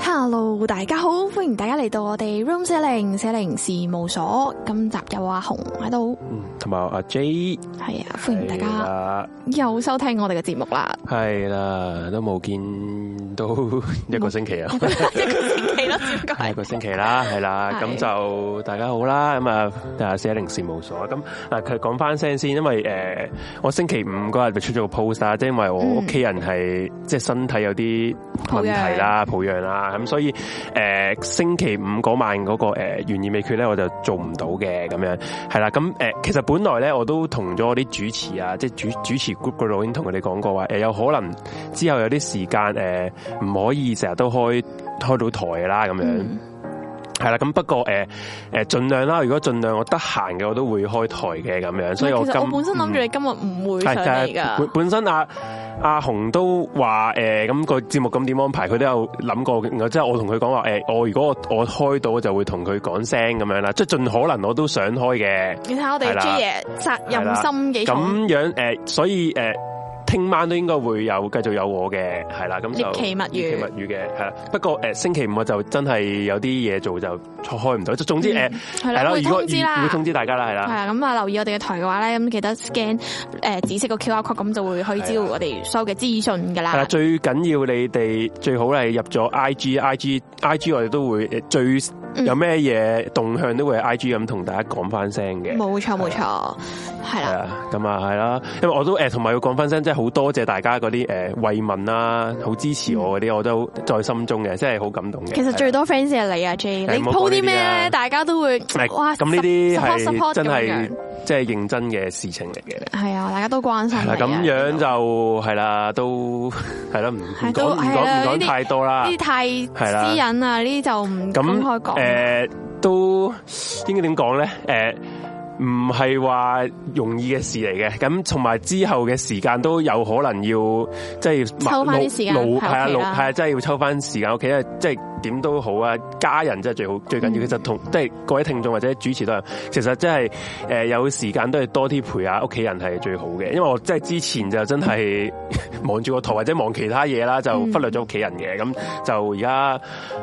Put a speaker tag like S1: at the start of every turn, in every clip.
S1: Hello，大家好，歡迎大家嚟到我哋 Room 四零四零事務所。今集有阿紅喺度，
S2: 嗯，同埋阿 J，
S1: 係啊，歡迎大家
S2: 家，
S1: 又收聽我哋嘅節目啦。
S2: 係啦，都冇見到一個星期啊
S1: 一，個星期咯，只不過
S2: 係一
S1: 係
S2: 個星期啦，係啦，
S1: 係
S2: 咁就大家好啦，咁啊，啊四一零事務所，咁嗱，佢講翻聲先，因為誒，我星期五嗰日就出咗個 post 啦，即係因為我屋企人係即係身體有啲問題啦，嗯抱恙啦，咁所以誒星期五嗰晚嗰個誒懸疑未決咧，我就做唔到嘅咁樣，係啦，咁誒其實本來咧我都同咗我啲主持啊，即係主主持 group 嗰度已經同佢哋講過話，誒呃有可能之後有啲時間誒唔可以成日都開開到台啦咁樣。
S1: 嗯
S2: 係啦，咁不過誒誒盡量啦，如果盡量我得閒嘅我都會開台嘅咁樣，所以我
S1: 其
S2: 今嗯
S1: 實我本身諗住你今日唔會上嚟
S2: 係
S1: 噶
S2: 本，本身阿阿紅都話誒咁個節目咁點安排，佢都有諗過嘅。然後之後我同佢講話誒，我如果我我開到我就會同佢講聲咁樣啦，即係盡可能我都想開嘅。
S1: 你睇下我哋
S2: 係啦
S1: J 爺責任心幾重，
S2: 咁樣誒、呃所以誒，聽、晚都應該會有繼續有我嘅，係啦，咁就
S1: 獵奇物語
S2: 獵奇物語嘅係啦。不過誒、呃星期五我就真係有啲嘢做就開唔到，即總之誒
S1: 嗯係啦，會
S2: 如果
S1: 通知
S2: 會
S1: 啦。
S2: 通知大家啦，係
S1: 係
S2: 啦，
S1: 啊，咁啊留意我哋嘅台嘅話咧，咁記得 scan 誒紫色個 QR code，咁就會去知道
S2: 係啊
S1: 我哋所有嘅資訊噶
S2: 係啦，
S1: 啦。
S2: 最緊要你哋最好係入咗 I G 啊 I G I G，我哋都會誒最
S1: 嗯
S2: 有咩嘢動向都會 I G 咁同大家講翻聲嘅。
S1: 冇錯冇錯，係
S2: 係
S1: 啦，
S2: 啊，咁啊係啦，因為我都誒同埋要講翻聲，即係好多謝大家嗰啲誒慰問啦，好支持我嗰啲，我都在心中嘅，真係好感動嘅。
S1: 嗯其實最多 fans 係你啊 J，
S2: 係
S1: 你
S2: 唔好
S1: po
S2: 講呢啲
S1: 啲咩
S2: 啦
S1: 咧，大家都會
S2: 係啊
S1: 哇
S2: 咁呢啲
S1: support- support- support
S2: 係真
S1: 咁樣
S2: 係即係認真嘅事情嚟嘅。
S1: 係啊，大家都關心你
S2: 係
S1: 啊
S2: 啦，咁
S1: 呢
S2: 樣就係啦，都係啦，唔唔
S1: 啊係
S2: 講
S1: 都
S2: 唔
S1: 係啦
S2: 講唔
S1: 呢
S2: 講
S1: 啲
S2: 太多啦。
S1: 啲太
S2: 係啊啦
S1: 私隱啊，呢啲就唔公開
S2: 咁呃
S1: 講。
S2: 誒都應該點講咧？誒唔係話容易嘅事嚟嘅，咁同埋之後嘅時間都有可能要即係
S1: 抽返啲時間
S2: 勞勞
S1: 喺屋企
S2: 係
S1: 啦
S2: 啊勞係啊，真係要抽翻時間屋企，因為即係點都好啊，家人真係最好最緊要。
S1: 嗯
S2: 其實同即係各位聽眾或者主持都係，其實真係誒有時間都係多啲陪下屋企人係最好嘅，因為我即係之前就真係 忙住個台或者忙其他嘢啦，就忽略咗屋企人嘅，咁就而家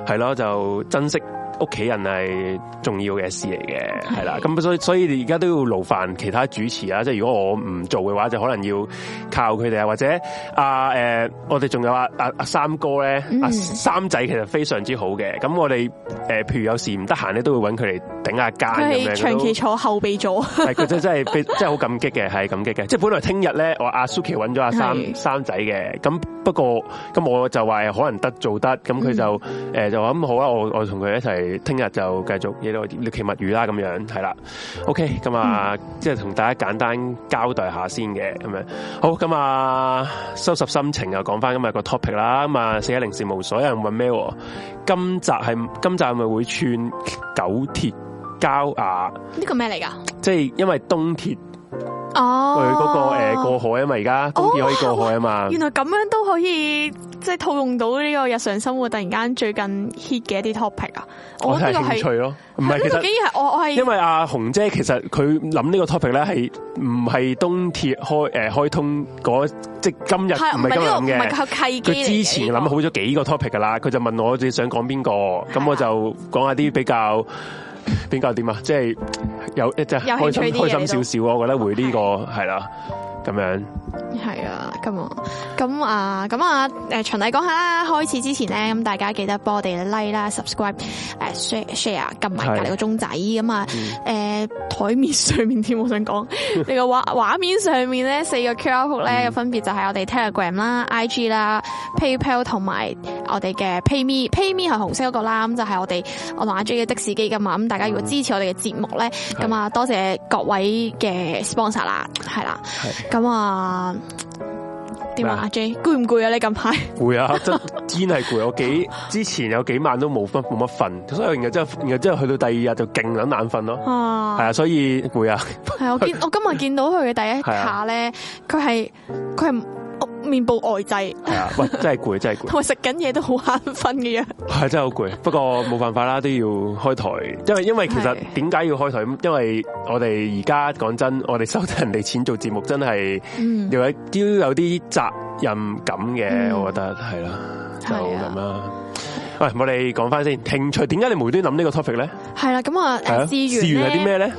S2: 係咯，就珍惜屋企人係重要嘅事嚟嘅，
S1: 係
S2: 係啦。咁所以所以你而家都要勞煩其他主持啊，即係如果我唔做嘅話，就可能要靠佢哋啊，或者啊誒、呃我哋仲有啊啊啊三哥咧，
S1: 嗯
S2: 啊三仔其實非常之好嘅。咁我哋誒、呃譬如有時唔得閒咧，都會揾佢哋頂下間咁
S1: 佢
S2: 樣
S1: 係長期
S2: 佢
S1: 坐後備 組，
S2: 都係佢真真係非真係好感激嘅，係感激嘅。即係本來聽日咧，我阿 Suki 揾咗阿
S1: 係
S2: 三三仔嘅，咁不過咁我就話可能得做得，咁佢就誒就話咁好啦，啊我我同佢一齊聽日就繼續嘢咯獵奇物語啦咁樣，係啦。OK，咁啊，即係同大家簡單交代下先嘅咁樣。好，咁啊，收拾心情又講翻今日個 topic 啦。咁啊，四一零事務所有人問咩喎？今集係今集係咪會串九鐵膠啊牙？
S1: 呢個咩嚟噶？
S2: 即係因為東鐵
S1: 哦，
S2: 佢嗰個誒過海啊嘛，而家東鐵可以過海啊嘛。
S1: 原來咁樣都可以即係套用到呢個日常生活，突然間最近 hit 嘅一啲 topic 啊！
S2: 我
S1: 呢
S2: 睇
S1: 個
S2: 係興趣
S1: 係
S2: 咯，唔
S1: 呢
S2: 係其
S1: 個
S2: 實
S1: 竟然係我我係
S2: 因為阿紅姐其實佢諗呢個 topic 咧係唔係東鐵開誒開通嗰即係今日
S1: 係
S2: 唔
S1: 唔
S2: 係
S1: 係
S2: 今
S1: 呢
S2: 日
S1: 個
S2: 諗
S1: 唔
S2: 嘅
S1: 係。靠契機嚟
S2: 佢
S1: 嘅
S2: 之前諗好咗幾個 topic 噶啦，佢就問我最想講邊個，咁我
S1: 啊
S2: 就講下啲比較比較點啊，即係有即係
S1: 有興
S2: 開
S1: 趣
S2: 心
S1: 啲嘢
S2: 開心少少，我覺得會呢個係啦，咁樣
S1: 係啊，咁啊，咁啊，咁啊，誒，循例講下啦。開始之前咧，咁大家記得幫我哋 like 啦、subscribe、誒 share share，撳埋隔離個鐘仔咁啊。誒，台面上面添，我想講你個畫畫面上面咧四個 QR code 咧嘅分別就係我哋 Telegram 啦、IG 啦、PayPal 同埋我哋嘅 PayMe。PayMe 係紅色嗰個啦，咁就係我哋我同阿 J 嘅的士機噶嘛。咁大家如果支持我哋嘅節目咧，咁啊多謝各位嘅 sponsor 啦，係啦。
S2: 係
S1: 咁啊，點
S2: 咩
S1: 啊
S2: 啊？
S1: 阿 J 攰唔攰啊？你近排
S2: 攰啊， 真堅係攰。我幾之前有幾晚都冇乜冇乜瞓，所以然後之後然後之後去到第二日就勁撚眼瞓咯，係
S1: 啊，
S2: 啊，所以 攰啊，
S1: 係我見我今日見到佢嘅第一
S2: 係啊
S1: 下咧，佢係佢係哦面部呆滯，
S2: 係啊，喂，真係攰，真係 攰。
S1: 同埋食緊嘢都好眼瞓嘅樣。
S2: 系真係好攰，不過冇辦法啦，都要開台，因為因為其實
S1: 係
S2: 點解要開台？因為我哋而家講真，我哋收人哋錢做節目，真係
S1: 嗯，
S2: 要有都有啲責任感嘅，
S1: 嗯
S2: 我覺得係啦，就
S1: 係啊
S2: 咁啦。喂，我哋講翻先，興趣點解你無端諗呢個 topic 咧？
S1: 係啦，咁啊，
S2: 係啊，
S1: 誒
S2: 志
S1: 志
S2: 願
S1: 願
S2: 係啲
S1: 咧。
S2: 咩咧？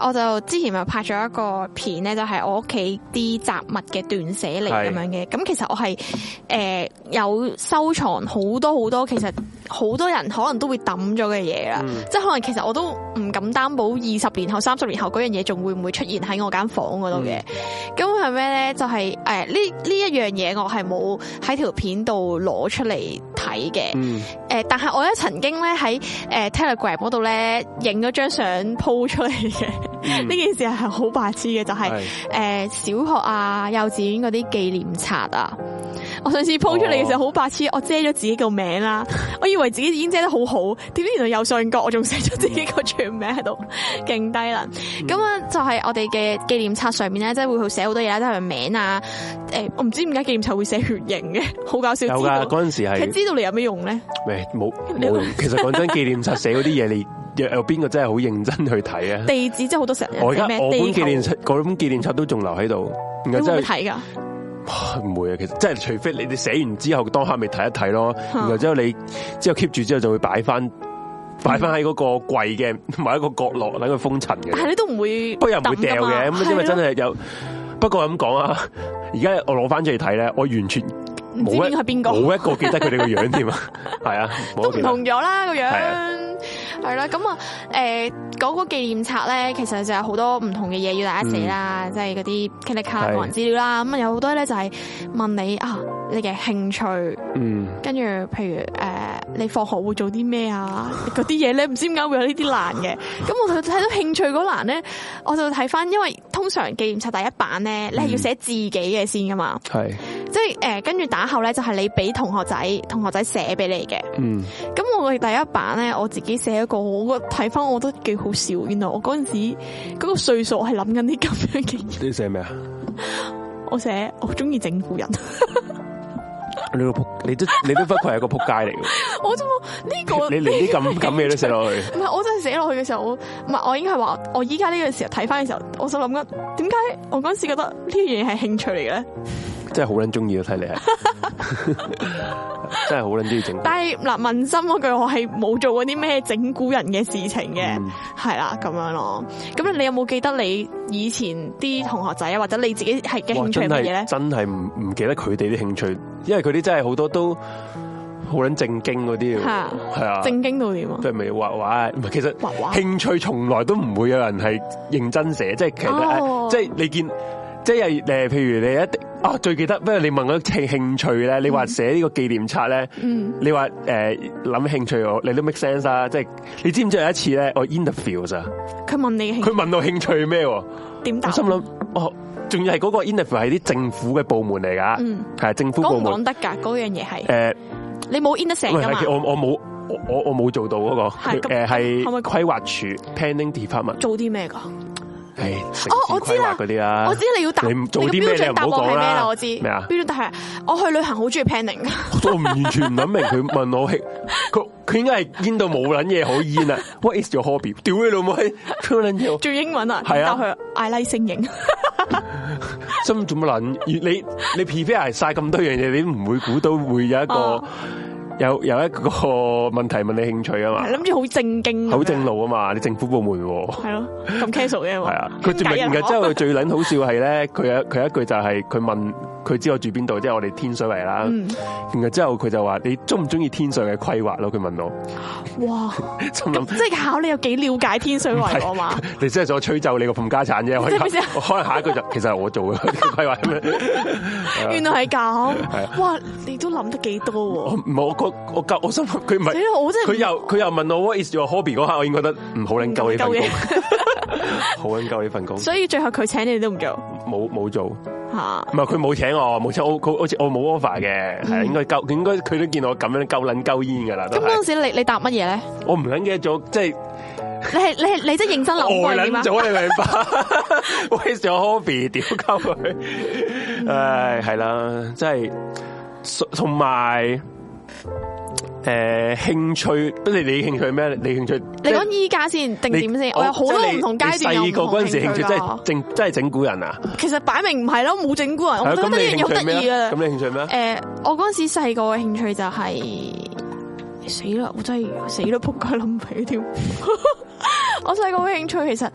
S1: 誒、我就之前咪拍咗一個片咧，就係、我屋企啲雜物嘅斷捨離
S2: 係
S1: 咁樣嘅。咁其實我係誒、有收藏好多好多，其實好多人可能都會抌咗嘅嘢啊啦。
S2: 嗯
S1: 即係可能其實我都唔敢擔保二十年後、三十年後嗰樣嘢仲會唔會出現喺我間房嗰度嘅。咁係咩咧？就係誒呢呢一樣嘢，我係冇喺條片度攞出嚟睇嘅。
S2: 嗯，
S1: 誒，但係我咧曾經咧喺誒 Telegram 嗰度咧影咗張相 po 出嚟嘅，呢件事係好白痴嘅，就係、誒呃小學啊、幼稚園嗰啲紀念冊啊。我上次 po 出嚟嘅
S2: 哦
S1: 時候好白痴，我遮咗自己個名啦，我以為自己已經遮得好好，點知原來右上角我仲寫咗自己個全名喺度， 勁低能。
S2: 嗯
S1: 咁啊，就係我哋嘅紀念冊上面咧，即係會寫好多嘢啦，即係名啊，誒，我唔知點解紀念冊會寫血型嘅， 好搞笑。
S2: 有
S1: 知
S2: 噶，
S1: 道
S2: 嗰陣時
S1: 佢
S2: 係嗯
S1: 知道你有咩用咧？
S2: 喂冇
S1: 你
S2: 冇用。其實講真，紀念冊寫嗰啲嘢，你有有邊個真係好認真去睇啊？
S1: 地址真係好多成日
S2: 我而
S1: 寫
S2: 家
S1: 咩
S2: 我本
S1: 地
S2: 紀
S1: 球，
S2: 念冊，嗰本紀念冊都仲留喺度，然
S1: 你會唔
S2: 後真嗯
S1: 會
S2: 係。
S1: 睇噶？
S2: 唔會啊，其實即係除非你哋寫完之後當刻咪睇一睇咯，
S1: 嗯
S2: 然後之後你之後 keep 住之後就會擺翻擺翻喺嗰個櫃嘅某一個角落，等佢封塵
S1: 但係
S2: 嘅。
S1: 你都唔會抌㗎嘛，
S2: 不過又唔會掉嘅，咁因為真係有。不過咁講啊，而家我攞翻出嚟睇咧，我完全
S1: 唔知
S2: 冇
S1: 邊
S2: 一
S1: 個係邊個，
S2: 冇一個記得佢哋個樣添啊，係啊，
S1: 都
S2: 冇
S1: 唔
S2: 一個記得
S1: 同咗啦個樣
S2: 係。
S1: 係啦，咁啊，誒嗰個紀念冊咧，其實就有好多唔同嘅嘢要大家寫啦，即係嗰啲 c l i 卡
S2: 係
S1: 個人資料啦，咁啊有好多咧就係問你啊你嘅興趣，
S2: 嗯，
S1: 跟住譬如誒你放學會做啲咩啊，嗰啲嘢咧唔知點解會有呢啲欄嘅，咁我就睇到興趣嗰欄咧，我就睇翻，因為通常紀念冊第一版咧，你係要寫自己嘅先噶嘛。
S2: 係，
S1: 即系诶，呃跟住打後咧就係你俾同學仔，同學仔寫俾你嘅。
S2: 嗯，
S1: 咁我哋第一版咧，我自己寫一個，我覺得睇翻我覺得幾好笑。原來我嗰阵时嗰個歲數，我係諗緊啲咁樣嘅嘢。
S2: 你寫咩啊？
S1: 我寫我中意整蠱人，
S2: 你個仆，你都你都不愧係個仆街嚟嘅，
S1: 我就冇呢、個
S2: 你連啲 咁咁嘢都寫落去。
S1: 唔係，我真係寫落去嘅時候，我唔係我應該係話，我依家呢個時候睇翻嘅時候，我就諗緊點解我嗰陣時覺得呢樣嘢係興趣嚟嘅咧？
S2: 真係好撚中意咯，啊睇你係， 真係好撚中意整。
S1: 但係嗱，問心嗰句，我係冇做過啲咩整蠱人嘅事情嘅。
S2: 嗯
S1: 係啦，咁樣咯。咁你有冇記得你以前啲同學仔啊，或者你自己係嘅
S2: 哇
S1: 興趣係
S2: 真
S1: 乜嘢咧
S2: 係？真係唔唔記得佢哋啲興趣，因為佢啲真係好多都好撚正經嗰啲，
S1: 嚇
S2: 係啊，
S1: 正經到點啊？
S2: 即係咪畫畫？唔係，其實
S1: 畫畫
S2: 興趣從來都唔會有人係認真寫，即係其實、
S1: 哦
S2: 即係你見，即係誒，譬如你一定啊，最記得，不如你問我興興趣咧，你話寫呢個紀念冊咧，
S1: 嗯
S2: 你話誒諗興趣我，你都 make sense 啦。即係你知唔知有一次咧，我 interviews 啊，
S1: 佢問你嘅
S2: 佢
S1: 興
S2: 問我興趣咩喎？
S1: 啊點答
S2: 我？心諗，哦，仲要係嗰個 interview 係啲政府嘅部門嚟㗎，
S1: 嗯
S2: 係政府
S1: 講
S2: 部
S1: 唔講
S2: 門
S1: 得㗎？嗰樣嘢係
S2: 誒。
S1: 你冇 in 得成
S2: 唔
S1: 㗎
S2: 係，係
S1: 嘛？
S2: 我我冇我我我冇做到嗰、
S1: 係
S2: 個，
S1: 咁
S2: 誒係
S1: 可唔可以
S2: 規劃署 planning department，
S1: 做啲咩㗎？
S2: 係城
S1: 哦
S2: 市
S1: 我知
S2: 規
S1: 啦
S2: 劃嗰啲啦。
S1: 我知你要答，
S2: 啊你
S1: 你
S2: 做
S1: 嘅
S2: 啲咩
S1: 標
S2: 你
S1: 準
S2: 唔
S1: 答案
S2: 好
S1: 係
S2: 講
S1: 咩
S2: 啦
S1: 啦？我知
S2: 咩啊
S1: 標準答案係我去旅行好中意 planning 㗎。
S2: 我完全唔諗明佢問我 係佢佢應該係煙到冇撚嘢可煙 啊！What is your hobby？屌你老母 閪，屌撚嘢！
S1: 做英文啊，
S2: 係啊
S1: 答佢 I like 星影，
S2: 心做乜撚？你你 prepare 晒咁多樣嘢，你都唔會估到會有一個
S1: 哦
S2: 有有一個問題問你興趣啊 嘛，
S1: 諗住好正經咁樣，
S2: 好正路啊嘛，你政府部門喎。
S1: 係咯，咁 casual 嘅
S2: 系啊，佢仲明嘅，之後佢最撚好笑係咧，佢有佢有一句就係佢問佢知我住邊度，即係我哋天水圍啦。
S1: 嗯
S2: 然後之後佢就話你中唔中意天水嘅規劃咯？佢問 我，
S1: 哇，
S2: 心
S1: 咁
S2: 諗
S1: 即係考你有幾了解天 水圍啊嘛？
S2: 你真係想吹奏你個冚家產啫。我
S1: 即係咪先
S2: 我可能下一句就其實係我做嘅 呢個規劃咁 樣。
S1: 原
S2: 係啊
S1: 來係
S2: 啊
S1: 咁，哇！你都諗得幾多
S2: 我
S1: 喎？
S2: 唔係我個我夠我心諗佢唔
S1: 死
S2: 係
S1: 啦！我真係
S2: 佢又佢又問我 what is your hobby 嗰刻，我已經覺得唔好撚夠
S1: 唔
S2: 呢份
S1: 夠
S2: 工
S1: 嘅，
S2: 好撚夠呢份工，
S1: 所以最後佢請你都唔做
S2: 冇冇做。
S1: 吓
S2: 唔，係佢冇請我，冇請我，佢好似我冇 offer 嘅，
S1: 嗯
S2: 係應該夠，佢應該佢都見我咁樣夠撚鳩煙噶啦，都
S1: 咁嗰
S2: 係
S1: 陣時你你答乜嘢咧？
S2: 我唔撚記得咗，即係
S1: 你係你係你真係認真
S2: 呆
S1: 諗過係點
S2: 撚
S1: 啊？
S2: 咗，你明白 ？waste 咗 hobby，屌鳩佢，唉，係啦，即係所同埋誒興趣，不你你興趣咩？你興趣
S1: 你
S2: 即係
S1: 講依家先定點先？我有好多唔同階段有
S2: 細
S1: 唔
S2: 個
S1: 同
S2: 嗰陣時
S1: 興
S2: 興
S1: 趣
S2: 趣真
S1: 㗎
S2: 係。整真係整蠱人啊！
S1: 其實擺明唔係咯，冇整蠱人，
S2: 係啊
S1: 我覺
S2: 咁
S1: 得呢樣嘢
S2: 你
S1: 好
S2: 興趣
S1: 得意
S2: 咩啊？
S1: 啊！
S2: 咁你興趣咩啊？
S1: 诶、我嗰陣時細個嘅興趣就係、死啦！我真係死啦，仆街諗起添。 我細個嘅興趣其實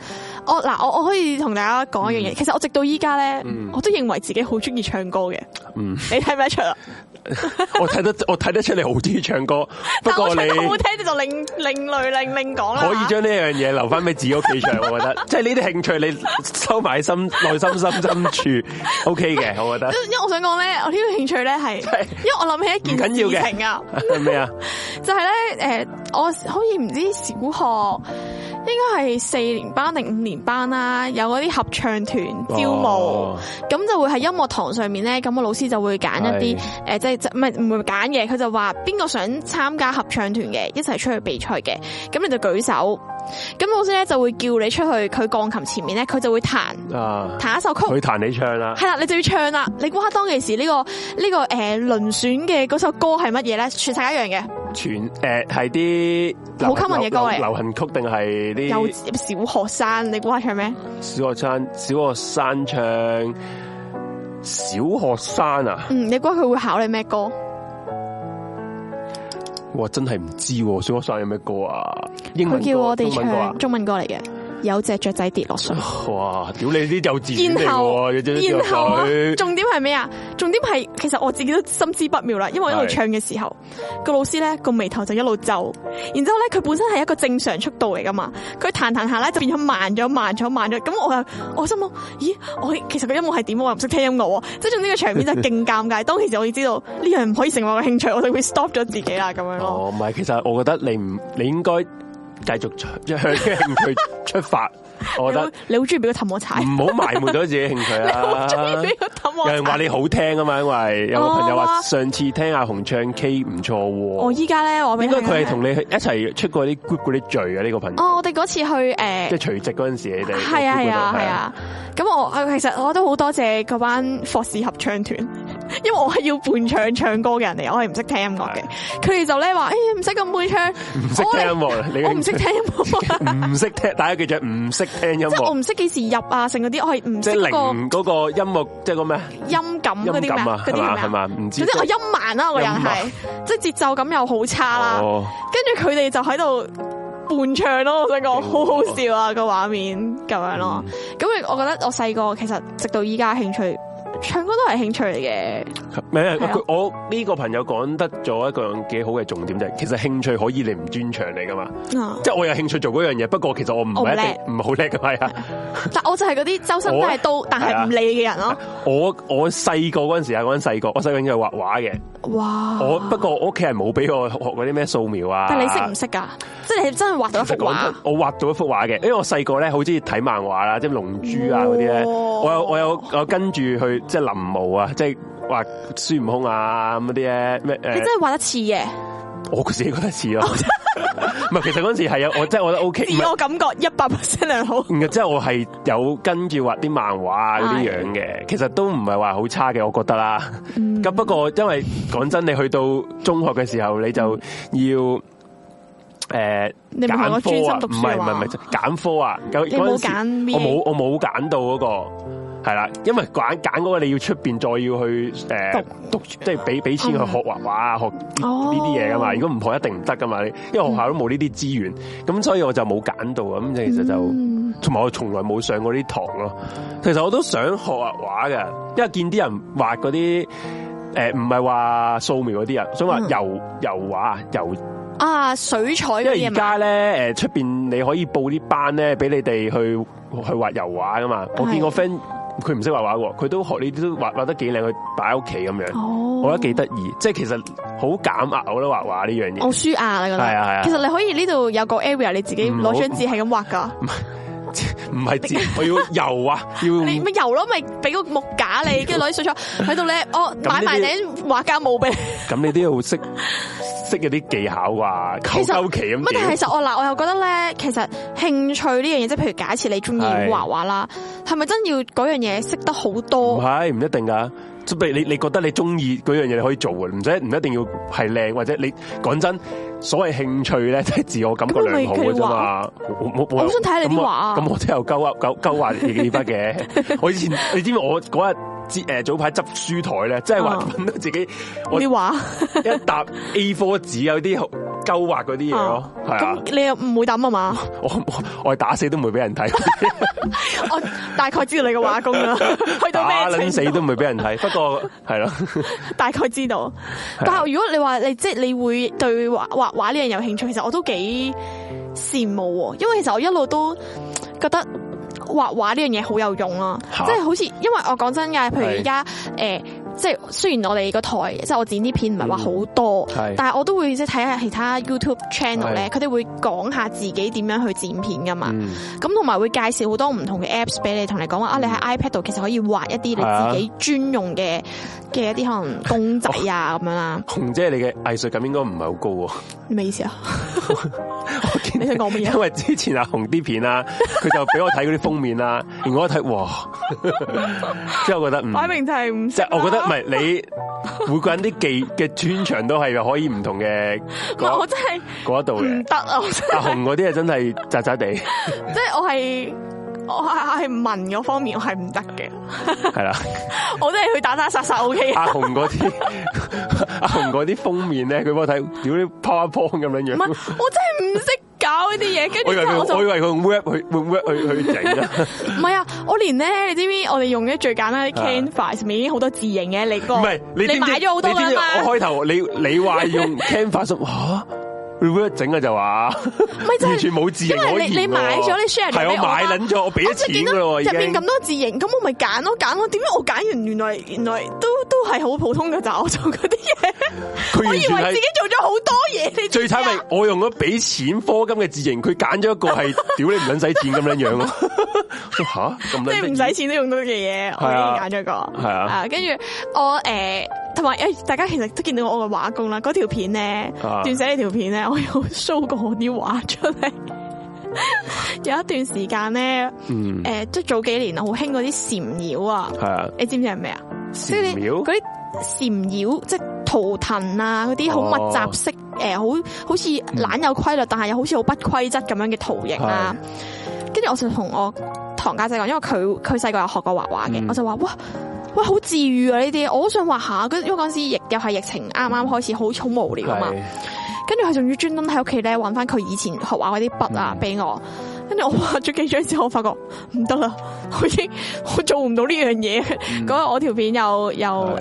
S1: 我嗱，我我可以同大家講一樣
S2: 嗯
S1: 嘢。其實我直到依家咧，我都認為自己好中意唱歌嘅。
S2: 嗯
S1: 你睇唔睇得出啊？
S2: 我睇得我睇得出你好中意唱 歌，不
S1: 但
S2: 過
S1: 我
S2: 你
S1: 唱得好好聽，你啊就另另類另另講啦。
S2: 可以將呢樣嘢留翻俾自己屋企唱，我覺 得，即係呢啲興趣你 收埋喺心內心深 深處，OK 嘅，我覺
S1: 因因為我想講咧，我呢個興趣 咧係，
S2: 係
S1: 因為我諗起一件
S2: 唔緊要嘅
S1: 事情啊。
S2: 得。 咩啊？
S1: 就係咧，诶、我好似唔知小學應該係四年班定五年班啦，有嗰啲合唱團招募
S2: 哦，
S1: 咁、就會喺音樂堂上面咧，咁個老師就會揀一啲
S2: 係
S1: 诶、誒即係即唔係唔會揀嘅，佢就話邊個想參加合唱團嘅，一齊出去比賽嘅，咁你就舉手，咁老師咧就會叫你出去佢鋼琴前面咧，佢就會彈
S2: 啊，
S1: 彈一首曲。
S2: 佢彈你唱啦，
S1: 系啦，你就要唱啦！你估下當其時呢、個呢、個诶輪選嘅嗰首歌係乜嘢咧？全世界一樣嘅。
S2: 全誒係啲流
S1: 好 common 嘅歌嚟
S2: 流流行曲定係
S1: 有
S2: 啲
S1: 小學生，你估下唱咩？
S2: 小學生小學生唱小學生啊？
S1: 嗯，你估下佢會考你咩歌？
S2: 哇，真係唔知喎，小學生有咩歌啊？英
S1: 佢
S2: 文
S1: 叫
S2: 歌
S1: 我哋
S2: 中文歌啊
S1: 唱中文歌嚟嘅，有隻雀仔跌落水。
S2: 哇！屌你啲幼稚園嚟
S1: 然後，
S2: 喎，你知唔知
S1: 然後啊
S2: 佢
S1: 重點係咩啊？重點係其實我自己都心知不妙啦，因為我一路
S2: 係
S1: 唱嘅時候，個老師咧個眉頭就一路皺，然之後咧佢本身係一個正常速度嚟噶嘛，佢彈彈下咧就變咗慢咗、慢咗、慢咗，咁我又我心諗，咦，我其實個音樂係點？我又唔識聽音樂喎，即係總之個場面就勁尷 尬。當其時我已知道呢樣唔可以成為我嘅興趣，我就會 stop 咗自己啦咁樣咯。
S2: 哦，唔係，其實我覺得你唔，你應該繼續向 向興趣出發。我覺
S1: 你
S2: 得
S1: 好你好中意俾佢氹我踩，
S2: 唔好埋沒咗自己興趣
S1: 好中意
S2: 啊！
S1: 俾佢氹
S2: 有
S1: 我
S2: 人話
S1: 踩。
S2: 你好聽啊嘛，因為有個朋友
S1: 哦
S2: 話
S1: 哇
S2: 上次聽阿紅唱 K 唔錯
S1: 我
S2: 喎，
S1: 依家咧，我俾
S2: 應該佢係同
S1: 你
S2: 你一齊出過啲 group 嗰啲聚啊！呢個朋友
S1: 哦，我哋嗰次去诶
S2: 即係，除夕嗰陣時，你哋
S1: 系啊
S2: 個
S1: 係
S2: group 嗰度
S1: 啊係。啊。咁我啊其實我都好多謝嗰班霍士合唱團， 因為我係要伴唱唱歌嘅人嚟，我係唔識聽音樂嘅。佢哋就咧話：，诶唔使咁伴唱，
S2: 唔識聽音樂啦你
S1: 我我唔識聽音樂啊，
S2: 唔識聽，大家記住唔識聽音
S1: 即係我
S2: 樂，
S1: 唔識幾時入啊，成嗰啲我係唔
S2: 即係
S1: 識個
S2: 零嗰個音樂，即係個咩啊
S1: 音感嗰啲
S2: 音
S1: 咩
S2: 感啊
S1: 啊，嗰啲
S2: 係嘛係
S1: 係咩啊？
S2: 嘛？唔知
S1: 總之我音慢啊啦，我個人係
S2: 音，
S1: 即係節奏感又好差啦。
S2: 哦。
S1: 跟住佢哋就喺度伴唱咯，我想講好好
S2: 嗯
S1: 笑啊個畫面咁樣咯。咁我覺得我細個其實直到依家興趣唱歌都係興趣嚟嘅，
S2: 唔係
S1: 係啊
S2: 佢我呢個朋友講得咗一個幾好嘅重點就係，其實興趣可以你唔專長嚟噶嘛，
S1: 啊
S2: 即係我有興趣做嗰樣嘢，不過其實我唔係一定唔好叻噶 係啊。
S1: 但我就係嗰啲周身都係刀，但係唔理嘅人咯。
S2: 我我細個嗰陣時啊，嗰陣細個，我細個應該係畫畫嘅，
S1: 哇！
S2: 啊我不過我屋企人冇俾我學嗰啲咩素描
S1: 哦
S2: 啊。
S1: 但你識唔識㗎？即係你真係畫到一幅畫，
S2: 我畫到一幅畫嘅，因為我細個咧好中意睇漫畫啦，即係龍珠啊嗰啲咧，
S1: 哦
S2: 我有我有我有跟住去即係臨摹啊，即係畫孫悟空啊咁嗰啲咧咩
S1: 你
S2: 誒
S1: 真，係畫得似嘅，
S2: 我自己覺得似咯，唔係其實嗰陣時係有我真係我覺得 O K，唔
S1: 自
S2: 係
S1: 我感覺一百 percent 良好。
S2: 唔係即係我係有跟住畫啲漫畫啊嗰啲樣嘅，其實都唔係話好差嘅，我覺得啦。
S1: 嗯
S2: 咁不過因為講真，你去到中學嘅時候，你就要。诶，
S1: 嗯你冇同我專
S2: 揀科啊
S1: 心讀
S2: 唔
S1: 書
S2: 係
S1: 啊
S2: 唔係
S1: 嘛
S2: 唔係揀科啊！有
S1: 你冇
S2: 嗰陣時
S1: 揀咩
S2: 我冇我冇揀到嗰個係啦，因為揀揀嗰個你要出边再要去诶
S1: 讀
S2: 讀，即係俾俾錢去學畫畫啊，學呢啲嘢噶嘛。
S1: 哦
S2: 如果唔學一定唔得噶
S1: 嗯
S2: 嘛，你因為學校都冇呢啲資源，咁所以我就冇揀到啊。咁其實就
S1: 嗯
S2: 同埋我從來冇上過呢堂咯。其實我都想學畫畫嘅，因為見啲人畫嗰啲诶唔係話素描嗰啲人，想話
S1: 嗯
S2: 油油畫啊油。
S1: 啊，水彩嗰
S2: 因
S1: 啲
S2: 為
S1: 嘢
S2: 而
S1: 嘛，
S2: 家咧，诶出边你可以報啲班咧，俾你哋去去畫油畫噶嘛。我見我 friend 佢唔識畫畫喎，佢都學呢啲都畫畫得幾靚，佢擺喺屋企咁樣，
S1: 哦
S2: 我覺得幾得意。即係其實好減壓，我覺得畫畫呢樣嘢
S1: 我。舒壓你覺得？
S2: 係啊係啊嗯
S1: 其實你可以呢度有個 area，你自己
S2: 唔
S1: 攞
S2: 好
S1: 張紙係咁畫㗎。
S2: 唔 係字，我要油啊，要
S1: 你咪油咯，咪俾個木架 你，跟住攞啲水彩喺度咧，我
S2: 咁
S1: 買埋
S2: 呢
S1: 頂畫架帽俾你。
S2: 咁你都要識識嗰啲技巧啩，求
S1: 其實
S2: 求其咁
S1: 乜？但係
S2: 屌
S1: 其實我嗱，我又覺得咧，其實興趣呢樣嘢，即係譬如假設你中意畫
S2: 係
S1: 畫啦，係咪真要嗰樣嘢識得好
S2: 唔
S1: 多？
S2: 係唔一定噶。即係你你覺得你中意嗰樣嘢，你可以做嘅，唔使唔一定要係靚，或者你講真，所謂興趣 咧，即係自我感覺良好嘅啫嘛。我
S1: 我好想睇你啲畫啊
S2: 咁我都有勾啊勾勾畫幾 筆嘅。我以前你知唔知我嗰日誒早排執書台咧，真係話
S1: 啊
S2: 揾到自己我
S1: 啲畫
S2: 一沓 A4 紙有啲勾畫嗰啲嘢咯
S1: 啊，
S2: 係啊，
S1: 咁你又唔會抌啊 嘛？
S2: 我我我係打死都唔會俾 人睇。
S1: 我大概知道你嘅畫工 啦，去到
S2: 打
S1: 咩
S2: 撚
S1: 程
S2: 死
S1: 度
S2: 都唔會俾人睇。不 過係咯，
S1: 大概知道。
S2: 啊
S1: 但係如果你話你即係你會對畫畫畫呢樣有興趣，其實我都幾羨慕喎，因為其實我一路都覺得。畫畫呢樣嘢好有用啦，
S2: 嚇
S1: 即係好似，因為我講真嘅，譬如
S2: 係
S1: 而家誒，即係雖然我哋個台，即係我剪啲片唔係話好多，
S2: 係
S1: 但係我都會即係睇下其他 YouTube channel 咧，
S2: 係
S1: 佢哋會講下自己點樣去剪片噶嘛。
S2: 嗯
S1: 咁同埋會介紹好多唔同嘅 apps 俾你，同你講話啊，你喺 iPad 度其實可以畫一
S2: 係啊
S1: 啲你自己專用嘅嘅一啲可能公仔啊咁樣啦，
S2: 紅姐你嘅藝術感應該唔係好高喎。
S1: 咩意思啊？
S2: 我見
S1: 你想啊講乜嘢
S2: 因為之前阿紅啲片 啦，佢就俾我睇嗰啲封面啦，而我一睇，哇！即係我覺得嗯，
S1: 明就係唔
S2: 即係我覺得唔 係你每個人啲技嘅專長都係可以唔同嘅 嗰
S1: 真係
S2: 嗰一度嘅。
S1: 得啊！我真
S2: 阿紅嗰啲係真係渣渣地，
S1: 即係我係我係係文嗰方面我係唔得 嘅，
S2: 係啦。
S1: 我都係去打打殺殺 OK 嘅。
S2: 阿紅嗰啲， 阿紅嗰啲封面咧，佢幫我睇，屌啲 PowerPoint 咁樣
S1: 唔
S2: 樣。
S1: 係，我真係唔識搞呢啲嘢，跟住
S2: 我以
S1: 之
S2: 為
S1: 後我
S2: 佢，
S1: 就
S2: 我以為佢用 web 去用 web 去去整 啊，
S1: 唔係啊！我連咧，你知唔知我哋用嘅最簡單嘅 Canva 上面已經好多字形嘅，哦你個
S2: 啊唔係你知唔知
S1: 買咗好多
S2: 你知唔
S1: 㗎
S2: 知
S1: 啦嘛
S2: 我開頭你你 話用 Canva 咁嚇 web 整嘅就話，
S1: 咪就係
S2: 完全冇字形可
S1: 因為
S2: 言
S1: 你你買咗你 share 咗
S2: 係
S1: 俾
S2: 我
S1: 我啦
S2: 買撚咗，我俾
S1: 我
S2: 咗
S1: 就
S2: 錢
S1: 見
S2: 㗎
S1: 到
S2: 咯，已
S1: 入面
S2: 經
S1: 咁。多字型，咁我咪揀咯揀咯。點解我揀完原來原來都都係好普通嘅咋？我做嗰啲嘢，
S2: 佢
S1: 我
S2: 完
S1: 以
S2: 全
S1: 為
S2: 係
S1: 自己做咗好多嘢。你知唔
S2: 最
S1: 知啊
S2: 慘係我用咗俾錢科金嘅字形，佢揀咗一個 係屌你唔撚使錢咁樣樣咯。我話吓咁撚
S1: 即係唔
S2: 得意
S1: 使錢都用到嘅嘢，我已經揀咗個
S2: 係啊
S1: 跟住我誒，同埋誒，大家其實都見到我嘅畫工啦。嗰條片咧，
S2: 啊
S1: 段寫呢條片咧，我有 show 過我啲畫出嚟。 有一段時間咧，
S2: 嗯
S1: 誒，即係早幾年好興嗰啲蟬妖啊，
S2: 係啊
S1: 你知唔知係咩啊？即係
S2: 寺
S1: 你
S2: 廟
S1: 嗰啲蟬妖，即係圖騰啊，嗰啲好
S2: 哦
S1: 密集式，诶、好好似
S2: 嗯
S1: 懶有規律，但係又好似好不規則咁樣嘅圖形啊。跟住我就同我堂家姐講，因為佢佢細個有學過畫畫嘅，
S2: 嗯
S1: 我就話哇。哇，好治愈啊！呢啲我好想畫下，跟因為嗰陣時疫又係疫情啱啱開始，好好無聊啊嘛。
S2: 係嗯
S1: 跟住佢仲要專登喺屋企咧揾翻佢以前學畫嗰啲筆啊，俾我。跟跟住我畫咗幾張之後，我發覺唔得啦， 我已經我做唔到呢樣嘢。
S2: 嗯
S1: 嗰日我條片又又誒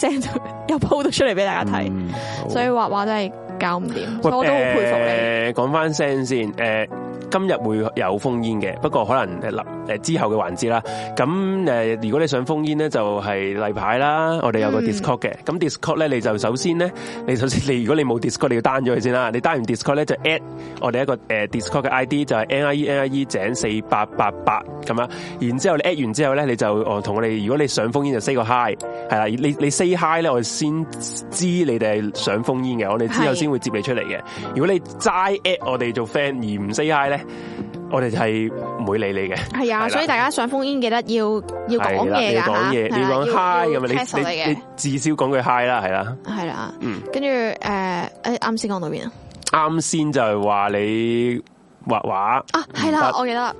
S1: send 又 po 咗出嚟俾大家
S2: 嗯
S1: 睇，所以畫畫真係搞唔掂，所以我都好佩
S2: 呃服你。講翻聲先，誒今日會有封煙嘅，不過可能誒誒之後嘅環節啦。咁誒如果你想封煙咧，就係例牌啦，我哋有
S1: 嗯
S2: 個 Discord 嘅。咁 Discord 咧，你就首先咧， 你首先你如果你冇 Discord，你要 down 咗佢先啦。你 down 完 Discord 咧，就 at 我哋一個誒 Discord 嘅 ID 就係 E，NIE NIE 井四八八八咁樣。然之後你 at 完之後咧，你就哦同我哋，如果你想封煙就 say 個 hi 係啦。你你 say hi 咧，我先知你哋係想封煙嘅，我哋之後先會接你出嚟嘅。如果你齋 at 我哋做 friend 而唔 say hi 咧，我哋係唔會理你嘅。
S1: 係啊，所以大家想封煙記得要要講
S2: 嘢
S1: 㗎
S2: 講嘢，你講 hi 咁
S1: 啊，
S2: 你嗯你至少講句 hi 啦，係啦。
S1: 係啦，跟住誒誒啱先講到邊啊？
S2: 啱先就係話你畫畫
S1: 啊，係
S2: 嗯
S1: 啦，我記得，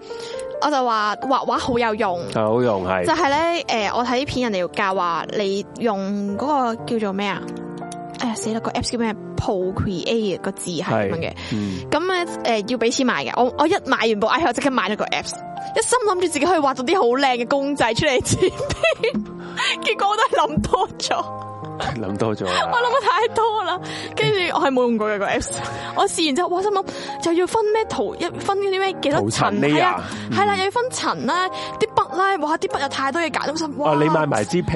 S1: 我就話畫畫好有用，
S2: 係好用係。
S1: 就係咧誒，我睇啲片人哋要教話你用嗰個叫做咩啊？誒死啦，個 apps 叫咩？Procreate 個字係咁樣嘅。咁咧誒要俾錢買嘅，我我一買完部 iPhone 我即刻買咗個 apps，一心諗住自己可以畫到啲好靚嘅公仔出嚟剪片， 結果我都係諗多咗。
S2: 諗多咗，我 啊
S1: 諗得太多啦，跟住我係冇用過嘅個 apps，我 試完之後，哇心諗就要分咩圖，一分嗰啲咩幾多層，係啊，係啦，又要分層啦，啲筆啦，哇啲筆有太多嘢揀，心哇！
S2: 哦你買埋支誒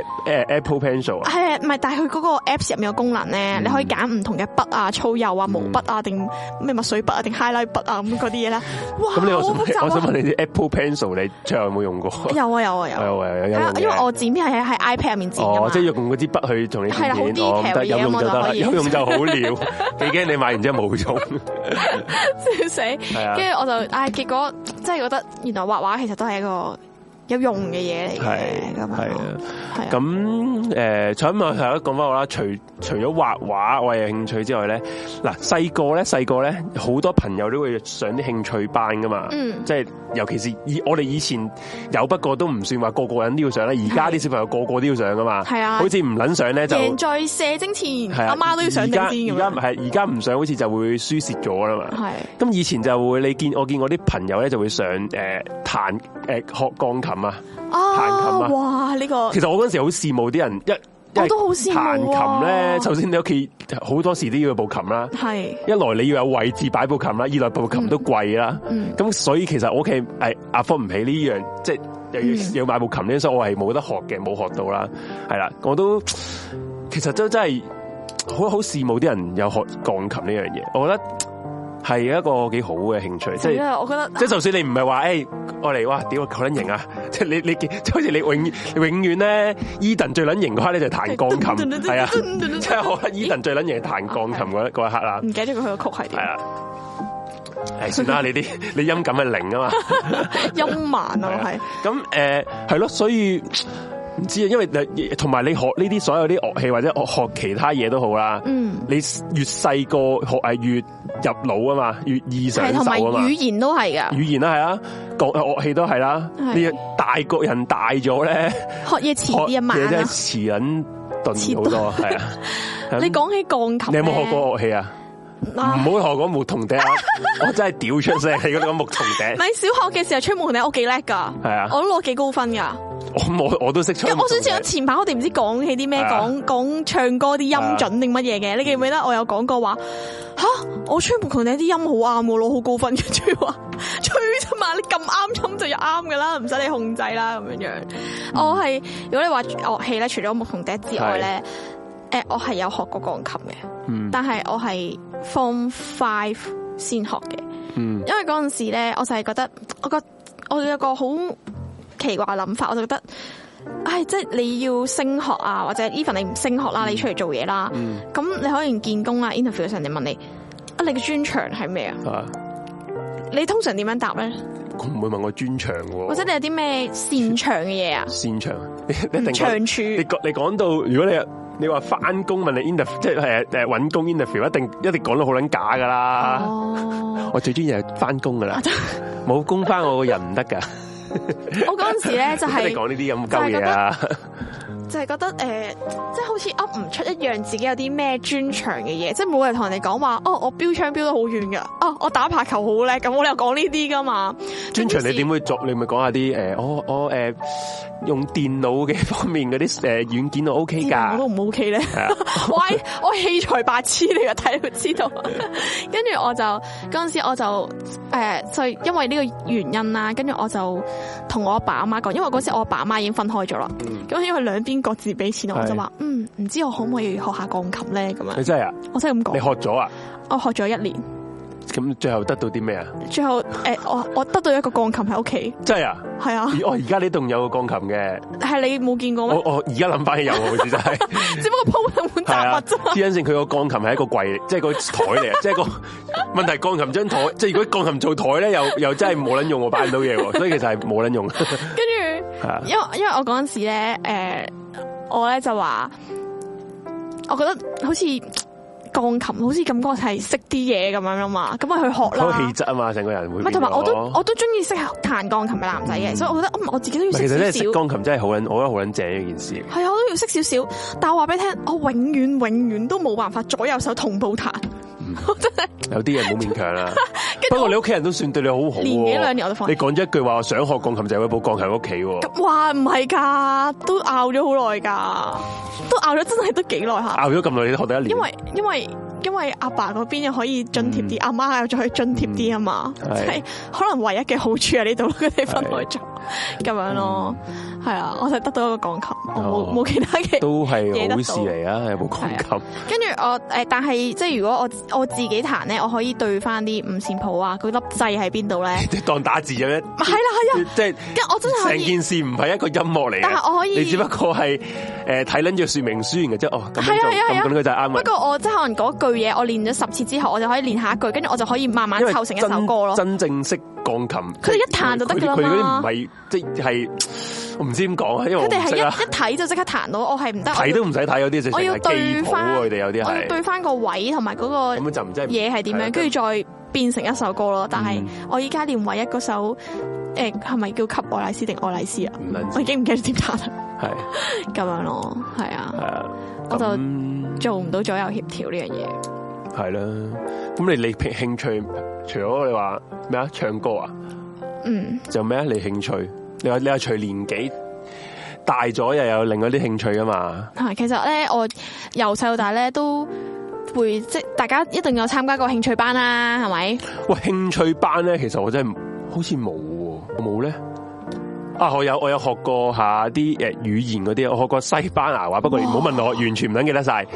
S2: Apple Pencil 啊？
S1: 係唔係？但係佢嗰個 apps 入面有功能咧，你可以揀唔同嘅筆啊、粗油啊、毛筆啊，定咩墨水筆啊、定 highlight 筆啊咁嗰啲嘢啦。哇！
S2: 咁你我想
S1: 我
S2: 想問你啲 Apple Pencil 你最後有冇用過？
S1: 有啊有啊有。
S2: 有有有。
S1: 因為我剪片係喺 iPad 入面剪㗎嘛。
S2: 哦，即係用嗰支筆去同你
S1: 係啦，好 detail 嘅
S2: 有
S1: 嘢
S2: 用
S1: 我
S2: 就
S1: 就
S2: 得
S1: 可
S2: 啦，
S1: 以。
S2: 有用就好了。幾驚你買完之後冇用。
S1: 笑 死！
S2: 係啊
S1: 跟住我就，唉，結果真係覺得原來畫畫其實都係一個有用嘅嘢嚟嘅，咁
S2: 係
S1: 啊，
S2: 啊。
S1: 係啊，
S2: 咁誒，除咁啊，係啦，講翻我啦。除除咗畫畫我係興趣之外咧，嗱細個咧，細個咧，好多朋友都會上啲興趣班噶嘛。
S1: 嗯
S2: 即係尤其是以我哋以前有，不過都唔算話個個人都要上啦。而家啲小朋友個個都要上噶嘛。
S1: 係啊
S2: 好似唔撚上咧就
S1: 贏在射精前，
S2: 係啊
S1: 阿媽都要上
S2: 而
S1: 定
S2: 家
S1: 先咁
S2: 而家唔
S1: 樣，
S2: 係而家唔上，好似就會輸蝕咗啦嘛。
S1: 係
S2: 咁以前就會你見我見我啲朋友咧就會上誒彈誒學鋼琴啊。
S1: 啊，
S2: 彈琴啊
S1: 哇，呢個
S2: 其實我嗰陣時好羨慕啲人一。因為
S1: 我都好羨慕
S2: 彈
S1: 啊
S2: 琴咧，首先你屋企好多時都要有部琴啦，
S1: 係
S2: 一來你要有位置擺部琴啦，二來部琴都貴啦。
S1: 嗯
S2: 咁、所以其實我屋企係 afford 唔起呢樣，即係又要、
S1: 嗯
S2: 要買部琴呢，所以我係冇得學嘅，冇學到啦。係啦，我都其實都真係好好羨慕啲人有學鋼琴呢樣嘢，我覺得係一個幾好嘅興趣，即
S1: 係
S2: 係。
S1: 啦，我覺得
S2: 即係就算你唔係話誒，我嚟哇，屌好撚型啊！ 即係你你即係好似你永遠永遠咧，Eden 最撚型嗰刻咧就係彈鋼 琴，係啊，即係我覺得 Eden 最撚型係彈鋼琴嗰一嗰一刻啦
S1: 唔，記得咗佢個曲係
S2: 係
S1: 點，
S2: 啊，係算啦，你啲你音感係零啊嘛，
S1: 音盲啊，
S2: 係
S1: 係
S2: 啊，咁誒係咯，所以唔知啊，因為你同埋你學呢啲所有啲樂器或者學學其他嘢都好啦，
S1: 嗯，
S2: 你越細個學係越入腦啊嘛，越易上
S1: 係
S2: 手
S1: 同埋
S2: 啊嘛
S1: 語。言都係噶，
S2: 語言啦，係啦，講呃樂器都係啦。
S1: 係
S2: 你大個人大咗咧，
S1: 學嘢遲啲啊慢
S2: 嘢真
S1: 啊。
S2: 係遲撚頓好多，係啊。咁
S1: 你講起鋼琴咧，
S2: 你有冇學過樂器啊？唔
S1: 啊？
S2: 好學嗰木桶笛 啊！我真係屌出聲，你嗰個木桶笛
S1: 咪小學嘅時候吹木笛，我幾叻噶，
S2: 係啊
S1: 我都攞幾高分噶。
S2: 我我我都識吹
S1: 因為
S2: 木
S1: 我
S2: 桶
S1: 想
S2: 笛。
S1: 知前排我哋唔知講起啲咩，
S2: 係啊
S1: 講講唱歌啲音準定乜嘢嘅？你記唔記得我有講過話吓？我吹木琴你啲音好啱，我攞好高分嘅，吹話 吹啫嘛，你咁啱音就要啱噶啦，唔使你控制啦咁樣樣。我係如果你話樂器咧，除咗木同笛之外咧，誒我係有學過鋼琴嘅，但係我係 Form Five 先學嘅。
S2: 嗯
S1: 因為嗰陣時咧，我就係覺得我個我有個好奇怪嘅諗法，我就覺得，唉，即係你要升學啊，或者 even 你唔升學啦，你出嚟做嘢啦，咁、你可能見工啦，interview 上人哋問你啊，你嘅專長係咩啊？
S2: 啊，
S1: 你通常點樣答咧？
S2: 佢唔會問我專長
S1: 或
S2: 喎，
S1: 者你有啲咩擅長嘅嘢啊？
S2: 擅長 你你一定講
S1: 長處
S2: 你講你講到，如果你你話翻工問你 interview，即係誒誒揾工 interview，一定一定講到好撚假噶啦。
S1: 哦，
S2: 我最中意係翻工
S1: 啊
S2: 噶啦，冇工翻我個人唔得噶。
S1: 我嗰陣時咧就
S2: 即係
S1: 係、
S2: 你講呢啲咁鳩嘢啊！
S1: 就就係覺得誒、呃即係好似噏唔出一樣自己有啲咩專長嘅嘢，即係冇人同人哋講話，哦，我標槍標得好遠㗎，哦，我打排球好叻，咁冇理由講呢啲噶嘛。
S2: 專長
S1: 咁於
S2: 你
S1: 是
S2: 點會作？你咪講下啲誒，我我誒用電腦嘅方面嗰啲誒軟件我 OK
S1: 呢樣我都
S2: 㗎，
S1: 唔 OK 咧。
S2: 係啊
S1: 我係我係器材白痴嚟嘅，睇都知道。跟住我就嗰陣時我就誒、呃就因為呢個原因啦，跟住我就同我阿爸阿媽講，因為嗰時我阿爸阿媽已經分開咗啦。
S2: 嗯
S1: 咁因為兩邊各自俾錢，我就話嗯，唔知我可唔可以學下鋼琴咧？咁
S2: 你
S1: 樣
S2: 真係啊？
S1: 我真係咁
S2: 你
S1: 講，
S2: 學咗啊？
S1: 我學咗一年，
S2: 咁最後得到啲咩啊？
S1: 最後誒、我我得到一個鋼琴喺屋企，
S2: 真 係啊！
S1: 係啊，
S2: 咦我而家呢棟有個鋼琴嘅，
S1: 係你冇見過
S2: 我
S1: 咩？
S2: 我而家諗翻起有喎，好似真係。
S1: 只不過鋪兩碗
S2: 系啊，
S1: 雜物啫嘛。
S2: 黐緊線佢個鋼琴係一個櫃嚟，即係個台嚟，啊 即係個問題。鋼琴張台，即係如果鋼琴做台咧，又又真係冇撚用喎，擺唔到嘢喎，所以其實係冇撚用。 係
S1: 跟住。
S2: 啊，
S1: 因為因为我嗰阵时咧，诶、我咧就話，我覺得好似鋼琴，好似感覺係識啲嘢咁樣啦嘛，咁咪去學
S2: 好氣
S1: 啦。
S2: 質啊嘛，成個人會
S1: 咪
S2: 變咗。
S1: 同埋我都我都中意識彈鋼琴嘅男仔嘅，所以我覺得嗯我自己都要識
S2: 其實
S1: 少
S2: 真係識
S1: 少。
S2: 鋼琴真係好撚，我覺得好撚正一件事。
S1: 係啊，我都要識少少，但我話俾你聽，我永遠永遠都冇辦法左右手同步彈，我真係
S2: 有啲嘢唔好勉強啦。不
S1: 跟住
S2: 過
S1: 我
S2: 你屋企人都算對你好好喎。
S1: 年幾兩年我都放棄
S2: 你講咗一句話，我想學鋼琴就有部鋼琴喺屋企喎。
S1: 咁哇唔係㗎，都拗咗好耐㗎，都拗咗真係都幾耐下。
S2: 拗咗啊咁耐，你都學得一年。
S1: 因為因為因為阿爸嗰邊又可以津貼啲，阿媽又再可以津貼啲啊嘛，即
S2: 嗯係
S1: 係可能唯一嘅好處喺呢度佢哋分開咗咁樣咯，係啊，我就得到一個鋼琴，我
S2: 哦
S1: 冇冇其他嘅。
S2: 都
S1: 嘢
S2: 係
S1: 得
S2: 好
S1: 到
S2: 事嚟啊！有部鋼琴，
S1: 跟住我誒，但係即係如果我我自己彈咧，我可以對翻啲五線譜啊，佢粒掣喺邊度 咧？
S2: 即係當打字咁樣，
S1: 係啦係啊，
S2: 即
S1: 跟
S2: 係。
S1: 哎我真係可
S2: 成
S1: 以
S2: 件事唔係一個音樂嚟嘅，啊
S1: 但係我可以
S2: 你只不過係诶睇撚住說明書然嘅啫。哦，咁樣
S1: 係啊係啊係
S2: 就
S1: 啊
S2: 咁咁佢就啱
S1: 不
S2: 嘅。
S1: 過我即係可能嗰句嘢，我練咗十次之後，我就可以練下一句，跟住我就可以慢慢
S2: 因為
S1: 啊湊成一首歌咯。
S2: 真真正式鋼琴，
S1: 佢哋一彈就得㗎啦
S2: 佢佢嗰啲唔
S1: 嘛
S2: 係即係，我唔知點講啊，因為我
S1: 佢哋
S2: 唔
S1: 係
S2: 識
S1: 一
S2: 啊，
S1: 一睇就即刻彈到，我係唔得。我要
S2: 睇都唔使睇，有啲就
S1: 我
S2: 成
S1: 要
S2: 係
S1: 對
S2: 記譜
S1: 翻
S2: 啊佢哋有啲
S1: 我要
S2: 係
S1: 對翻個位同埋嗰個
S2: 咁就啊唔真係
S1: 嘢係點樣，跟住再變成一首歌
S2: 嗯
S1: 咯。但係我依家練唯一嗰首誒係咪叫《給愛麗絲》定《愛麗絲》啊？
S2: 唔撚
S1: 我
S2: 知
S1: 已經唔記得點彈啦，
S2: 係
S1: 咁樣咯，係
S2: 係
S1: 啊，
S2: 啊，
S1: 我就
S2: 咁
S1: 做唔到左右協調呢樣嘢。
S2: 係啦。咁你你興興趣除咗你話咩啊唱歌啊？
S1: 嗯，
S2: 就咩啊？你興趣？你話你話隨年紀大咗又有另外啲興趣噶嘛？
S1: 係其實咧，我由細到大咧都會即係大家一定有參加過興趣班啦，係咪？
S2: 喂，興趣班咧，其實我真係好似冇喎，我冇咧。啊，我有我有學過下啲誒語言嗰啲，我學過西班牙話，不過你唔好問我，完全唔撚記得晒。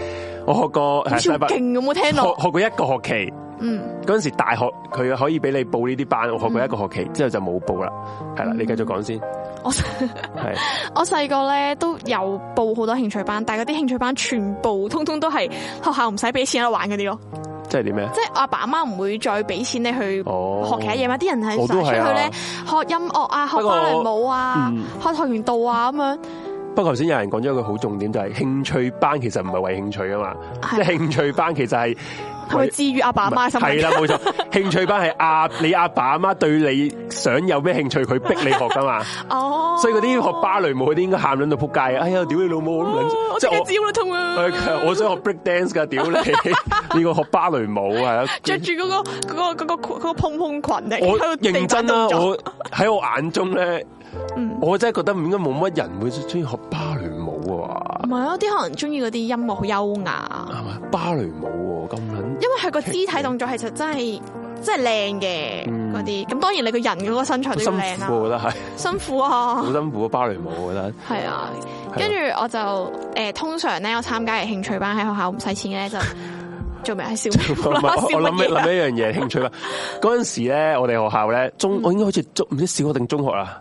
S2: 我學過
S1: 好
S2: 係
S1: 似
S2: 西
S1: 好啊
S2: 班
S1: 勁咁，我聽
S2: 學
S1: 落，
S2: 學過一個學期。
S1: 嗯，
S2: 嗰陣時大學佢可以俾你報呢啲班，我學過一個學
S1: 嗯
S2: 期，之後就冇報啦。係啦，你繼續講先。
S1: 我。
S2: 係
S1: 我細個咧都有報好多興趣班，但係嗰啲興趣班全部通通都係學校唔使俾錢喺度玩嗰啲咯，
S2: 即 係點咧？
S1: 即係我阿爸阿媽唔會再俾錢你去
S2: 哦，
S1: 學其他嘢嘛，啲人係
S2: 我
S1: 成
S2: 都
S1: 日出
S2: 係
S1: 去
S2: 啊
S1: 咧。學音樂啊，學
S2: 不過
S1: 芭蕾舞啊
S2: 嗯，
S1: 學跆拳道啊咁樣，
S2: 不過頭先有人講咗一個好重點，就係、興趣班其實唔係為興趣啊嘛，即係
S1: 係
S2: 興趣班其實係
S1: 係咪治愈阿爸阿媽嘅心
S2: 係
S1: 理？
S2: 啦，冇錯。興趣班係阿你阿爸阿媽對你想有咩興趣，佢逼你學噶嘛。
S1: 哦，
S2: 所以嗰啲學芭蕾舞嗰啲應該喊撚到撲街啊！哎呀，屌你老母咁
S1: 哦
S2: 撚，
S1: 我
S2: 即
S1: 即
S2: 係
S1: 刻
S2: 我
S1: 招啦痛啊！
S2: 係我想學 break dance 噶，屌你！呢 個學芭蕾舞係啊，
S1: 着住嗰個嗰個嗰個嗰個蓬蓬裙嚟，
S2: 我
S1: 喺度地
S2: 認
S1: 板
S2: 真
S1: 動
S2: 啦，
S1: 作
S2: 我喺我眼中咧
S1: 嗯，
S2: 我真係覺得應該冇乜人會中意學芭蕾舞啊，
S1: 唔係啊，啲可能中意嗰啲音樂好優雅。
S2: 係嘛？芭蕾舞喎咁撚。
S1: 因為佢個肢體動作其實真係真係靚嘅
S2: 嗯
S1: 嗰啲，咁當然你個人嗰個身材
S2: 好
S1: 都要
S2: 辛
S1: 靚啊
S2: 苦，啊我
S1: 啦，
S2: 覺得係
S1: 辛苦
S2: 好
S1: 啊，
S2: 辛苦啊！芭蕾舞，我覺得
S1: 係啊，
S2: 係啊
S1: 跟住我就誒、通常咧，我參加嘅興趣班喺學校唔使錢嘅 咧，就做咩笑咩 無啦啦笑乜嘢啊？
S2: 啊我我諗起諗起一樣嘢興趣啦。嗰陣時咧，我哋學校咧中，我應該好似中唔知小學定中學啦。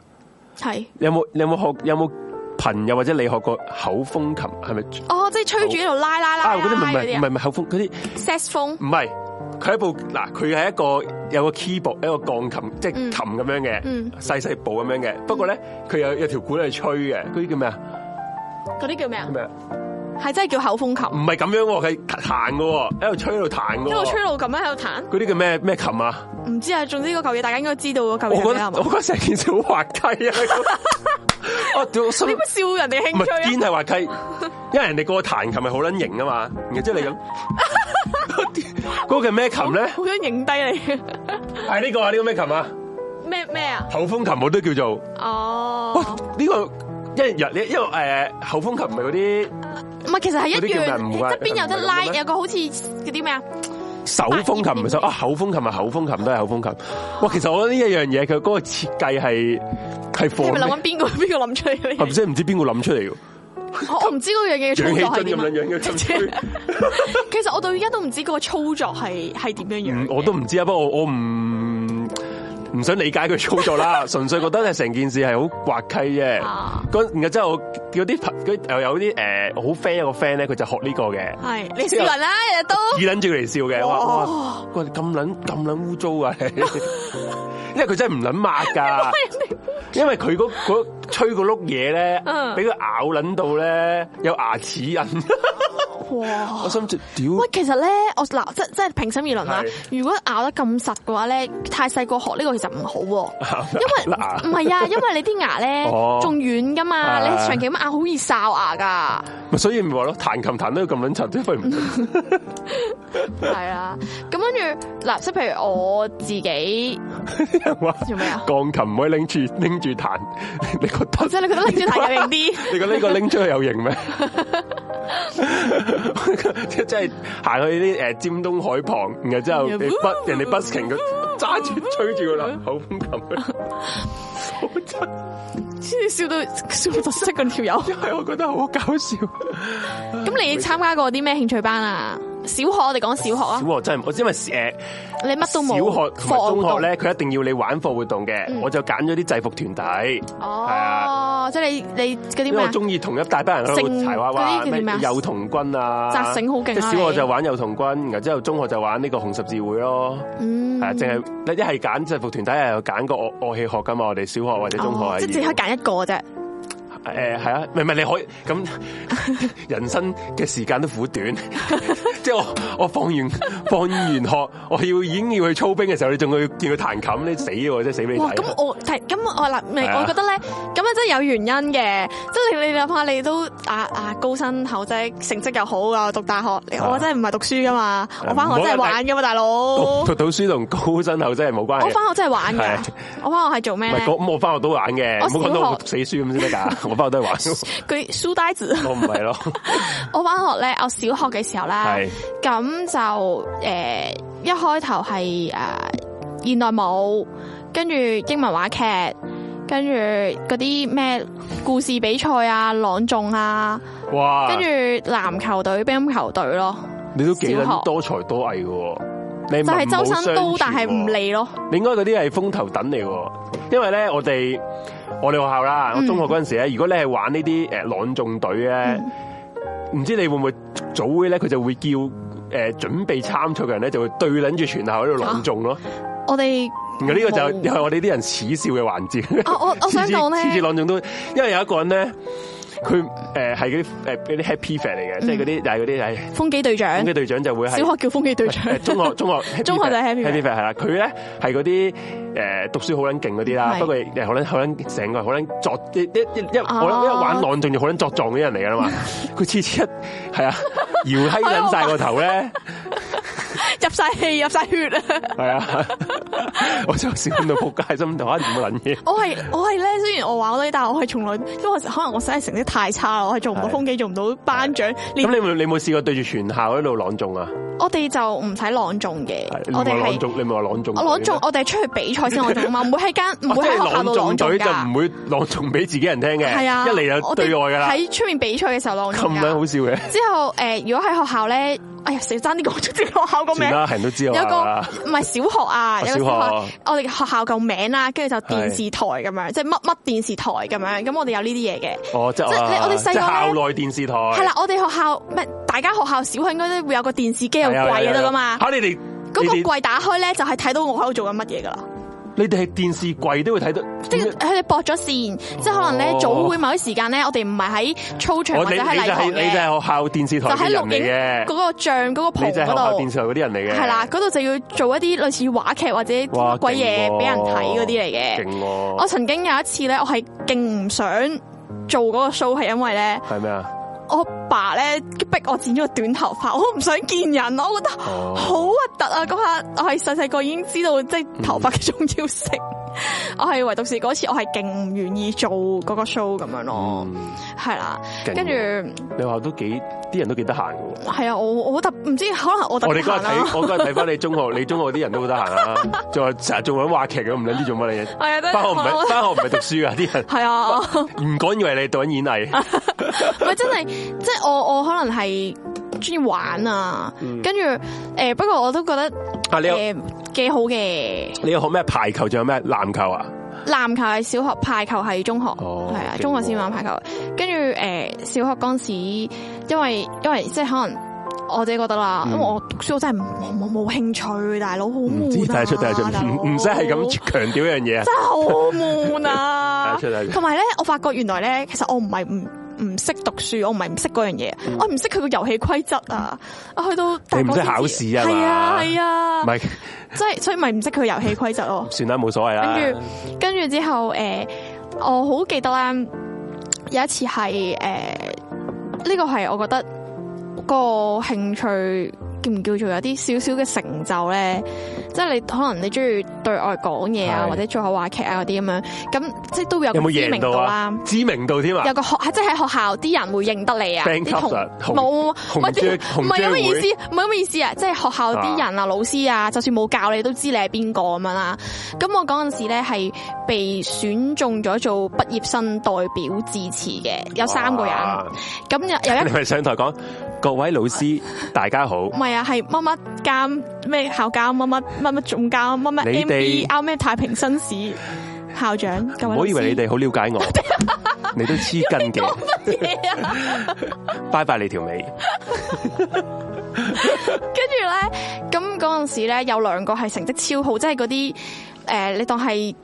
S1: 係
S2: 你有冇你有冇學有冇朋友或者你學過口風琴係咪？
S1: 哦，即係吹住喺度拉拉
S2: 啊
S1: 拉拉
S2: 嗰啲唔
S1: 拉嗰
S2: 係唔
S1: 啲
S2: 係
S1: 啊
S2: 唔係口風嗰啲
S1: s a x 風
S2: 唔係，佢係一部嗱佢係一個有個 keyboard 一個鋼琴即係
S1: 嗯
S2: 琴咁樣
S1: 嗯
S2: 嘅，細細部咁樣嘅。不過咧佢有有條管係吹嘅，嗰啲叫咩啊？
S1: 嗰啲叫咩啊
S2: 叫？咩啊？
S1: 係真係叫口風琴，
S2: 唔係咁樣喎，佢彈嘅喎，喺度吹喺度彈嘅
S1: 一路吹
S2: 喎。
S1: 路咁樣喺度彈，
S2: 嗰啲叫咩咩琴啊？
S1: 唔知啊，總之嗰嚿嘢大家應該知道嗰嚿
S2: 我
S1: 嘢係
S2: 覺
S1: 咩啊
S2: 得
S1: 嘛
S2: 我覺得成件事好滑稽啊！我屌，我心
S1: 你咪笑人哋
S2: 唔
S1: 興
S2: 係
S1: 趣啊
S2: 堅係啊滑稽，因為人哋個彈琴係好撚型啊嘛，然後即係你咁， 嗰個叫咩琴咧
S1: 啊？？好想影低
S2: 係呢個啊？呢個咩琴啊？
S1: 你咩咩啊？
S2: 口風琴我都叫做，哇！
S1: 哦，
S2: 呢個因為因為因為誒口風琴咪嗰啲
S1: 唔係，其實係一
S2: 嗰啲叫咩唔
S1: 樣，
S2: 關
S1: 側邊有得拉，
S2: 唔係咁嘅
S1: 有個好似嗰啲咩啊？
S2: 手風琴唔係手啊，口風琴啊，口風琴都係口風琴。哇！其實我覺得呢一樣嘢佢嗰個設計係係
S1: 你咪
S2: for
S1: 諗
S2: 咩啊
S1: 緊邊個 邊個諗出嚟
S2: 係唔
S1: 嘅？
S2: 知唔知邊個諗出嚟嘅？
S1: 我我唔知嗰樣嘢嘅
S2: 氧氣
S1: 操
S2: 樽
S1: 作係
S2: 咁
S1: 點
S2: 樣
S1: 啊。
S2: 樣嘅咁
S1: 其實我到而家都唔知嗰個操作係係點樣樣
S2: 嗯
S1: 嘅。
S2: 我都唔知啊，不過我我唔唔想理解佢操作啦，純粹覺得係成件事係好滑稽啫
S1: 啊。
S2: 嗰然後之後我有啲朋嗰又有啲誒好 friend 一個 friend 咧，佢就學呢個嘅，
S1: 係你笑人啦，日日都
S2: 耳撚住佢嚟笑嘅，我話
S1: 哇
S2: 哇，佢咁撚咁撚污糟啊！你因為佢真係唔撚抹㗎，因為佢嗰嗰吹嗰碌嘢咧
S1: 嗯，
S2: 俾佢咬撚到咧有牙齒印，
S1: 哇
S2: 我！心諗屌
S1: 喂，其實咧，我嗱，即即係平心而論啦
S2: 係。
S1: 如果咬得咁實嘅話咧，太細個學呢個其實唔好 喎，因為
S2: 咬牙
S1: 唔係啊，因為你啲牙咧
S2: 哦
S1: 仲軟噶嘛，
S2: 係
S1: 你長期咁咬好易哨牙噶，
S2: 咪所以咪話咯，彈琴彈得咁撚柒，都不如唔
S1: 係啊。咁跟住嗱，即係譬如我自己
S2: 啲人話
S1: 做咩啊？
S2: 鋼琴唔可以拎住拎住彈， 你覺得
S1: 即係你覺得拎住彈有型啲，
S2: 你覺得呢個拎出去有型咩？ 即係行去啲誒尖東海旁，然後之後你 bus 人哋 busking 佢揸住吹住個喇口風琴，啊 好真
S1: 先至笑到笑到窒息嗰條友。
S2: 係我覺得好搞笑。
S1: 咁你參加過啲咩興趣班啊？小學我哋講小學啊
S2: 小，學真係我因為誒
S1: 你乜都
S2: 小
S1: 冇。
S2: 學同埋
S1: 課外
S2: 中學
S1: 活動
S2: 咧，佢一定要你玩課活動
S1: 嗯
S2: 嘅，我就揀咗啲制服團體。係
S1: 哦
S2: 啊，
S1: 即係你你嗰啲
S2: 因
S1: 咩
S2: 為我
S1: 啊？
S2: 中意同一大班人喺度
S1: 聖
S2: 柴娃娃
S1: 嗰啲叫
S2: 咩
S1: 咩啊
S2: 幼童軍啊，
S1: 扎繩好勁啊
S2: 即係小
S1: 你
S2: 學就玩幼童軍，然後之後中學就玩呢個紅十字會咯。
S1: 嗯
S2: 係啊，淨係一係揀制服團體，係有揀個樂樂器學噶嘛。我哋小學啊或者中學
S1: 哦
S2: 係
S1: 即係只可以揀一個啫。
S2: 誒係啊，唔係唔係你可以咁 人生嘅時間都苦短， 即係我我放完 放完學，我要已經要去操兵嘅時候，你仲要見佢彈琴，你死喎，真係死俾你
S1: 哇！
S2: 睇。啊
S1: 咁我提咁我嗱，咪
S2: 係啊
S1: 我覺得咧，咁啊真係有原因嘅。即係你你諗下，你都啊啊高薪厚職，成績又好啊，讀大學，我真係唔係讀書噶嘛，我翻學真係玩噶嘛，大佬。
S2: 讀
S1: 我
S2: 讀到書同高薪厚真係冇關係。
S1: 翻學真係玩
S2: 啊係
S1: 噶，我翻學係做咩
S2: 唔係
S1: 咧？
S2: 咁我翻學都玩嘅，
S1: 我
S2: 唔好講
S1: 小
S2: 到
S1: 學
S2: 我讀死書咁先得 㗎。我翻學都係玩，
S1: 佢書呆子。
S2: 我唔係咯，
S1: 我翻學咧，我小學嘅時候啦
S2: 係，
S1: 咁就诶、誒一開頭係诶現代舞，跟住英文話劇，跟住嗰啲咩故事比賽啊、朗誦啊，
S2: 哇！
S1: 跟住籃球隊、乒乓球隊咯，
S2: 你都幾
S1: 小學
S2: 撚多才多藝嘅喎，你
S1: 就係周身
S2: 都
S1: 都，但係唔。利咯。
S2: 你應該嗰啲係風頭等嚟喎，因為咧我哋我哋學校啦，我
S1: 嗯
S2: 中學嗰陣時咧，如果你係玩呢啲誒朗誦隊咧，唔知你會唔會早會咧，佢就會叫誒準備參賽嘅人咧，就會對撚住全校喺度朗誦咯。
S1: 我哋
S2: 然後呢個就
S1: 冇
S2: 又係我哋啲人恥笑嘅環節。
S1: 啊，我我想講
S2: 次次
S1: 咧，
S2: 朗誦都，因為有一個人咧，佢誒係嗰啲誒嗰啲 happy fat 嚟嘅，即係嗰啲就係嗰啲係
S1: 風紀隊長
S2: 咁，嘅隊長就會係
S1: 嗯小學叫風紀隊 長
S2: 誒。中學中學
S1: 中學就係 happy fat
S2: happy fat 係啦，佢咧係嗰啲誒讀書好撚勁嗰啲啦，
S1: 係
S2: 不過誒好撚好撚成個人好撚作一一一一
S1: 哦
S2: 我諗一玩朗誦就好撚作狀嗰啲人嚟㗎 啦嘛，佢次次一係啊搖閪撚晒個頭咧，
S1: 入晒 氣，入晒血啊！
S2: 係啊， 我真係笑到仆街，心諗嚇點撚嘢。
S1: 我係我係咧，雖然我玩我啲，但係我係從來，因為我可能我真係成績太差啦，我係做唔到
S2: 係
S1: 風紀，做唔到班長，
S2: 咁
S1: 連
S2: 你有冇你有冇試過對住全校喺度朗誦啊？
S1: 我哋就唔使朗誦嘅
S2: 係，你
S1: 我
S2: 咪
S1: 哋
S2: 朗
S1: 係
S2: 誦，你咪話朗誦隊咩。
S1: 我朗誦，我哋係出去比賽先朗誦啊嘛，唔會喺間唔
S2: 哦啊即
S1: 會
S2: 係
S1: 喺學校
S2: 朗
S1: 度朗
S2: 誦
S1: 誦
S2: 隊就唔
S1: 㗎，
S2: 會朗誦俾自己人聽嘅，
S1: 係啊，
S2: 一嚟
S1: 我
S2: 就
S1: 哋
S2: 對外噶啦，
S1: 喺出面比賽嘅時候朗
S2: 咁
S1: 誦
S2: 樣
S1: 㗎。
S2: 好笑嘅，
S1: 之後誒，如果喺學校咧，哎呀，死爭啲講出自己學校個名
S2: 算。啦，人都知
S1: 有
S2: 我
S1: 個
S2: 啦，
S1: 唔係小學啊，有個小
S2: 小
S1: 學
S2: 學，
S1: 我哋學校個名啦，跟住就電視台咁樣，即係乜乜電視台咁樣，咁我哋有呢啲嘢嘅。
S2: 哦，即係
S1: 即係你我哋細個咧
S2: 即係校內電視台，
S1: 系啦，我哋學校唔係大家學校小學應該都會有個電視機有
S2: 係啊，
S1: 櫃
S2: 係
S1: 喺
S2: 啊
S1: 度噶嘛
S2: 係。啊嚇你哋
S1: 嗰
S2: 你
S1: 個
S2: 哋
S1: 櫃打開咧，就係睇到我喺度做緊乜嘢噶啦。
S2: 你哋係電視櫃都會睇到，
S1: 即係佢哋駁咗線，即係可能咧
S2: 哦
S1: 早會某啲時間咧，我哋唔係喺操場
S2: 我
S1: 或
S2: 哦你
S1: 者
S2: 你
S1: 喺
S2: 就
S1: 禮
S2: 係
S1: 堂
S2: 你就
S1: 嘅，
S2: 係學校電視台
S1: 就
S2: 嘅
S1: 喺
S2: 人
S1: 錄影嗰
S2: 嚟嘅，
S1: 個像嗰個
S2: 你
S1: 棚
S2: 就係學校
S1: 嗰
S2: 電
S1: 度。
S2: 視台嗰啲人嚟嘅，
S1: 係啦，嗰度就要做一啲類似話劇或者啲
S2: 哇，
S1: 乜鬼嘢
S2: 勁喎
S1: 俾人睇嗰啲嚟嘅。
S2: 勁喎，
S1: 我曾經有一次咧，我係勁唔想做嗰個 show 係因為咧，
S2: 係咩啊？
S1: 我爸咧逼我剪咗個短頭髮，我唔想見人，我覺得
S2: 哦
S1: 好核突啊！嗰下我係細細個已經知道即係頭髮嘅重要性，
S2: 嗯
S1: 我係唯獨是嗰次我係勁唔願意做嗰個 show 咁樣咯，
S2: 嗯
S1: 係啦，
S2: 勁
S1: 跟住
S2: 你學校都幾啲人都幾得閒嘅喎。
S1: 係啊，我我特唔知可能我特
S2: 我
S1: 別
S2: 哋哦嗰
S1: 閒啊
S2: 日
S1: 啦，
S2: 睇，我嗰日睇翻你中學，你 中學啲人都好得閒啦，仲有成日仲揾話劇咁，唔撚知 做乜嘢。
S1: 係啊都
S2: 翻學唔
S1: 我
S2: 係翻學唔係讀書噶，啲人
S1: 係啊。
S2: 唔講以為你讀緊 演藝。
S1: 唔係真係，即係我我可能係中意玩啊，跟住诶，誒不過我都覺得
S2: 啊，嗯你有
S1: 诶幾好嘅。
S2: 你有學咩排球仲有咩籃球啊？
S1: 籃球係小學，排球係中學，
S2: 哦
S1: 係啊、
S2: 勁喎
S1: 中學先玩排球。跟住诶，誒小學嗰阵时，因為因為即係可能。我自己覺得啦，因為我讀書我真係冇冇冇興趣，大佬好
S2: 嗯唔知
S1: 悶啊！
S2: 睇得出睇得出，
S1: 大佬
S2: 唔唔使係咁強調一樣嘢啊
S1: 真！係好悶
S2: 睇
S1: 啊
S2: 得！出睇得出
S1: 同埋咧，我發覺原來咧，其實我唔係唔唔識讀書，我唔係唔識嗰樣嘢，我唔識佢個遊戲規則啊！我去到大
S2: 嗯你
S1: 個
S2: 唔識
S1: 先知
S2: 考試啊嘛
S1: 係啊係
S2: 唔
S1: 啊，
S2: 係
S1: 即係所以咪唔識佢遊戲規則咯。
S2: 算啦，冇所謂啦。
S1: 跟住跟住之後，誒，我好記得啦，有一次係誒呃呢個係我覺得個興趣叫唔叫做有啲少少嘅成就咧，即係你可能你中意對外講嘢啊，
S2: 係
S1: 或者做下話劇啊嗰啲咁樣，咁即係都會有
S2: 有
S1: 個
S2: 冇
S1: 知名
S2: 贏
S1: 度
S2: 到
S1: 啦
S2: 啊？。知名度添啊
S1: 有！個學，即係喺學校啲人會認得你啊！
S2: Band
S1: 啲
S2: club 啊紅
S1: 冇
S2: 紅
S1: 乜啲
S2: 章紅
S1: 唔係咁
S2: 章
S1: 嘅
S2: 會
S1: 意思，唔係咁嘅意思啊！即係學校啲人啊、老師啊，就算冇教你，都知你係邊個咁樣啦。咁我嗰陣時咧係被選中咗做畢業生代表致辭嘅，有三個人。
S2: 哇
S1: 咁有 有一
S2: 你咪上台講各位老 師大家好
S1: 唔，係啊，係乜乜監咩校監乜乜乜乜總監乜
S2: 你
S1: 乜
S2: 哋
S1: M B R 咩太平紳士校長各
S2: 唔
S1: 位
S2: 好以
S1: 老師
S2: 為你哋好了解我，你都 黐筋嘅，
S1: 嘢啊！
S2: 拜拜你條尾。
S1: 跟住咧，咁嗰陣時咧有兩個係成績超好，即係嗰啲呃誒，你當係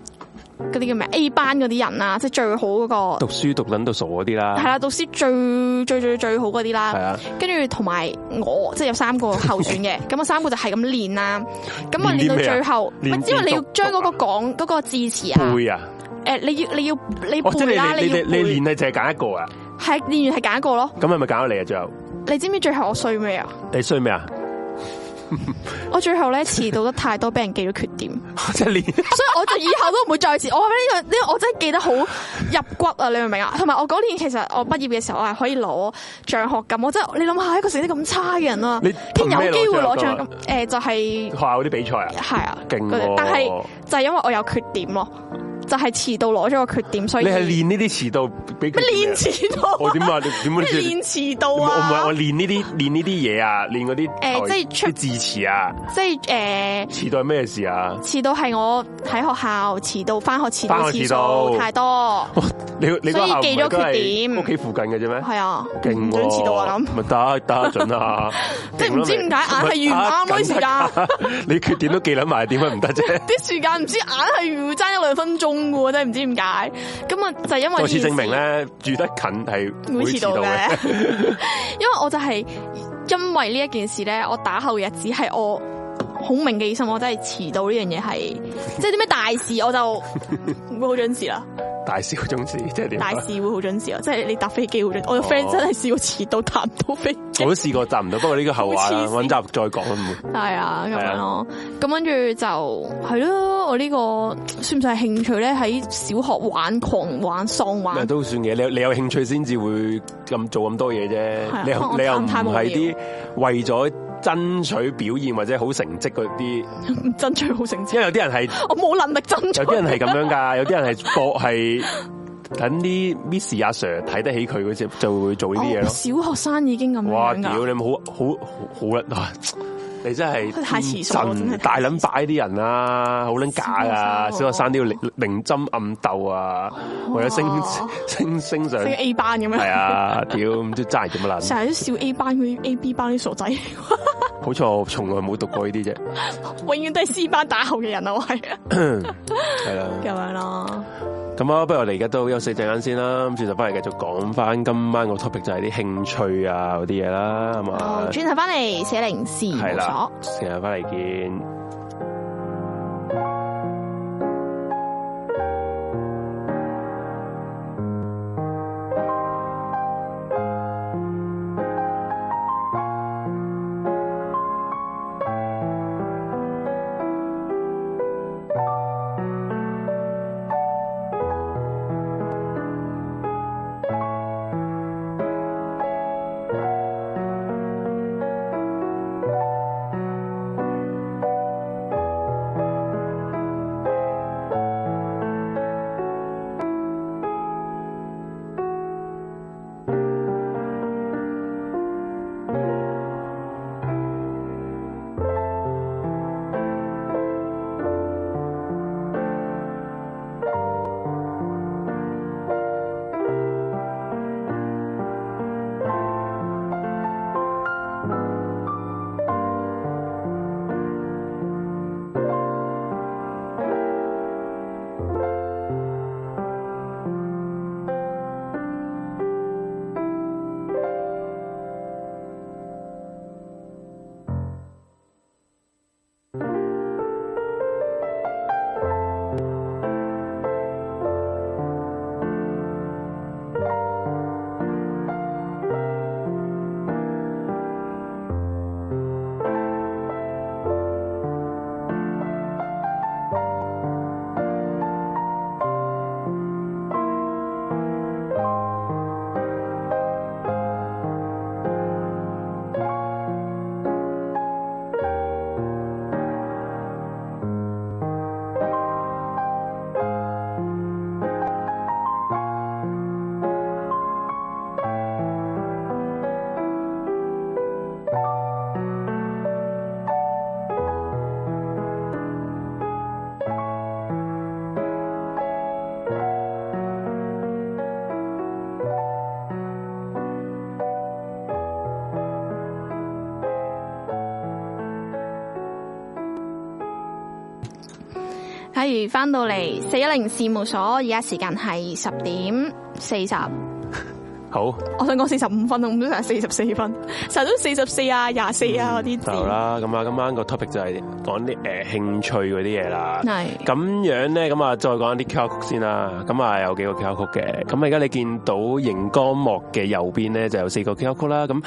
S1: 嗰啲叫咩 A 班嗰啲人啊，即係最好嗰、個
S2: 讀書讀撚到傻嗰啲啦，
S1: 係啦，讀書最最最最好嗰啲
S2: 係
S1: 啦。
S2: 啊，
S1: 跟住同埋我，即係有三個候選 嘅，咁啊我三個就係咁練啦。咁啊練到
S2: 練啲咩啊
S1: 最後，唔
S2: 練
S1: 係因為你要
S2: 邊度
S1: 將嗰個講嗰個致辭啊，
S2: 背啊，
S1: 誒你要你要你
S2: 哦，即
S1: 背啦，
S2: 係你
S1: 你
S2: 你
S1: 要
S2: 你你
S1: 背，
S2: 練係淨係揀一個啊，
S1: 係練完係揀一個咯。
S2: 咁係咪揀咗你啊？最後
S1: 你知唔知最後我衰咩啊？
S2: 你衰咩 啊？
S1: 我最後咧遲到得太多，俾人記咗缺點。
S2: 即係練
S1: 所以我就以後都唔會再遲。我呢、個呢、個我真係記得好入骨啊！你明唔明啊？同埋我嗰年其實我畢業嘅時候，我係可以攞獎學金。我真係你諗下一個成績咁差嘅人啊，
S2: 你
S1: 竟然有機會攞獎
S2: 憑咩攞獎
S1: 金
S2: 金？
S1: 誒、就係
S2: 學校嗰啲比 賽啊，
S1: 係啊，
S2: 勁
S1: 嗰啲
S2: 喎
S1: 但係就係因為我有缺點咯，就係、遲到攞咗個缺點，所以
S2: 你係練呢啲遲到俾佢
S1: 咩
S2: 練
S1: 練
S2: 啊
S1: 遲到
S2: 我
S1: 啊？
S2: 點啊？你點
S1: 咩
S2: 會
S1: 練遲到
S2: 我唔係
S1: 啊
S2: 我？練呢啲練呢啲嘢啊，練嗰啲
S1: 誒即係出
S2: 啲字詞啊，
S1: 即係誒、呃
S2: 遲到係咩事 啊？
S1: 遲到係我喺學校遲到，翻學遲到
S2: 返學
S1: 次
S2: 遲到
S1: 數太 多，
S2: 哇你你
S1: 所
S2: 嗰下
S1: 以記咗缺點
S2: 唔係都係屋企附近嘅啫咩？
S1: 係啊，
S2: 勁
S1: 唔準
S2: 喎
S1: 遲到啊咁。
S2: 咪打打得準啊！
S1: 即係唔知點 解啊硬係遇唔啱嗰啲時間，
S2: 你缺點都記撚埋，點解唔得啫？
S1: 啲時間唔知硬係要爭一兩分鐘嘅喎，真係唔知點解。咁啊，就係因為
S2: 再
S1: 呢
S2: 次
S1: 件事
S2: 證明咧，住得近係
S1: 會
S2: 會
S1: 遲
S2: 遲
S1: 到
S2: 到
S1: 嘅
S2: 嘅。，
S1: 因為我就係因為呢一件事咧，我打後日子係我好明嘅意思，我真係遲到呢樣嘢 係，即係啲咩大事我就會好準時啦，
S2: 大小宗旨 即係點啊？
S1: 大事會好準時咯，即係你搭飛機好準。我個 friend
S2: 哦
S1: 真係試過遲到搭唔到飛機。
S2: 我都試過答唔到，不過呢個後話啦，
S1: 好黐線
S2: 揾集再講啦。
S1: 系啊，咁
S2: 係
S1: 樣
S2: 啊
S1: 咯，咁跟住就係咯，我呢個算唔算係興趣咧？喺小學玩狂玩喪
S2: 唔係
S1: 玩，
S2: 都算嘅，你有你有興趣先至會咁做咁多嘢
S1: 啊
S2: 啫。你
S1: 可能
S2: 又
S1: 我
S2: 你又
S1: 貪
S2: 唔
S1: 太無聊
S2: 係啲為咗爭取表現或者好成績嗰啲，因
S1: 爭取好成績，
S2: 為有啲人係
S1: 我冇能力爭取。
S2: 有啲人係咁樣㗎，有啲人係博係等啲 Miss 阿 Sir 睇得起佢嗰只就會做呢啲嘢咯。
S1: 哦小學生已經咁
S2: 哇！
S1: 樣
S2: 屌
S1: 噶，
S2: 你咪好好好好 啦，啊你真係
S1: 太遲熟啦真
S2: 天
S1: 係太
S2: 真大
S1: 遲熟
S2: 撚擺啲人啊，好撚假啊！
S1: 小學生喎
S2: 小學生都要明明爭暗鬥啊，為咗升 升升上
S1: 即係 A 班咁
S2: 系
S1: 樣，
S2: 啊，屌咁即係爭人做乜撚？
S1: 成日都笑 A 班嗰啲 A B 班啲傻仔， 永
S2: 好彩我從來冇讀過呢啲啫，
S1: 遠都係 C 班打後嘅人啊，我係
S2: 係啦。
S1: 咁樣咯。
S2: 咁啊，不如我哋而家都休息陣間先啦，咁轉頭翻嚟繼續講翻今晚個 topic 就係啲興趣啊嗰啲嘢啦，係
S1: 好
S2: 嘛？
S1: 轉頭翻嚟寫零事
S2: 係
S1: 務
S2: 啦
S1: 所。，
S2: 成日翻嚟見。
S3: Hãy subscribe cho kênh Ghiền Mì Gõ Để không bỏ lỡ
S1: 係翻到嚟四一零事務所，而家時間係十點四十。
S2: 好，
S1: 我想講四十五分，我啊唔想成四十四分，成日都四十四啊、廿四啊嗰啲字。
S2: 嗯就啦，咁啊，今晚個 topic 就係講啲誒興趣嗰啲嘢啦。
S1: 係
S2: 咁樣咧，咁啊，再講一啲 QR code 先啦。咁啊，有幾個 QR code 嘅。咁啊，而家你見到熒光幕嘅右邊咧，就有四個 QR code 啦。咁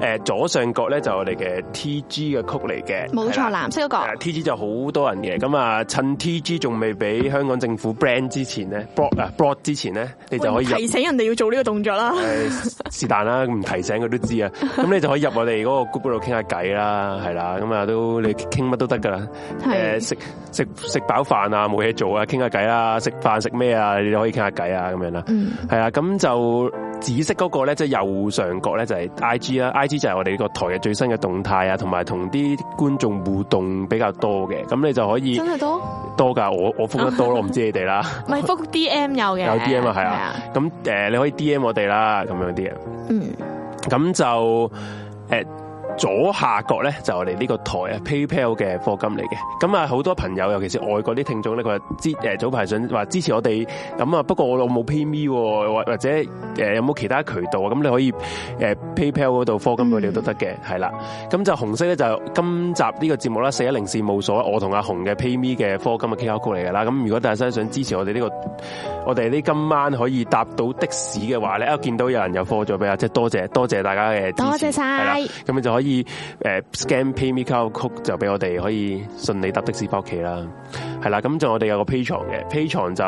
S2: 誒左上角咧就我哋嘅 T G 嘅曲嚟嘅，
S1: 冇錯，
S2: 係啦。
S1: 藍色嗰個
S2: 誒 T G 就好多人嘅，咁啊趁 T G 仲未俾香港政府 ban 之前咧，block 啊 block 之前咧，你就可以入
S1: 提醒人哋要做呢個動作啦。
S2: 誒呃是但啦，唔提醒佢都 知啊。咁你就可以入我哋嗰個 group 嗰度傾下偈啦，係啦，咁啊都你傾乜都得噶啦。
S1: 係
S2: 誒食食食飽飯啊，冇嘢做啊，傾下偈啦，食飯食咩啊，你哋可以傾下偈啊，咁樣啦。
S1: 嗯，
S2: 係啊，咁就紫色嗰個咧，即係右上角咧就係 I G 啦，I G 就係我哋個台嘅最新嘅動態啊，同埋同啲觀眾互動比較多嘅，咁你就可以
S1: 真係多，唔
S2: 多噶，我我覆得多咯，我唔知你哋啦。
S1: 係覆 D M 有嘅，
S2: 啊有 D M 啊，係
S1: 係
S2: 啊，，咁誒你可以 D M 我哋啦，咁樣啲嘢。
S1: 嗯，
S2: 咁就誒左下角咧就我哋呢個台啊 PayPal 嘅課金嚟嘅，咁啊好多朋友，尤其是外國啲聽眾咧，佢話支誒早排想話支持我哋，咁啊不過我冇 PayMe E 喎或或者誒有冇其他渠道啊？咁你可以誒 PayPal 嗰度課金佢哋都得
S1: 嗯
S2: 嘅，係啦。咁就紅色咧就今集呢個節目啦，四一零事務所，我同阿紅嘅 PayMe 嘅課金嘅 QR code 嚟㗎啦。咁如果大家想支持我哋呢、個。我哋呢今晚可以搭到的士嘅話咧，啊見到有人有貨咗俾啊，即係多謝多謝大家嘅支持
S1: 多謝晒
S2: 係啦咁你就可以誒 scan E PayMe QR code 就俾我哋可以順利搭的士翻屋企啦，係啦，咁就我哋有個 Patreon 嘅 Patreon 就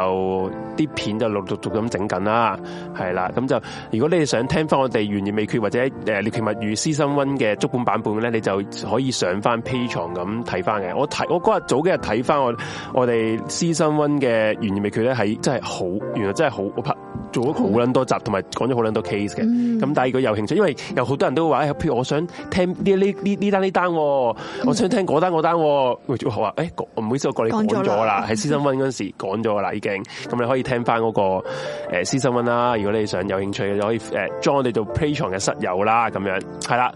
S2: 啲片就陸陸續續咁整緊啦，係啦，咁就如果你哋想聽翻我哋懸而未決或者誒獵奇物語 Season One 嘅足本版本咧，你就可以上翻 Patreon 咁睇翻嘅。我睇我嗰日早幾日睇翻我我哋 Season One 嘅懸而未決咧，係真係好，原來真係好，我拍做咗好撚多集，同埋講咗好撚多 case 嘅。咁、但係如果有興趣，因為有好多人都話，哎譬如我想聽呢呢呢呢單呢單喎，我想聽嗰單嗰單喎。喂我話誒，講唔好意啊思，我過你
S1: 講
S2: 講
S1: 咗
S2: 咗
S1: 啦
S2: 啦，喺 Season One 嗰陣時講咗啦已經。咁你可以聽翻嗰個誒 Season One 啦。如果你想有興趣嘅，就可以誒 join 我哋做 Patreon 嘅室友啦。咁樣係啦。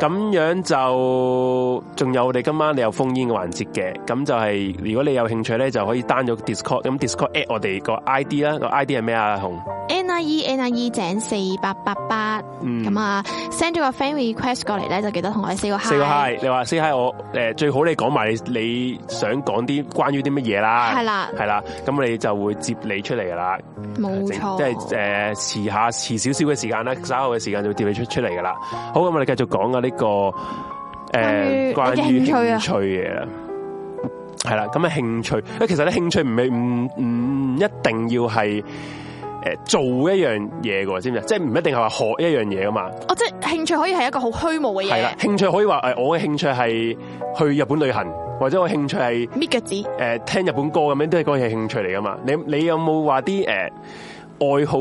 S2: 咁樣就仲有我哋今晚你有封煙嘅環節嘅，咁就係、如果你有興趣咧，就可以 down 咗 Discord，咁 Discord at 我哋個 ID 啦，個 ID 係咩啊？紅
S1: N I E N I E 井四八八八，
S2: 嗯
S1: 咁啊 send 咗個 friend request 過嚟咧，就記得同我哋 say 個 hi，
S2: 四個 hi，你話 say hi 我誒、最好你講埋你你想講啲關於啲乜嘢啦，
S1: 係啦
S2: 係啦，咁你就會接你出嚟噶啦，
S1: 冇錯，嗯
S2: 即係誒呃遲下遲少少嘅時間啦，稍後嘅時間就會接你出出嚟噶啦。好，咁我哋繼續講啊呢個誒
S1: 關於
S2: 關於
S1: 你嘅興趣啊
S2: 興趣嘅嘢啦。系啦，咁啊興趣，誒其實咧興趣唔係唔唔一定要係誒做一樣嘢嘅喎，知唔知啊？即係唔一定係話學一樣嘢噶嘛。
S1: 哦，即係興趣可以係一個好虛無嘅
S2: 係啦
S1: 嘢，，
S2: 興趣可以話誒，我嘅興趣係去日本旅行，或者我興趣係
S1: 搣腳趾。
S2: 誒、聽呃日本歌咁樣，都係嗰樣興趣嚟噶嘛？你你有冇話啲誒愛好，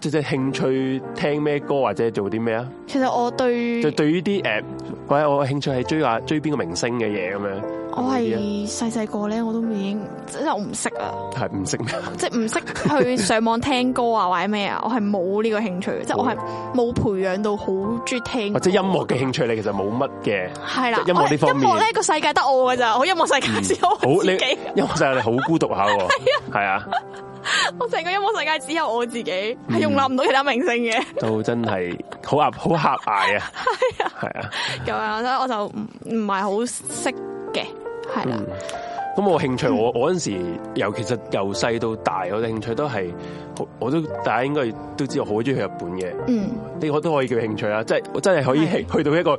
S2: 即係興趣聽咩歌或者做啲咩啊？
S1: 其實我對
S2: 就對於啲誒，或者我嘅興趣係追下追邊個明星嘅啊嘢咁樣，
S1: 我係細細個咧，我都已經即係我唔識啊，
S2: 係唔識咩？
S1: 即係唔識去上網聽歌啊或者咩啊，我係冇呢個興趣，即係我係冇培養到好中意聽
S2: 或者音樂嘅興趣，你其實冇乜嘅。
S1: 係啦。
S2: 音樂呢方面嗯
S1: 我係音樂咧個世界得我㗎咋，我音樂世界只有
S2: 好，
S1: 我
S2: 你
S1: 自己，
S2: 音樂世界你好孤 獨下喎，係啊，
S1: 我成個音樂世界只有我自己，
S2: 嗯
S1: 係容納唔到其他明星 嘅
S2: 都真係好狹好狹 隘啊，係啊。
S1: 咁樣，所以我就唔唔係好識嘅，係啦
S2: 嗯，咁我興趣，我我嗰陣時，尤其實由細到大，我嘅興趣都係，好我都大家應該都知道，我好中意去日本嘅，
S1: 嗯，
S2: 呢個都可以叫興趣啦，即係我真係可以
S1: 係
S2: 去到一個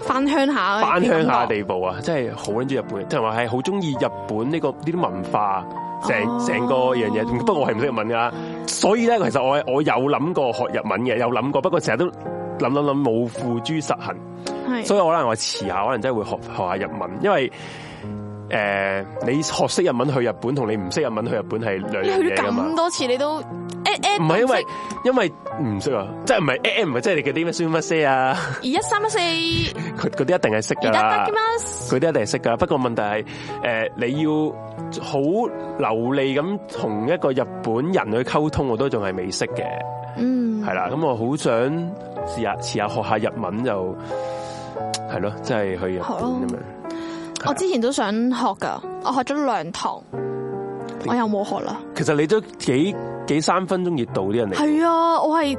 S1: 翻鄉下
S2: 嗯翻鄉下嘅
S1: 地
S2: 地步啊！真係好中意日本，同埋係好中意日本呢個呢啲文化，
S1: 哦
S2: 成成個樣嘢。不過我係唔識日文噶，所以咧，其實我我有諗過學日文嘅，有諗過，不過成日都諗諗諗冇付諸實行。
S1: 係
S2: 所以我可能我遲下可能真係會學學下日文，因為誒、呃你學識日文去日本同你唔識日文去日本係兩
S1: 你
S2: 樣
S1: 去
S2: 嘢
S1: 咗
S2: 噶嘛
S1: 咁。多次，你都誒誒，
S2: 唔係因為因為唔識啊，即係唔係 A M 唔係即係你嗰啲咩 s u m a s 啊，
S1: 二一三一四
S2: 佢嗰啲一定係識噶
S1: 而家
S2: 啦
S1: 得嘅，嘛？
S2: 佢啲一定係識噶。不過問題係誒、呃你要好流利咁同一個日本人去溝通，我都仲係未識嘅，
S1: 嗯，
S2: 係啦。咁我好想試下試下學下日文就係咯，即係去日本
S1: 學咯
S2: 咁樣。
S1: 我之前都想學噶，我學咗兩堂，我又冇學啦。
S2: 其實你都幾幾三分鐘熱度啲人嚟，
S1: 係啊，我係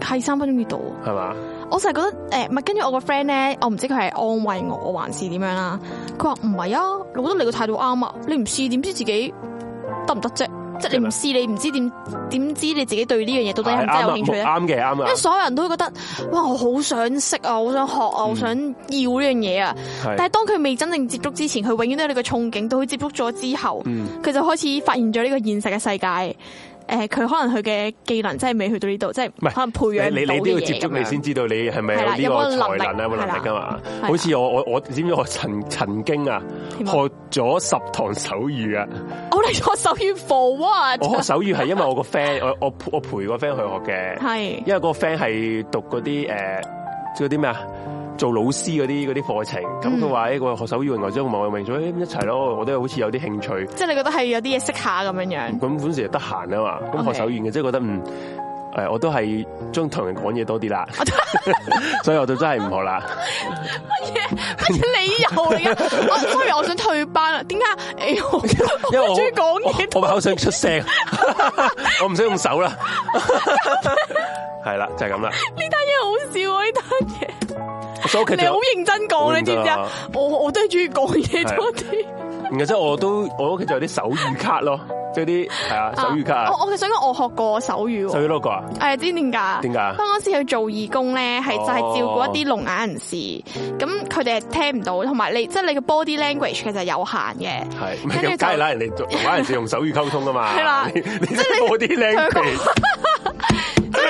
S1: 係三分鐘熱度。啊
S2: 係嘛？
S1: 我就係覺得誒，唔係跟住我個 friend 咧，我唔知佢係安慰我還是點樣啦。佢話唔係啊，我覺得你個態度啱啊，你唔試點知自己得唔得啫？即係你唔試，你唔知點點知你自己對呢樣嘢到底係唔係
S2: 啱
S1: 有
S2: 啊
S1: 興趣咧？
S2: 啱嘅，啱
S1: 因
S2: 啊
S1: 為，所有人都會覺得哇，我好想識啊，好想學啊，好想要呢樣嘢啊。但係
S2: 嗯係，
S1: 當佢未真正接觸之前，佢永遠都有呢個憧憬。到佢接觸咗之後，
S2: 嗯，
S1: 佢就開始發現咗呢個現實嘅世界。誒，佢可能佢嘅技能真係未去到呢度，即係
S2: 唔係
S1: 可能培養
S2: 你你
S1: 唔到
S2: 你都要
S1: 嘅
S2: 接
S1: 嘢咁
S2: 觸
S1: 樣
S2: 你先知道你係咪
S1: 係啦
S2: 有
S1: 有冇
S2: 呢
S1: 能
S2: 個
S1: 力
S2: 才能啊，有冇能力噶嘛
S1: 係？啦
S2: 好似我我我知唔知我曾曾經啊
S1: 點啊
S2: 學咗十堂手語啊？
S1: 我哋學手語 for what？
S2: 我學手語係因為我個 friend，我我我陪個 friend 去學嘅，
S1: 係
S2: 因為個 friend 係讀嗰啲誒嗰啲咩啊，做老師嗰啲嗰啲課程，咁
S1: 嗯
S2: 佢話呢個學手語，我將我問咗一齊咯，我都好似有啲興趣，
S1: 即係你覺得係有啲嘢識下咁樣樣
S2: 咁。嗰時又得閒啊嘛，咁
S1: OK
S2: 學手語嘅，即係覺得嗯誒，我都係將同人講嘢多 啲啦，所以我就真係唔學啦。
S1: 乜嘢理由嚟 嘅？我 sorry，我想退班啦。點解？誒，我
S2: 因為
S1: 我中
S2: 我
S1: 意講嘢
S2: 我我把口想出聲， 我唔想用手啦，係啦，就係咁啦。
S1: 呢單嘢好笑啊！呢單嘢。
S2: 所以我其
S1: 你好
S2: 實，
S1: 認真講，你知唔知啊
S2: 好認？
S1: 我我都係中意講嘢多啲。
S2: 然後之後我都我屋企仲有啲手語卡咯，即係啲係啊手語卡
S1: 啊
S2: 啊，
S1: 我我其實想講，我學過手語
S2: 手
S1: 喎。
S2: 語 logo 啊，
S1: 誒，知點解啊？
S2: 點解哦啊
S1: 香港時去做義工咧，係就係照顧一啲聾啞人士，咁佢哋係聽唔到，同埋你即係你嘅 body language 其實有限嘅。
S2: 係唔
S1: 跟
S2: 係
S1: 住
S2: 咁？
S1: 就
S2: 梗係啦，人 哋做玩人哋用手語溝通噶嘛，
S1: 係啦
S2: 你你真係我啲靚皮，
S1: 喂，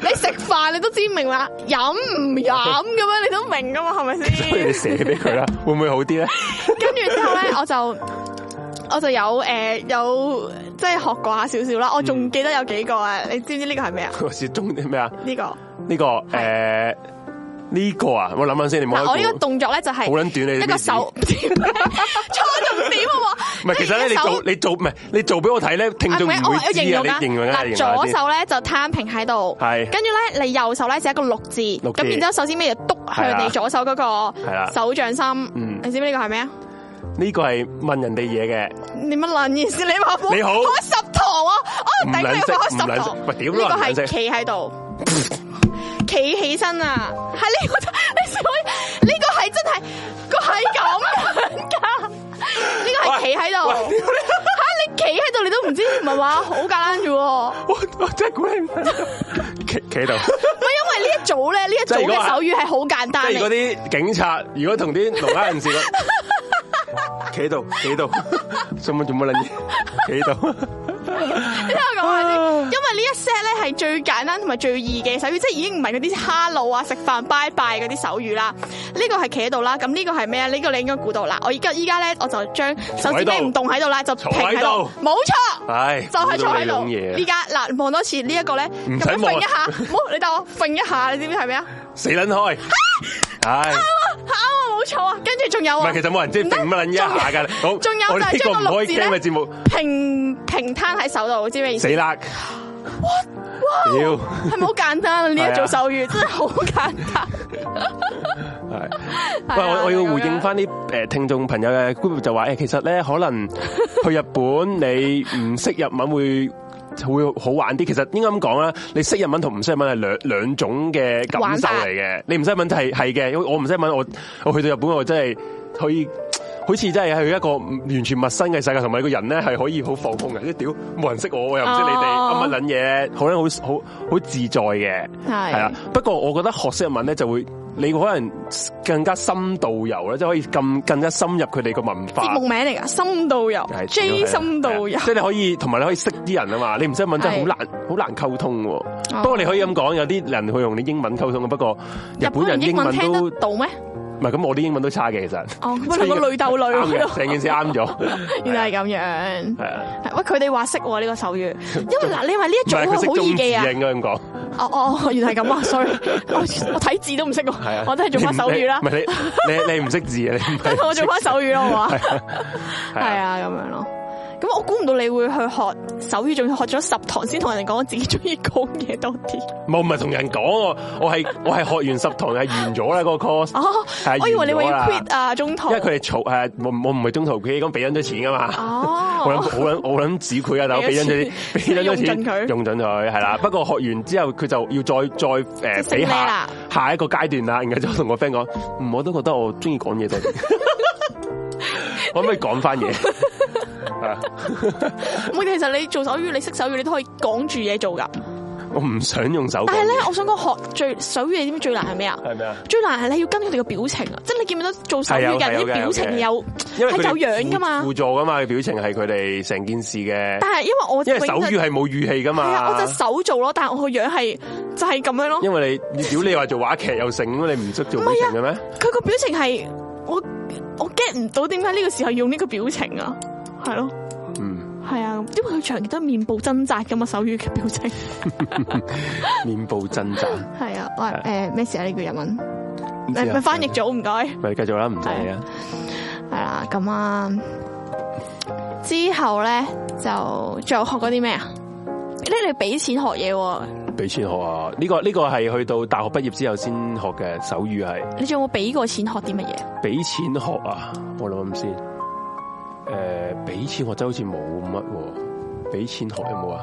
S1: 你食飯你都知明啦， 飲唔飲咁樣你都明噶嘛，係咪
S2: 不如
S1: 先？
S2: 你寫俾佢啦，會唔會好啲咧？
S1: 跟住之後咧，我就。我就有誒、呃有即係學過下少少啦，我仲記得有幾個啊！你知唔知呢個係咩 啊？
S2: 我是中咩啊？
S1: 呢、個
S2: 呢個誒呢個啊，我諗諗先，你唔好
S1: 嗱，我呢
S2: 開
S1: 個
S2: 估
S1: 動作咧就係
S2: 好撚短你呢
S1: 一個手錯重點啊嘛！
S2: 唔係，其實咧你做你做唔係你做俾我睇咧，聽
S1: 啊
S2: 眾
S1: 唔係
S2: 唔
S1: 我
S2: 會
S1: 我
S2: 知
S1: 形容
S2: 啊，
S1: 啊
S2: 你形容一下，你
S1: 嗱，
S2: 形
S1: 左
S2: 容一下先
S1: 手咧就攤平喺度，
S2: 係
S1: 跟住咧你右手咧就一個六字，
S2: 六字
S1: 咁然之後首先咩就篤
S2: 係
S1: 向
S2: 啦
S1: 你左手嗰
S2: 係啦
S1: 個手掌心，
S2: 嗯
S1: 你知唔知呢個係咩啊？
S2: 呢個係問人哋嘢 嘅，
S1: 你乜撚意思？你話我
S2: 你好
S1: 開十堂啊！我
S2: 唔
S1: 頂
S2: 撚
S1: 你
S2: 識
S1: 開
S2: 唔
S1: 十
S2: 撚識
S1: 堂，
S2: 喂屌都
S1: 呢個
S2: 唔撚識
S1: 係企喺度，企起身啊！係呢個你所以呢個係真係個係咁樣噶，呢個係企喺度。吓你企喺度，你都唔知，唔係話好簡單啫喎。
S2: 我我真係估你唔撚企企喺度。
S1: 唔係因為呢一組咧，呢一
S2: 即係如
S1: 組
S2: 果
S1: 嘅
S2: 話
S1: 手語係好簡單
S2: 即係嗰
S1: 嚟。
S2: 啲警察，如果同啲聾啞 人士講企喺度，企喺度，做乜 做乜撚嘢？企喺度，
S1: 你聽我講下先，啊
S2: 啊
S1: 因為呢一 set 咧係最簡單同埋最易嘅手語，即係已經唔係嗰啲 hello 啊、食飯、拜拜嗰啲手語啦。呢個係企喺度啦，咁呢個係咩啊？呢個你應該估到啦。我而家依家咧，我就將手指
S2: 坐喺
S1: 尾
S2: 度
S1: 唔動喺度啦，就平
S2: 坐喺
S1: 喺
S2: 度
S1: 度，冇錯。
S2: 唉，
S1: 就係坐喺
S2: 估到你
S1: 度，
S2: 諗
S1: 依
S2: 嘢，
S1: 家嗱望多次呢一個咧，
S2: 唔
S1: 咁
S2: 使
S1: 樣
S2: 望啊
S1: 揈一下，唔啊好你等我揈一下，你知唔知係咩啊？
S2: 死 撚開，唉，
S1: 啱啊，冇錯啊，跟住仲有
S2: 唔
S1: 啊，
S2: 係其實冇人知
S1: 唔得
S2: 定乜撚一下㗎，好
S1: 仲有
S2: 我
S1: 就
S2: 呢
S1: 係將
S2: 個
S1: 個
S2: 唔可
S1: 六
S2: 以
S1: 字
S2: 驚
S1: 咧
S2: 嘅節目，
S1: 平平攤喺手度，知唔知意思
S2: 死？啦，屌，
S1: 係咪好簡單啊？呢
S2: 係
S1: 一
S2: 啊
S1: 組手語真係好簡單。係
S2: 係。喂，
S1: 啊
S2: 我我要
S1: 咁樣
S2: 回應翻啲誒聽眾朋友嘅 group 就話誒，其實咧 可能去日本你唔識日文會。會好玩啲，其實應該咁講啦。你識日文同唔識日文係兩兩種嘅感
S1: 玩
S2: 受
S1: 法
S2: 嚟嘅。你唔識日文就係係嘅，因為我唔識日文，我我去到日本我真係可以，好似真係去一個完全陌生嘅世界，同埋個人咧係可以好放空嘅。即屌冇人識我，我又唔識你哋，
S1: 哦
S2: 乜撚嘢，好撚好好好自在嘅。
S1: 係
S2: 係啊，不過我覺得學識日文咧就會，你可能更加深度遊咧，即係可以咁更加深入佢哋個文
S1: 節
S2: 化
S1: 目。名嚟噶，深度遊
S2: 係係
S1: J
S2: 啊
S1: 深度
S2: 係
S1: 遊
S2: 啊，即係你可以，同埋你可以識啲人啊嘛。你唔識日文真係好
S1: 係
S2: 難，好難溝通喎。
S1: 哦
S2: 不過你可以咁講，有啲人去用啲英文溝通嘅，啊不過日本人英文
S1: 聽
S2: 都
S1: 得
S2: 唔
S1: 到咩？
S2: 係咁，我啲英文都差嘅其實。
S1: 哦，咁兩個女鬥女
S2: 啱
S1: 喺
S2: 嘅，
S1: 度，
S2: 成件事啱 咗。
S1: 原來係咁樣。
S2: 係啊，
S1: 係喂，佢哋話識喎呢個手語， 因為嗱，你話呢
S2: 唔
S1: 一組
S2: 係佢識
S1: 好易
S2: 中字
S1: 記啊
S2: 嘅。應該咁講。
S1: 哦哦，哦原來係咁啊！sorry，我我睇字都唔識
S2: 係 啊
S1: 喎，，我都係做翻手語啦
S2: 你唔。係你你你唔識字啊？你唔係
S1: 等 我做翻手語啦，好嘛？
S2: 係
S1: 係啊，咁樣咯。咁我估唔到你會去學手語，仲要學咗十堂先同人哋講自己中意講嘢多啲。
S2: 冇唔係同人講，我我係我係學完十堂係完咗啦嗰個 course，
S1: 哦
S2: 係，
S1: 我以為你話要
S2: 完咗啦
S1: quit 啊，中途。
S2: 因為佢哋嘈誒，我我唔係中途 P 咁俾緊咗錢噶嘛，
S1: 哦
S2: 好
S1: 我
S2: 撚好撚好撚指佢啊！但我俾
S1: 俾
S2: 咗
S1: 咗
S2: 啲
S1: 錢
S2: 俾咗
S1: 用
S2: 啲
S1: 盡
S2: 錢
S1: 佢
S2: 用盡佢係啦。不過學完之後，佢就要再再
S1: 即
S2: 誒
S1: 係
S2: 俾
S1: 升咩
S2: 下
S1: 啦
S2: 下一個階段啦。然後就同我 friend 講，嗯我都覺得我中意 講嘢多啲，可唔可以講翻嘢？啊
S1: 我其實你做手語，你識手語，你都可以講住嘢做㗎。
S2: 我唔想用手
S1: 但係
S2: 講，
S1: 咧，我想講學最手語，你知唔知最難係咩啊？
S2: 係咪啊？
S1: 最難係你要跟佢哋嘅表情啊！即係你見唔見到做手語嘅
S2: 係啊
S1: 人
S2: 有
S1: 啲
S2: 係有
S1: 表情
S2: 嘅
S1: 有
S2: 因為佢
S1: 係
S2: 哋
S1: 有樣㗎嘛
S2: 輔輔助噶嘛，佢表情係佢哋成件事嘅。
S1: 但係因為我
S2: 因
S1: 永
S2: 為手
S1: 遠
S2: 語係冇語氣噶
S1: 係
S2: 嘛
S1: 啊，。我隻手做咯，但係我個樣係就係咁樣咯。
S2: 因為你屌你話做話劇又成，咁你唔識做表情嘅咩？
S1: 佢個表情係我我 get 唔到點解呢個時候要用呢個表情啊？係咯，
S2: 嗯，
S1: 係啊，因為佢長期都係面部掙扎㗎嘛，手語嘅表情。
S2: 面部震震，
S1: 係啊，我
S2: 係
S1: 誒咩事啊？呢句日文
S2: 唔知啊
S1: 咪翻譯咗唔該。係
S2: 咪繼續啦，唔使啊。
S1: 啦，咁啊，之後咧就仲有學過啲咩啊？咧你俾錢學嘢喎，
S2: 俾錢學啊！呢、個呢、個係去到大學畢業之後先學嘅手語係
S1: 你仲有冇俾過錢學啲乜嘢？
S2: 俾錢學啊！我諗諗先，诶、俾錢學真係好似冇乜喎，俾錢學有冇啊？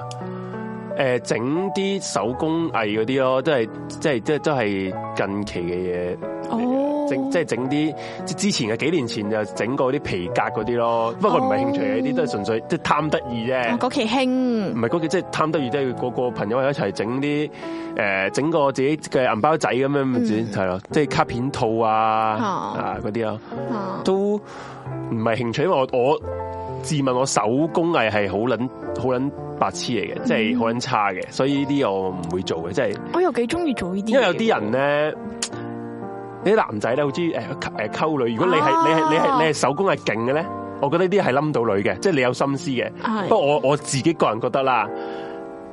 S2: 诶、整啲手工藝嗰啲咯，都係即係即係都係近期嘅嘢嚟嘅。
S1: 哦，
S2: 整即係整啲即之前嘅幾年前就整過啲皮革嗰啲咯，不過唔係興趣嘅，呢啲都係純粹即係貪得意啫。
S1: 哦嗰期興
S2: 唔。係嗰幾，即係貪得意，即係個個朋友一齊整啲誒，整個自己嘅銀包仔咁樣，咪自己係咯，即係卡片套啊啊嗰啲咯，
S1: 啊
S2: 都唔係興趣，因為我我自問我手工藝係好撚好撚白痴嚟嘅，即係好撚差嘅，所以呢啲我唔會做嘅，即係
S1: 我又幾中意做呢啲嘢，
S2: 因為有啲人咧。啲男仔咧好中意誒誒溝女，如果你
S1: 啊
S2: 係你係你係你係手工係勁嘅咧，我覺得呢啲係冧到女嘅，即係你有心思嘅。不過
S1: 係
S2: 我我自己個人覺得啦，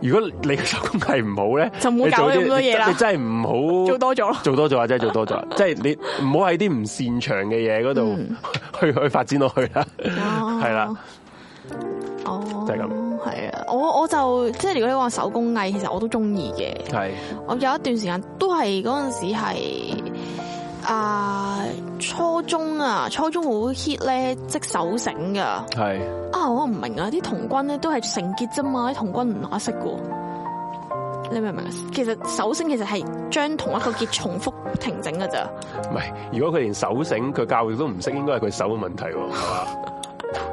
S2: 如果你嘅手工係唔好咧，
S1: 就唔好搞
S2: 你做啲
S1: 咁多嘢啦
S2: 你真係唔
S1: 做
S2: 好
S1: 多咗咯。
S2: 做多咗啊！真係做 多咗啊，即係你唔好喺啲唔擅長嘅嘢嗰度
S1: 嗯
S2: 去去發展落去啦。
S1: 係
S2: 係啦，
S1: 哦，
S2: 就係咁
S1: 係啊，我我就即係如果你話手工藝，其實我都中意嘅。
S2: 係
S1: 我有一段時間都係嗰陣時係啊初中啊，初中好 hit 咧織手繩噶。
S2: 係
S1: 啊，我唔明啊，啲童軍咧都係繩結啫嘛，啲童軍唔乸識噶。你明唔明啊？其實手繩其實係將同一個結重複停整噶咋。
S2: 唔係？如果佢連手繩佢教佢都唔識，應該係佢手嘅問題喎，係嘛？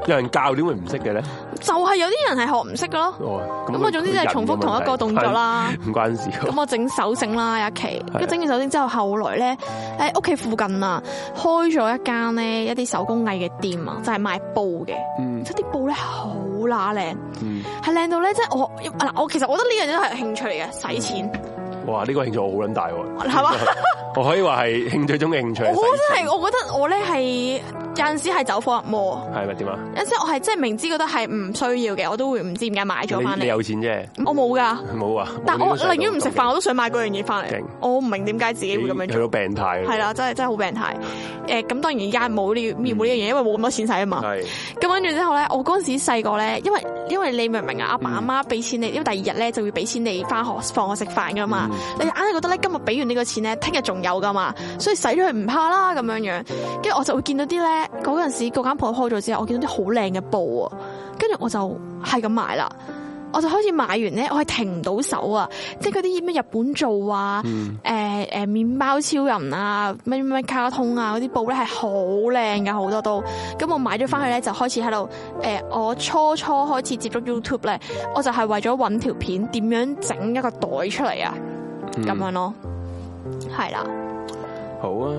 S2: 有人教點會唔識嘅咧？
S1: 就係有啲人係學唔識噶咯。
S2: 哦，
S1: 咁我啊總之就係重複同一個動作啦
S2: 係，唔關 事喎。
S1: 咁我整手繩啦，有一期，跟住
S2: 係
S1: 整完手繩之後，後來咧喺屋企附近啊，開咗一間咧一啲手工藝嘅店啊，就係賣布嘅，
S2: 嗯
S1: 即係啲布咧好乸靚，
S2: 嗯，
S1: 係靚到咧，即係我嗱，我其實我覺得呢樣嘢都係興趣嚟嘅，使錢，
S2: 哇！呢個興趣我好撚大喎，
S1: 係嘛？
S2: 我可以話係興趣中嘅興趣。
S1: 我真係我覺得我咧係有陣時係走火入魔，
S2: 係咪點啊？
S1: 有陣時我係真係明知覺得係唔需要嘅，我都會唔知點解買咗翻
S2: 你你
S1: 嚟，
S2: 有錢啫。
S1: 我冇㗎，
S2: 冇啊！
S1: 但
S2: 呢
S1: 我
S2: 個世界
S1: 寧願唔食飯，我都想買嗰樣嘢翻嚟
S2: 勁，
S1: 我唔明點解自己會咁樣
S2: 去
S1: 做
S2: 到。病態啊
S1: 係，啦，真係真係好病態。誒，咁當然而家冇呢冇呢樣嘢，因為冇咁多錢使啊嘛。
S2: 係
S1: 咁跟住之後咧，我嗰陣時細個咧，因為因為你明唔明啊？阿爸阿媽俾錢你，因為第二日咧就會俾錢你翻學放學食飯噶
S2: 嗯
S1: 嘛。你硬係覺得咧，今日俾完呢個錢咧，聽日仲有噶嘛，所以使咗佢唔怕啦咁樣樣。跟住我就會見到啲咧，嗰陣時嗰間鋪開咗之後，我見到啲好靚嘅布啊，跟住我就係咁買啦。我就開始買完咧，我係停唔到手啊！即係嗰啲咩日本做啊，誒誒麵包超人啊，咩咩卡通啊，嗰啲布咧係好靚嘅，好多都。咁我買咗翻去咧，就開始喺度誒，我初初開始接觸 YouTube 咧，我就係為咗揾條片點樣整一個袋出嚟啊，
S2: 嗯
S1: 咁樣咯，係啦，
S2: 好啊。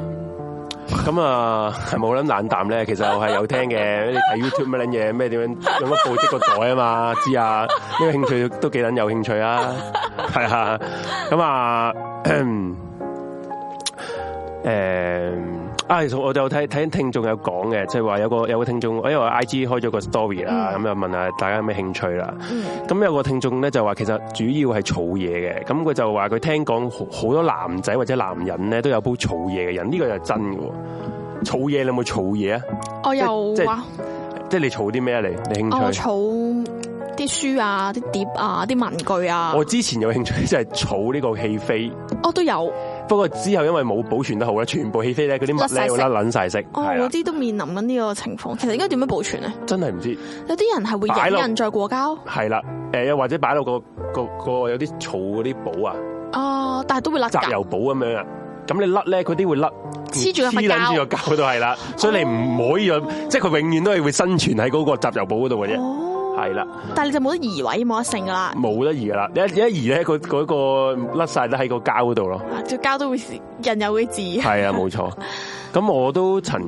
S2: 咁啊， 係冇撚冷淡咧。其實我係有聽嘅， 你睇 YouTube 乜撚嘢，咩點樣用個布織個袋啊嘛，知啊？呢個興趣都幾撚有興趣啊， 係啊。咁啊， 誒啊，其實我就睇睇聽眾有講嘅，即係話有個有個聽眾，因為我 IG 開咗個 story 啦，咁
S1: 嗯
S2: 就問下大家有咩興趣啦。
S1: 嗯，
S2: 咁有個聽眾咧就話其實主要係儲嘢嘅，咁佢就話佢聽講好好多男仔或者男人咧都有煲儲嘢嘅人，呢、個就係真嘅喎。儲嘢你有冇儲嘢啊？
S1: 我又
S2: 即係
S1: 話
S2: 即係你儲啲咩啊？你你
S1: 啊我
S2: 興趣？
S1: 儲啲書啊、啲碟啊、啲文具啊哦
S2: 我，之前有興趣就係儲呢個戲飛，
S1: 我都有，
S2: 不過之後因為冇保存得好咧，全部起飛咧嗰啲物
S1: 甩晒
S2: 咧
S1: 色
S2: 會甩撚晒色，
S1: 哦，
S2: 係啦
S1: 嗰啲都面臨緊呢個情況，其實應該點樣保存咧？
S2: 真係唔知
S1: 有啲人係會
S2: 擺
S1: 隱
S2: 落
S1: 忍再過膠，
S2: 係啦，誒又或者擺到個個個有啲草嗰啲簿啊，
S1: 哦，但係都會甩
S2: 集
S1: 㗎。
S2: 郵簿咁樣啊。咁你甩咧，佢啲會甩
S1: 黐住個塊膠
S2: 黐撚住個膠度係 啦，所以你唔可以有，即係佢永遠都係會生存喺嗰個集郵簿嗰度嘅啫，
S1: 哦，
S2: 係啦。
S1: 但係你就冇得移位，冇得剩㗎啦，
S2: 冇得移噶啦，一一移咧，佢嗰個甩晒都喺個膠嗰度咯。
S1: 啊條膠都會人有嘅字。
S2: 係啊，冇錯。咁我都曾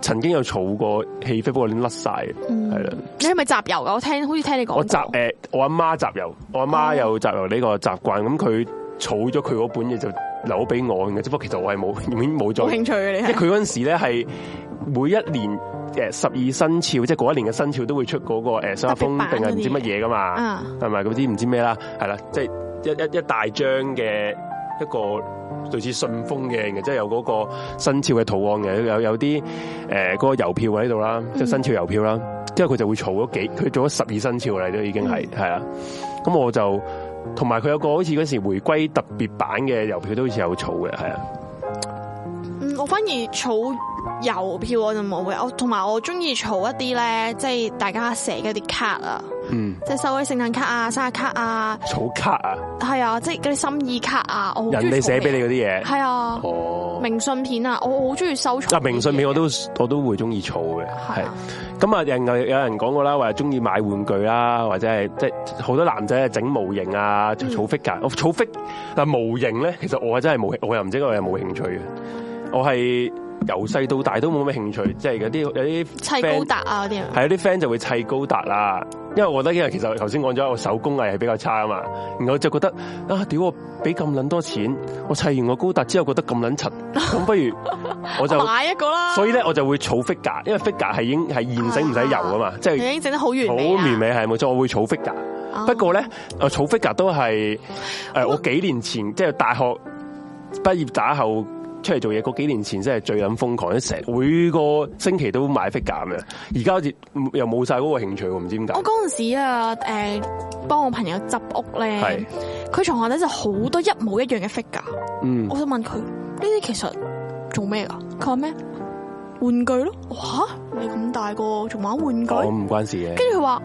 S2: 曾經有儲過戲飛，不過已經甩晒嘅，
S1: 嗯
S2: 係啦。
S1: 你係咪集郵㗎？我聽好似聽你講。哦
S2: 我集誒、我阿媽集郵，我阿媽有集郵呢個習慣，咁佢儲咗佢嗰本嘢就留咗俾我嘅，只不過其實我係冇已經冇
S1: 冇
S2: 再，
S1: 興趣嘅你
S2: 因為
S1: 係。
S2: 佢嗰陣時咧係每一年誒十二生肖，即係嗰一年嘅生肖都會出嗰、個誒收
S1: 特別版
S2: 風定係唔知
S1: 嗰啲
S2: 乜嘢噶嘛。
S1: 啊，
S2: 係咪嗰啲唔知咩啦？係啦，即係一一一大張嘅一個類似信封嘅，然即係有嗰個生肖嘅圖案嘅，有有啲呃誒嗰個郵票喺度啦，
S1: 嗯
S2: 即係生肖郵票啦。之後佢就會儲咗幾，佢做咗十二生肖嚟都已經係
S1: 嗯
S2: 係啦。咁我就同埋佢有個好似嗰時回歸特別版嘅郵票都好似有儲嘅，係啊。
S1: 嗯，我反而儲郵票我就冇嘅，我同埋我中意儲一啲咧，即係大家寫嗰啲卡啊，
S2: 嗯，
S1: 即係收起聖誕卡啊、生日卡啊，
S2: 儲卡啊，
S1: 係啊，即係嗰啲心意卡啊，我好
S2: 人哋寫俾你嗰
S1: 嗰
S2: 啲嘢。
S1: 係啊，
S2: 哦，
S1: 明信片啊，我好中意收藏。
S2: 啊明信片我都我都會中意儲嘅，係
S1: 係。啊
S2: 咁啊，人有有人講過啦，話中意買玩具啦，或者係即係好多男仔係整模型啊，做
S1: 嗯
S2: figure。我儲 fig 嗱模型咧，其實我係真係冇，我又唔知我有冇興趣嘅。我係由細到大都冇咩興趣，即係有啲有啲
S1: 砌
S2: friend-
S1: 高達啊嗰啲啊，
S2: 係有啲 friend 就會砌高達啦，因為我覺得因為其實頭先講咗我手工藝係比較差啊嘛，然後就覺得啊屌我俾咁撚多錢，我砌完個高達之後覺得咁撚柒，咁不 如我就。
S1: 買一個啦。
S2: 所以咧，我就會儲 figure，因為 figure 係已經係現成唔使油啊嘛，即
S1: 你
S2: 係
S1: 已經整得好完
S2: 好
S1: 美啦
S2: 完。美係冇錯，我會儲 figure。
S1: 啊
S2: 不過咧，我儲 figure 都係誒我幾年前即係大學畢業打後出嚟做嘢嗰幾年前，真係最撚瘋狂，成每個星期都買 figure 咁樣。而家好似嗯又冇晒嗰個興趣喎，唔知點解
S1: 我。嗰陣時啊，誒，幫我朋友執屋咧
S2: 係，
S1: 佢床下底就好多一模一樣嘅 figure，
S2: 嗯
S1: 我，就問佢呢啲其實做咩噶？佢話咩玩具咯。哦我話吓，你咁大個仲玩玩具？
S2: 我唔關事嘅。
S1: 跟住佢話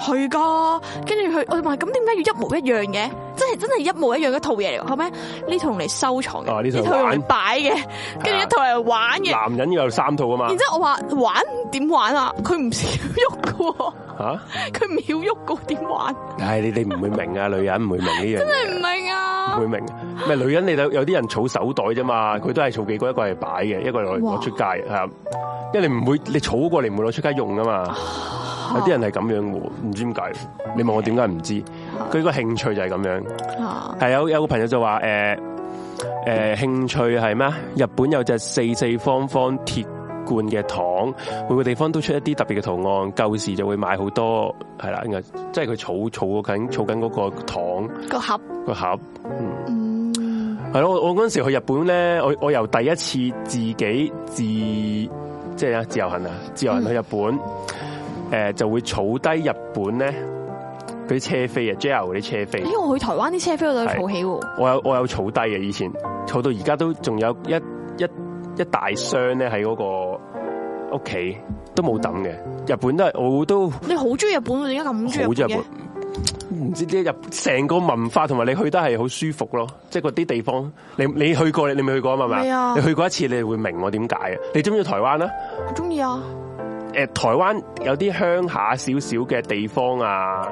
S1: 係噶，跟住佢我就問咁點解要一模一樣嘅？真係真係一模一樣嘅套嘢嚟㗎，後尾呢套用嚟收藏
S2: 哦
S1: 嘅，
S2: 呢套
S1: 啊套用啊嚟
S2: 玩
S1: 擺嘅，跟住一套嚟玩嘅。
S2: 男人要有三套啊嘛
S1: 然，之後我話玩點玩啊？佢唔少喐嘅，
S2: 吓？
S1: 佢唔曉喐嘅點玩？
S2: 唉，你哋唔會明啊，女人唔會明呢樣嘢。
S1: 真
S2: 真
S1: 係唔明啊！
S2: 會明，咩女人你有有啲人儲手袋啫嘛，佢都係儲幾個，一個係擺嘅，一個係攞
S1: 哇
S2: 攞出街嘅，係啊，因為你唔會你儲過你唔會攞出街用噶嘛，有啲人係咁樣嘅喎，唔知點解，你問我點解唔知，佢個興趣就係咁樣，
S1: 啊
S2: 係有有個朋友就話誒誒興趣係咩啊？日本有隻四四方方鐵罐嘅糖，每個地方都出一啲特別嘅圖案，舊時就會買好多，係啦，然後即係佢儲儲緊儲緊嗰個糖
S1: 個盒，
S2: 個盒，嗯。
S1: 嗯，
S2: 系咯，我我嗰陣時去日本咧，我我由第一次自己自即係啊自由行啊，自由行去日本，誒、就會儲低日本咧嗰啲車飛啊，JR 嗰啲車飛
S1: 因，為我去台灣啲車飛我都有儲起喎，
S2: 我有我有儲低嘅以前，儲到而家都仲有一一一大箱咧喺嗰個屋企都冇抌嘅，日本都係我都好
S1: 你好中意日本，點解咁中意
S2: 中意
S1: 日本嘅？
S2: 日本。唔知啲日成個文化同埋你去得係好舒服咯，即係嗰啲地方，你你去過你你未去過啊嘛？係咪
S1: 未啊
S2: 你去過一次，你會明我點解嘅。你中唔中意台灣啊？
S1: 好中意啊！
S2: 誒，台灣有啲鄉下少少嘅地方啊，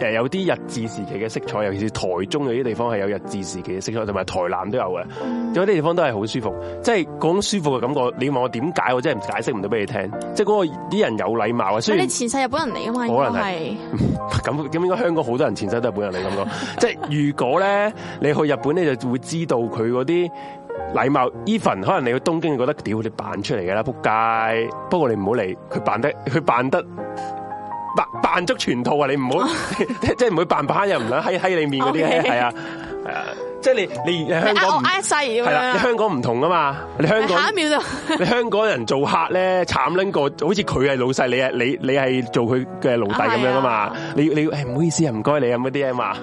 S2: 誒有啲日治時期嘅色彩，尤其是台中有啲地方係有日治時期嘅色彩，同埋台南都有嘅。
S1: 嗯
S2: 有啲地方都係好舒服，即係嗰種舒服嘅感覺。你問我點解，我真係解釋唔到俾你聽。即係嗰個啲人有禮貌啊，雖然
S1: 你前世日本人嚟噶嘛，應
S2: 可能
S1: 該係
S2: 咁咁應該香港好多人前身都係日本人嚟咁講，即係如果咧你去日本你就會知道佢嗰啲禮貌。even 可能你去東京，你覺得屌你扮出嚟㗎啦，仆街！不過你唔好嚟，佢扮得佢扮得 扮扮足全套啊！你唔好即係唔會扮扮又唔撚喺喺你面嗰啲咧，
S1: 哦 OK
S2: 係啊。系啊，即係你你你香
S1: 你呃我
S2: 港唔
S1: 呃細咁
S2: 係啦，你
S1: 樣，
S2: 香港唔同啊嘛，你香港
S1: 下一秒就
S2: 你香港人做客咧，慘撚過，好似佢係老細，你係你你係做佢嘅奴隸咁樣啊
S1: 係
S2: 嘛。你你誒唔好意思啊，唔該你啊咁嗰啲啊嘛。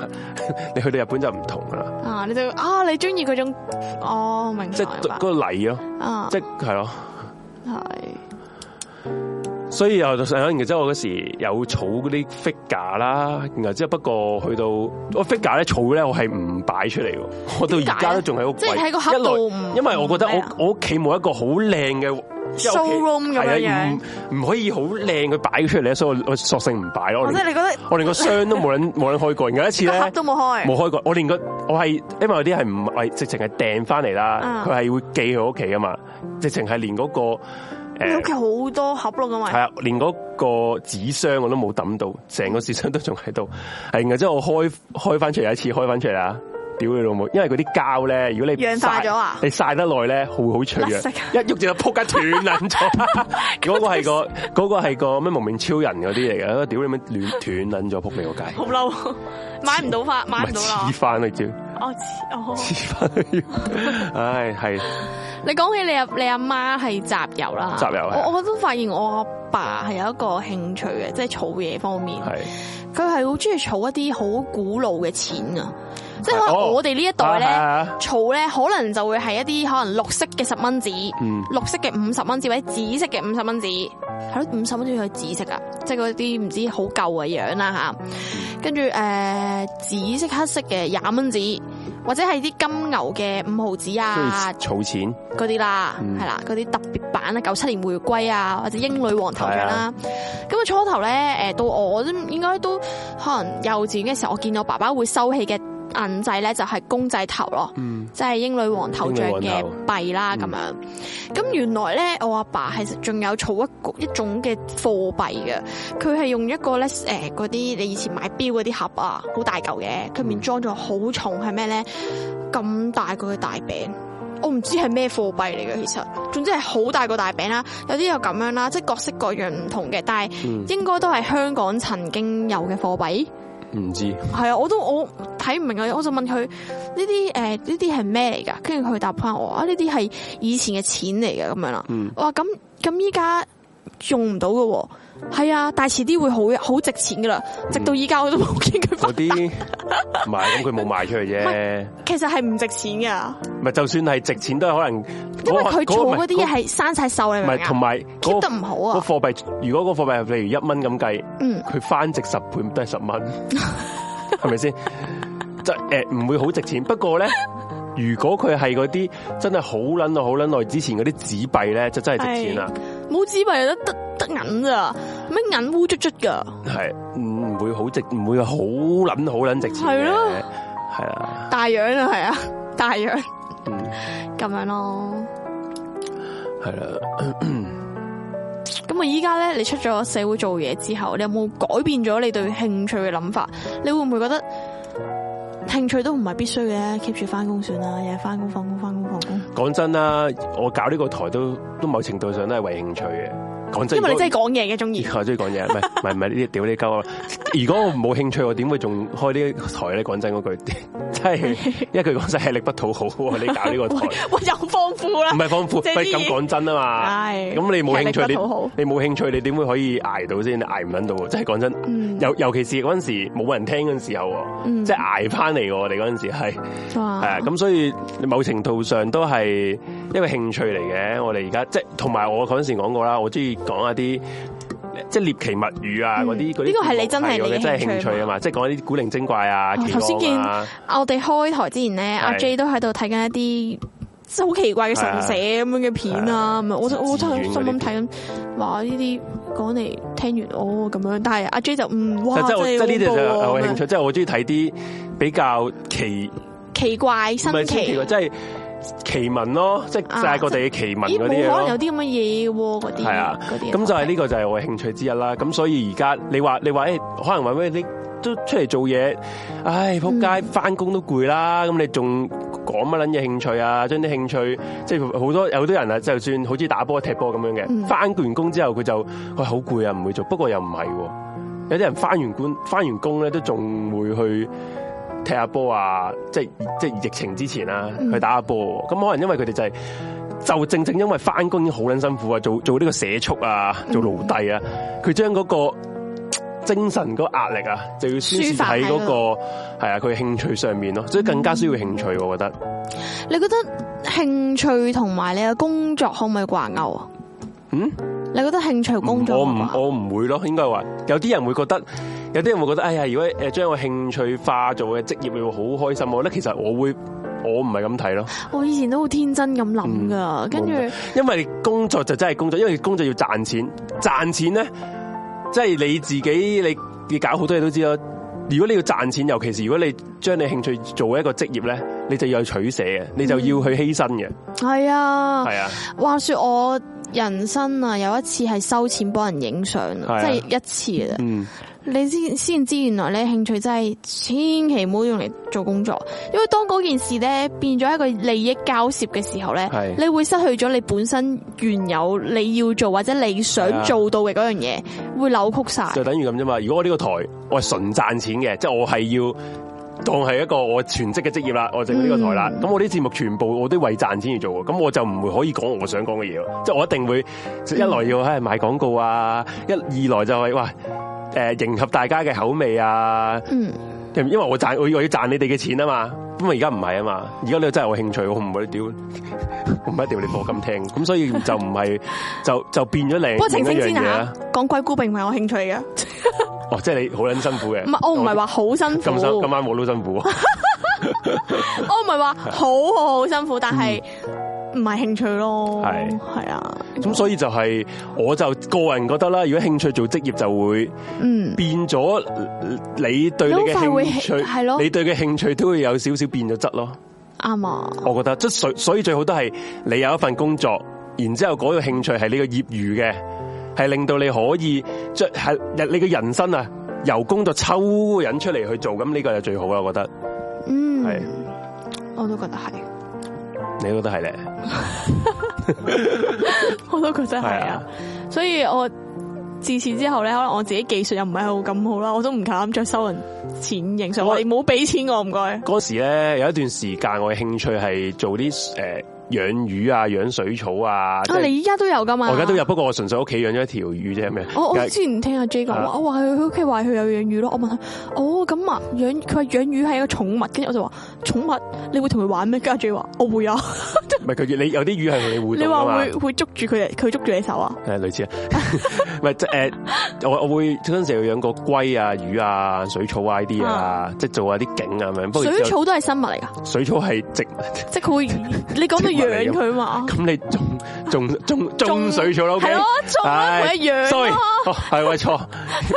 S2: 你去到日本就唔同啦，
S1: 啊，你就啊，你中意嗰種，哦，明白
S2: 即係啊
S1: 明
S2: 嗰
S1: 白
S2: 個禮咯，
S1: 啊，
S2: 即係係咯。
S1: 係
S2: 所以我就想，然之後我嗰時有儲嗰啲 figure 啦，然後之後不過去到我 figure 咧儲咧，我係唔擺出嚟喎，我到而家都仲喺屋
S1: 即係喺個盒
S2: 一來
S1: 度唔
S2: 因為我覺得
S1: 唔咩啊
S2: 我我屋企冇一個好靚嘅。即係屋企
S1: Showroom 咁樣
S2: 係啊
S1: 樣
S2: 唔唔可以好靚佢擺出嚟咧，所以我我索性唔擺咯。我
S1: 或者
S2: 連
S1: 你覺得
S2: 我連個箱都冇人 冇人開過，然後有一次
S1: 個
S2: 咧
S1: 盒都冇開，
S2: 冇開過，我連個我係因為有啲係唔係直情係訂翻嚟啦
S1: 嗯，
S2: 佢係會寄去屋企噶嘛，直情係連嗰個
S1: 你
S2: 誒
S1: 屋企好多盒咯，咁
S2: 系
S1: 咪
S2: 啊，連嗰個紙箱我都冇抌到，成個紙箱都仲喺度。 係，然後之後我開開翻出嚟，有一次開翻出嚟啊！屌你老母，因為嗰啲膠咧，如果你
S1: 氧化
S2: 曬
S1: 咗啊
S2: 你曬得耐咧，會好脆弱，
S1: 甩色啊
S2: 一喐就撲街斷撚 咗。嗰個係個嗰個係個咩無名超人嗰啲嚟嘅，屌你咩斷斷撚咗，撲你 個街，
S1: 好 嬲，買唔到花，買唔到啦
S2: 黐，翻去照，
S1: 我知哦。
S2: 黐翻去照，唉係
S1: 你講起你阿你阿媽係集郵啦，
S2: 集郵係
S1: 我我都發現我阿爸係有一個興趣嘅，即係儲嘢方面，
S2: 係
S1: 佢係好中意儲一啲好古老嘅錢啊，即係可能
S2: 哦
S1: 我哋呢一代
S2: 啊係
S1: 咧。
S2: 啊
S1: 儲咧可能就會係一啲可能綠色嘅十蚊紙，
S2: 嗯
S1: 綠色嘅五十蚊紙或者紫色嘅五十蚊紙，係咯五十蚊紙佢紫色啊，即係嗰啲唔知好舊嘅樣啦吓。跟住诶紫色黑色嘅廿蚊紙，或者係啲金牛嘅五毫紙
S2: 中意
S1: 啊
S2: 儲錢，
S1: 嗰啲啦，
S2: 嗯
S1: 係啦嗰啲特別版啊，九七年玫瑰啊，或者英女王頭像啦。咁啊初頭咧诶到我都應該都可能幼稚園嘅時候，我見到爸爸會收起嘅銀仔咧就係公仔頭咯。
S2: 嗯
S1: 即係英女王頭像
S2: 英女
S1: 嘅
S2: 王嗯
S1: 幣啦咁樣。咁原來咧，我阿爸係仲有儲一個一種嘅貨幣嘅，佢係用一個咧誒嗰啲你以前買錶嗰啲盒啊，好大嚿嘅，佢
S2: 嗯
S1: 面裝咗好重係咩咧？咁大個嘅大餅。我唔知係咩貨幣嚟嘅，其實總之係好大個大餅啦，有啲又咁樣啦，即係各式各樣唔同嘅，但係
S2: 嗯
S1: 應該都係香港曾經有嘅貨幣。
S2: 嗯唔知
S1: 系啊，我都我睇唔明啊！我就問佢呢啲诶呢啲係咩嚟㗎？跟住佢答翻我啊，呢啲係以前嘅錢嚟嘅咁樣啦。
S2: 嗯
S1: 我話咁咁依家用唔到嘅喎，係啊，但係遲啲會好好值錢㗎啦。直到依家我都冇見佢
S2: 嗰
S1: 翻，
S2: 啲唔係咁佢冇賣出去
S1: 唔
S2: 啫。
S1: 其實係唔值錢㗎，
S2: 咪就算係值錢都係可能，
S1: 因為佢
S2: 嗰
S1: 儲
S2: 個
S1: 嗰啲嘢係生晒鏽，你
S2: 唔
S1: 明唔
S2: 係
S1: 明啊
S2: 同埋
S1: keep
S2: 嗰
S1: 得
S2: 個
S1: 唔好
S2: 嗰個
S1: 啊？
S2: 貨幣，如果嗰個貨幣係例如一蚊咁計，
S1: 嗯，
S2: 佢翻值十倍都係十蚊，係咪先？就誒唔會好值錢，不過咧。如果佢係嗰啲真係好撚耐、好撚耐之前嗰啲紙幣咧，就真係值錢啦。
S1: 冇紙幣得得得銀咋，咩銀烏卒卒㗎？
S2: 係嗯唔會好值，唔會好撚好撚值錢嘅。
S1: 係咯
S2: 係啊，
S1: 大樣啊，係啊，大樣
S2: 嗯。
S1: 咁樣咯。
S2: 係啦。
S1: 咁啊，依家咧，你出咗社會做嘢之後，你有冇改變咗你對興趣嘅諗法？你會唔會覺得興趣都唔係必須嘅？keep 住翻工算啦，日日翻工放工翻工放工，
S2: 講真啦，我搞呢個台都都某程度上都係為興趣嘅。講真，
S1: 因為
S2: 如
S1: 你
S2: 果
S1: 真係講嘢嘅中意。
S2: 我中意講嘢，唔係唔係唔係呢啲屌你鳩啊！如果我冇興趣，我點會仲開呢個台咧？講真嗰句， 真係一句講真係力不討好喎！你搞呢個台，
S1: 喂，又放負啦
S2: 唔！係放負，
S1: 即係
S2: 喂
S1: 啲
S2: 咁講真啊嘛。
S1: 唉，
S2: 咁你冇興趣
S1: 力不討好，
S2: 你你冇興趣，你點會可以捱到先？你捱唔撚到喎！真係講真，
S1: 嗯，
S2: 尤尤其是嗰陣時冇人聽嗰陣時候喎，
S1: 嗯
S2: 即係捱翻嚟喎！我哋嗰陣時係係啊，
S1: 哇，
S2: 咁所以某程度上都係一個興趣嚟嘅。我哋而家即係同埋我嗰陣時講過啦，我中意講一啲。即係獵奇物語啊，
S1: 嗯
S2: 嗰啲嗰啲
S1: 呢個係你真係你嘅
S2: 我嘅真係
S1: 興
S2: 興
S1: 趣
S2: 趣
S1: 啊
S2: 啊嘛，即係講一啲古靈精怪啊、
S1: 哦
S2: 奇
S1: 頭先
S2: 案啊，
S1: 我哋開台之前咧，阿
S2: 係
S1: J 都喺度睇緊一啲。即係好奇怪嘅神社咁樣嘅片啊，咁啊，我就我真係心諗睇緊，哇！呢啲講嚟聽完哦咁樣，但係阿 J 就嗯，哇！
S2: 就即係我即係呢啲就係我
S1: 係
S2: 嘅興趣，即係我中意睇啲比較奇
S1: 奇怪
S2: 唔係
S1: 新
S2: 奇
S1: 奇啊
S2: 怪，，即係奇聞咯，即係世界各地嘅奇聞
S1: 咦
S2: 嗰
S1: 冇
S2: 啲嘢
S1: 可
S2: 咯
S1: 能有。啲咁嘅嘢嘅喎，嗰啲
S2: 係啊
S1: 嗰啲
S2: 咁就係呢個就係我嘅興趣之一啦。咁所以而家你話你話誒，可能話咩你都出嚟做嘢，唉仆
S1: 嗯
S2: 街翻工都攰啦。咁你仲講乜撚嘢興趣啊？將啲興趣即係好多有好多人啊，就算好似打波踢波咁樣
S1: 嗯
S2: 嘅，翻完工之後佢就喂好攰啊，唔會做。不過又唔係喎，有啲人翻完工翻完工咧都仲會去。踢下波啊，即係即係疫情之前啊，
S1: 嗯
S2: 去打下波。咁可能因為佢哋就係、就正正因為翻工已經好撚辛苦啊，做做呢個社畜啊，
S1: 嗯
S2: 做奴隸啊，佢將嗰個精神嗰個壓力啊，就要宣泄喺嗰
S1: 抒發喺
S2: 個係啊佢嘅興趣上面咯，所以更加需要興趣，我覺得。
S1: 嗯你覺得興趣同埋你嘅工作可唔可以掛鈎啊？
S2: 嗯，
S1: 你覺得興趣同工作啊
S2: 我
S1: 可唔可以掛鈎
S2: 唔我唔會咯，應該話有啲人會覺得，有啲人會覺得，哎呀，如果誒將我興趣化做嘅職業，你會好開心。我覺得其實我會，我唔係咁睇咯，
S1: 我以前都好天真咁諗噶，
S2: 嗯
S1: 跟住
S2: 因為工作就真係工作，因為工作要賺錢，賺錢咧，即係你自己你你搞好多嘢都知啦。如果你要賺錢，尤其是如果你將你興趣做一個職業咧，你就要有取捨嘅，你就要去犧牲嘅，
S1: 係啊，
S2: 係啊，
S1: 話說我人生啊，有一次係收錢幫人影相
S2: 係
S1: 啊，
S2: 啊
S1: 即係一次嘅啫。
S2: 嗯，
S1: 你先先知原來你興趣真係千祈唔好用嚟做工作，因為當嗰件事咧變咗一個利益交涉嘅時候咧
S2: 係，
S1: 你會失去咗你本身原有你要做或者你想
S2: 係啊
S1: 做到嘅嗰樣嘢，會扭曲晒。
S2: 就等於咁啫嘛。如果我呢個台我係純賺錢嘅，即係我係要當係一個我全職嘅職業啦，我就呢個台啦。
S1: 嗯
S2: 咁、我啲節目全部我都為賺錢而做喎，咁我就唔會可以講我想講嘅嘢咯。即係我一定會一來要係賣廣告啊，一二來就係、哇。誒迎合大家嘅口味啊，
S1: 嗯，
S2: 因為我賺我要我要賺你哋嘅錢啊嘛，咁我而家唔係啊嘛，而家呢個真係我興趣，我唔會屌，我唔一定要你播咁聽，咁所以就唔係就就變咗另
S1: 不過澄
S2: 另
S1: 清
S2: 一樣
S1: 先
S2: 嘢啊
S1: 吓
S2: 啦。，
S1: 講鬼故並唔係我興趣嘅，唔
S2: 哦，即係你好撚辛苦嘅，
S1: 係我唔係話好辛苦，
S2: 咁辛今晚我都辛苦，
S1: 哦我唔係話好好好辛苦，但係唔係興趣咯，
S2: 係
S1: 係啊，
S2: 咁所以就係我就個人覺得啦，如果興趣做職業就會
S1: 嗯
S2: 變咗你對你嘅
S1: 你好快會
S2: 興趣，
S1: 係咯
S2: 你對嘅興趣都會有少少變咗質咯。
S1: 啱啊，
S2: 我覺得即係所所以最好都係你有一份工作，然之後嗰個興趣係你個業餘嘅，係令到你可以即係你嘅人生啊。由工作抽引出嚟去做，咁呢個就最好啦，我覺得
S1: 嗯
S2: 係，
S1: 我都覺得係，
S2: 你覺得係咧？
S1: 我都覺得係啊，所以我自此之後咧，可能我自己技術又唔係好咁好啦，我都唔夠膽再收人錢影相，
S2: 我
S1: 我哋冇俾錢我唔該，
S2: 嗰時咧有一段時間，我嘅興趣係做啲誒養魚啊、養水草啊。即
S1: 啊
S2: 係
S1: 你依家都有噶
S2: 我
S1: 嘛？
S2: 而家都有，。不過我純粹屋企養咗一條魚啫，咩？
S1: 我我
S2: 梗係
S1: 之前聽阿 J 講
S2: 係
S1: 話，
S2: 啊
S1: 我話佢佢屋企話佢有養魚咯，我問佢，哦咁啊養，佢話養魚係一個寵物，跟住我就話寵物你會同佢玩咩？跟住阿 J 話我 會啊。
S2: 唔係佢你有啲魚係同你互
S1: 你
S2: 動
S1: 話
S2: 噶嘛
S1: 會？會捉住佢，佢捉住你手啊？
S2: 誒類似 啊，唔係即係誒，我我會嗰陣時有養過龜啊、魚啊、水草啊呢啲啊，即係做下啲景啊咁樣。不過
S1: 水
S2: 就
S1: 草都係生物嚟 噶，
S2: 水草係植物，
S1: 即係佢會，你講到養佢 嘛？
S2: 咁你種種種種水草 咯，
S1: 係咯，種啦，
S2: 唉
S1: 同一樣
S2: sorry，
S1: 咯。
S2: 哦係喂錯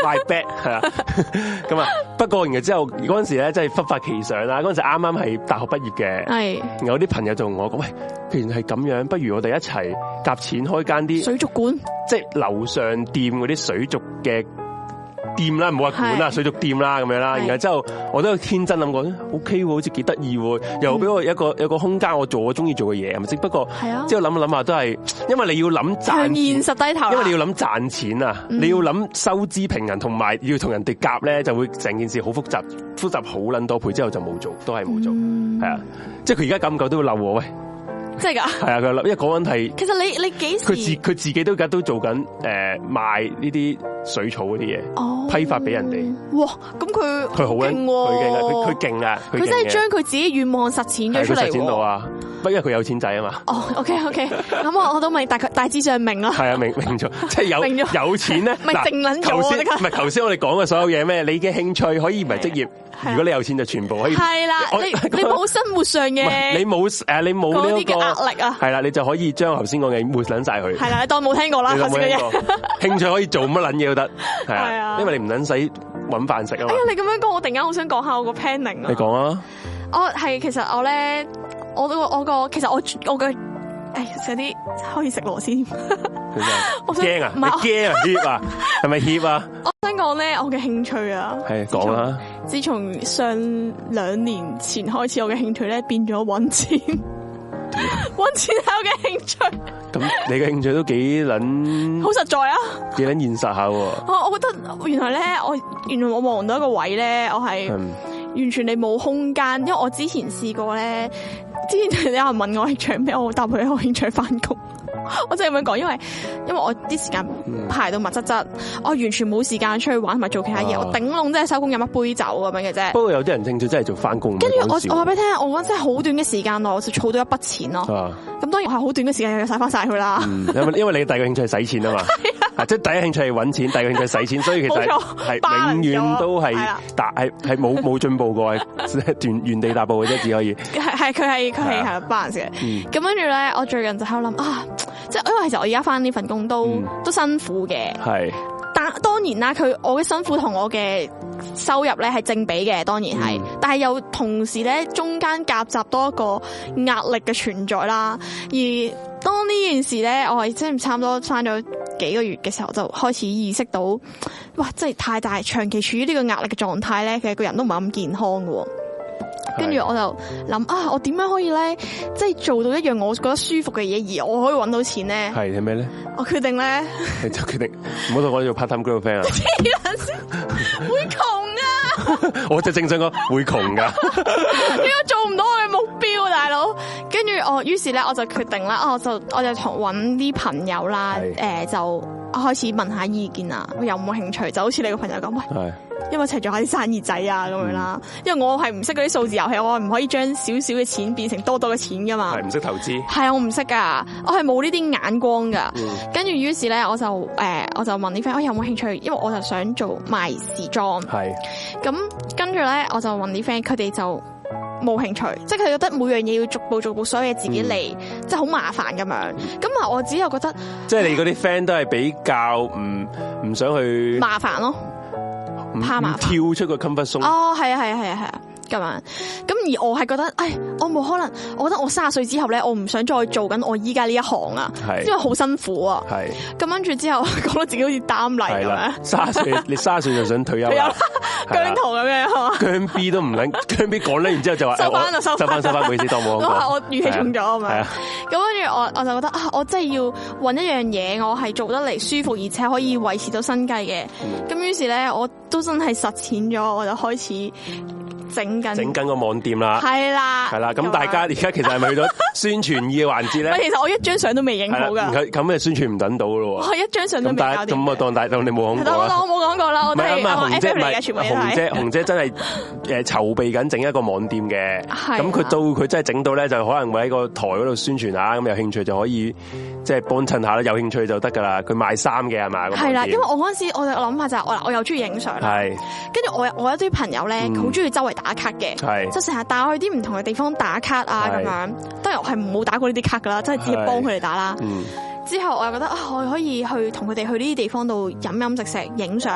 S2: ，my bad 係啦， 咁啊，不過然後之後嗰陣時咧，真係忽發奇想啊啦，嗰陣時啱啱係大學畢業嘅，
S1: 係
S2: 有啲朋友就同我講，喂，既然係咁樣，不如我哋一齊夾錢開間啲
S1: 水族館，
S2: 即係樓上店嗰啲水族嘅店啦，唔好話館啦，
S1: 係
S2: 水族店啦咁樣啦。
S1: 係
S2: 然後之後我都有天真諗過，O K 喎，好似幾得意喎，又俾我一個有個空間我做我中意做嘅嘢，係咪先？不過
S1: 係啊
S2: 之後諗一諗下都係，因為你要諗賺
S1: 向
S2: 錢，
S1: 現
S2: 因
S1: 實低頭啊啦。嗯
S2: 為你要諗賺錢啊，你要諗收支平衡，同埋要同人哋夾咧，就會成件事好複雜，複雜好撚多倍之後就冇做，都係
S1: 嗯
S2: 冇做， 係啊。即係佢而家咁久都會嬲我，喂，
S1: 真係㗎。
S2: 係啊，佢嬲，因為嗰個人係。
S1: 其實你你幾
S2: 佢自
S1: 時？
S2: 佢自己都而家都做緊誒、呃、賣呢啲水草嗰啲嘢，
S1: 哦
S2: 批發俾人哋。
S1: 哇！咁佢
S2: 佢好
S1: 勁
S2: 勁，佢勁啊，佢佢
S1: 喎，
S2: 勁啊，
S1: 佢真係
S2: 係
S1: 將佢自己願望實踐咗出嚟
S2: 實踐到
S1: 喎。
S2: 啊！不過因為佢有錢仔啊嘛，
S1: 哦，OK OK，咁我我都明，大 概大致上明啦。
S2: 係啊，明 明咗，即係
S1: 明咗
S2: 有有錢咧，
S1: 咪
S2: 嗱
S1: 靜撚咗啊
S2: 頭先
S1: 即刻
S2: 唔係頭先我哋講嘅所有嘢咩？你嘅興趣可以唔係職
S1: 係
S2: 業，
S1: 啊
S2: 如果你有錢就全部可以。
S1: 係啊啦，
S2: 我
S1: 你你冇生活上
S2: 唔係你
S1: 嘅，
S2: 冇誒，你冇
S1: 嗰
S2: 呢
S1: 啲
S2: 一個
S1: 嘅壓力啊
S2: 係啦，你就可以將頭先講嘅抹撚晒佢。
S1: 係啦，你當冇聽過啦，
S2: 你
S1: 頭
S2: 有
S1: 先嘅
S2: 冇
S1: 嘢
S2: 聽。過？興趣可以做乜撚嘢都得，係
S1: 係
S2: 啊
S1: 啊，
S2: 因為你唔撚使揾飯食啊嘛
S1: 哎呀。，你咁樣講，我突然間好想講下我個 planning 啊！
S2: 你講啊。
S1: 我係其實我咧，我個我個其實我我個，哎呀，有啲可以食螺絲。我想
S2: 驚啊！
S1: 唔
S2: 你
S1: 係
S2: 驚啊？怯啊？係咪怯啊？
S1: 我想講咧，我嘅興趣啊，
S2: 係講啦，
S1: 自從上兩年前開始，我嘅興趣咧變咗搵錢，搵錢係我嘅興趣，
S2: 咁你嘅興趣都幾捻
S1: 好實在啊！
S2: 幾捻現實下喎。
S1: 我我覺得原來咧，我原來我望到一個位咧，我係
S2: 嗯，
S1: 完全你冇空間，因為我之前試過咧，之前有人問我興趣咩，我答佢我興趣翻工。 我真係咁樣講，因為因為我啲時間排到密質質，我完全冇時間出去玩同埋做其他嘢，
S2: 啊
S1: 我頂籠真係收工飲一杯酒咁樣嘅啫。
S2: 不過有啲人興趣真係做翻工，
S1: 跟住我
S2: 唔係講笑
S1: 我話俾你聽，我真係好短嘅時間內，我就儲到一筆錢咯。
S2: 啊，
S1: 咁當然我係好短嘅時間又使翻晒佢啦。
S2: 嗯因為因為你第二個興趣係使錢啊嘛，啊即係第一興趣係揾錢，第二個興趣係使錢，所以其實
S1: 冇錯
S2: 係係
S1: balance
S2: 永遠都係
S1: 咗係啦
S2: 達係係冇冇進步過，係原原地踏步嘅啫，只可 以
S1: 係係佢係佢係係 balance 嘅。
S2: 嗯
S1: 咁跟住咧，我最近就喺度諗啊，即係因為其實我而家翻呢份工都、
S2: 嗯
S1: 都辛苦嘅，
S2: 係
S1: 但當然啦，佢我嘅辛苦同我嘅收入咧係正比嘅，當然係，
S2: 嗯
S1: 但係又同時咧中間夾雜多一個壓力嘅存在啦。而當呢件事咧，我係真係差唔多翻咗幾個月嘅時候，就開始意識到，哇！真係太大，長期處於呢個壓力嘅狀態咧，其實個人都唔係咁健康嘅喎。跟住我就諗啊，我點樣可以咧，即係做到一樣我覺得舒服嘅嘢，而我可以揾到錢咧？
S2: 係係咩咧？
S1: 我決定咧，
S2: 你就決定唔好同我哋做 part time girlfriend 啊！
S1: 會窮啊！
S2: 我就正想講會窮 噶，
S1: 呢個 做唔到我嘅目標，大佬。跟住我，於是咧我就決定啦，啊我就我就同揾啲朋友啦，
S2: 係
S1: 誒就開始問下意見啊，有冇興趣？就好似你個朋友咁，喂，
S2: 係
S1: 因為一齊做下啲生意仔啊咁樣啦。
S2: 嗯
S1: 因為我係唔識嗰啲數字遊戲，我唔可以將少少嘅錢變成多多嘅錢噶嘛
S2: 係。唔識投資，
S1: 係啊，我唔識噶，我係冇呢啲眼光噶。
S2: 嗯
S1: 跟住於是咧，我就誒、我就問啲 friend，我有冇哦興趣？因為我就想做賣時裝。
S2: 係
S1: 咁跟住咧，我就問啲 friend，佢哋就冇興趣，即係佢哋覺得每樣嘢要逐步逐步所有嘢自己嚟，
S2: 嗯
S1: 即係好麻煩咁樣。咁啊，我只有覺得
S2: 即係你嗰啲 friend 都係比較唔唔想去
S1: 麻煩咯。
S2: 唔
S1: 怕麻
S2: 唔跳出個 comfort zone，
S1: 哦，係啊，係啊，係啊，係啊。咁樣，咁而我係覺得，唉，我冇可能，我覺得我三十歲之後咧，我唔想再做緊我依家呢一行啊，
S2: 係
S1: 因為好辛苦啊。
S2: 係
S1: 咁跟住之後， 講到自己好似擔
S2: 係
S1: 泥咁樣
S2: 啦，，卅歲 你卅歲就想退休
S1: 佢有
S2: 啦
S1: 啦，姜濤咁樣係嘛
S2: 姜 B 都唔撚， 姜 B 講咧，然之後就話
S1: 收
S2: 哎
S1: 返
S2: 我
S1: 啦收
S2: 收
S1: 返啦
S2: 翻收翻，唔好意思，當冇講
S1: 我話
S2: 過。
S1: 我語氣重咗啊嘛
S2: 係啊，
S1: 咁跟住我我就覺得啊，我真係要揾一樣嘢，我係做得嚟舒服，而且可以維持到生計嘅。
S2: 嗯
S1: 咁於是咧，我都真係實踐咗，我就開始整
S2: 整
S1: 緊，
S2: 緊個網店啦，
S1: 係啊啦，
S2: 係啦，咁
S1: 樣
S2: 大家而家其實係咪去咗宣傳二嘅環 節
S1: 喂，
S2: 咧？
S1: 其實我一張相都未影
S2: 係啦，
S1: 好
S2: 唔
S1: 噶，
S2: 係咁咪宣傳唔等到咯
S1: 我一張相
S2: 喎。
S1: 都
S2: 咁
S1: 未
S2: 大
S1: 搞
S2: 咁我
S1: 掂。
S2: 當大當你冇講
S1: 其
S2: 過
S1: 實我
S2: 啊。
S1: 我冇講過啦，我
S2: 唔
S1: 都
S2: 係
S1: 係
S2: 咁啊，
S1: 我
S2: 紅姐
S1: F
S2: 唔
S1: 嚟
S2: 係
S1: 嘅，全部嘢都
S2: 紅
S1: 係
S2: 姐，紅姐真係誒籌備緊整一個網店嘅。
S1: 係啊
S2: 咁佢到佢真係整到咧，就可能會喺個台嗰度宣傳啊下，咁有興趣就可以即係幫襯下啦，有興趣就得噶啦。佢賣衫嘅係嘛？個網店
S1: 係啦，因為我嗰陣時我嘅諗法就係我我又中意影相啦，
S2: 係
S1: 跟住我有我有啲朋友咧，
S2: 嗯
S1: 佢好中意周圍打卡嘅，
S2: 係
S1: 即係成日帶我去啲唔同嘅地方打卡啊
S2: 係
S1: 咁樣。當然我係冇打過呢啲卡噶啦，即係只係幫佢哋打啦。
S2: 嗯
S1: 之後我又覺得啊，我可以去同佢哋去呢啲地方度飲飲食食、影相，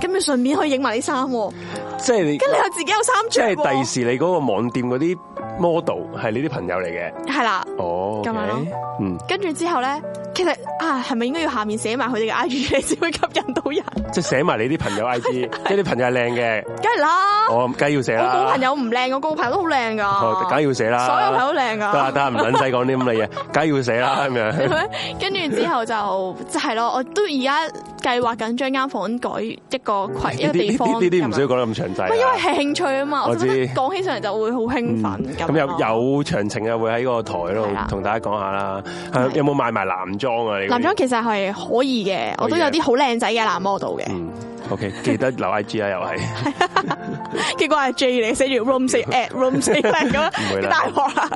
S1: 咁你順便可以影埋啲衫喎，
S2: 即係你
S1: 跟住你又自己有衫
S2: 即
S1: 着
S2: 係
S1: 喎，
S2: 第時你嗰個網店嗰啲 model 係你啲朋友嚟嘅，
S1: 係啦。
S2: 哦，
S1: 咁樣咯
S2: OK，嗯，
S1: 跟住之後咧，其實啊，係咪應該要下面寫埋佢哋嘅 I G 你先會吸引到人？
S2: 即係寫埋你啲 朋友 I G，即係啲朋友係靚嘅，
S1: 梗係啦，
S2: 我梗係要寫
S1: 啊我冇
S2: 啦
S1: 朋，友唔靚，我個個朋友都好靚
S2: 哦
S1: 噶，
S2: 梗係要寫啦，
S1: 所有朋友都靚
S2: 得啦
S1: 噶。
S2: 得啊啦，唔撚使講啲咁嘅嘢，梗係要寫啦咁樣，
S1: 跟住之後就即係咯，我都而家計劃緊將間房改一個規一個
S2: 呢啲
S1: 地
S2: 呢
S1: 方
S2: 啲呢啲唔需要
S1: 咁樣
S2: 講得咁詳細
S1: 唔係因為
S2: 啦。
S1: 係興趣啊嘛，我
S2: 我
S1: 就覺得
S2: 知
S1: 講起上嚟就會好興奮咁
S2: 嗯咁有
S1: 咯
S2: 有詳情啊，會喺個台
S1: 係啦
S2: 度同大家講下啦。
S1: 係
S2: 係有冇賣埋男裝啊？你嗰啲
S1: 男裝其實係可以嘅，我都有啲好靚仔嘅男 model 嘅，
S2: 嗯，OK，記得 留 I G 啊，又係
S1: 結果係 J 嚟寫住 room 四 at room 四零咁樣
S2: 唔會，啦
S1: 大鑊啦，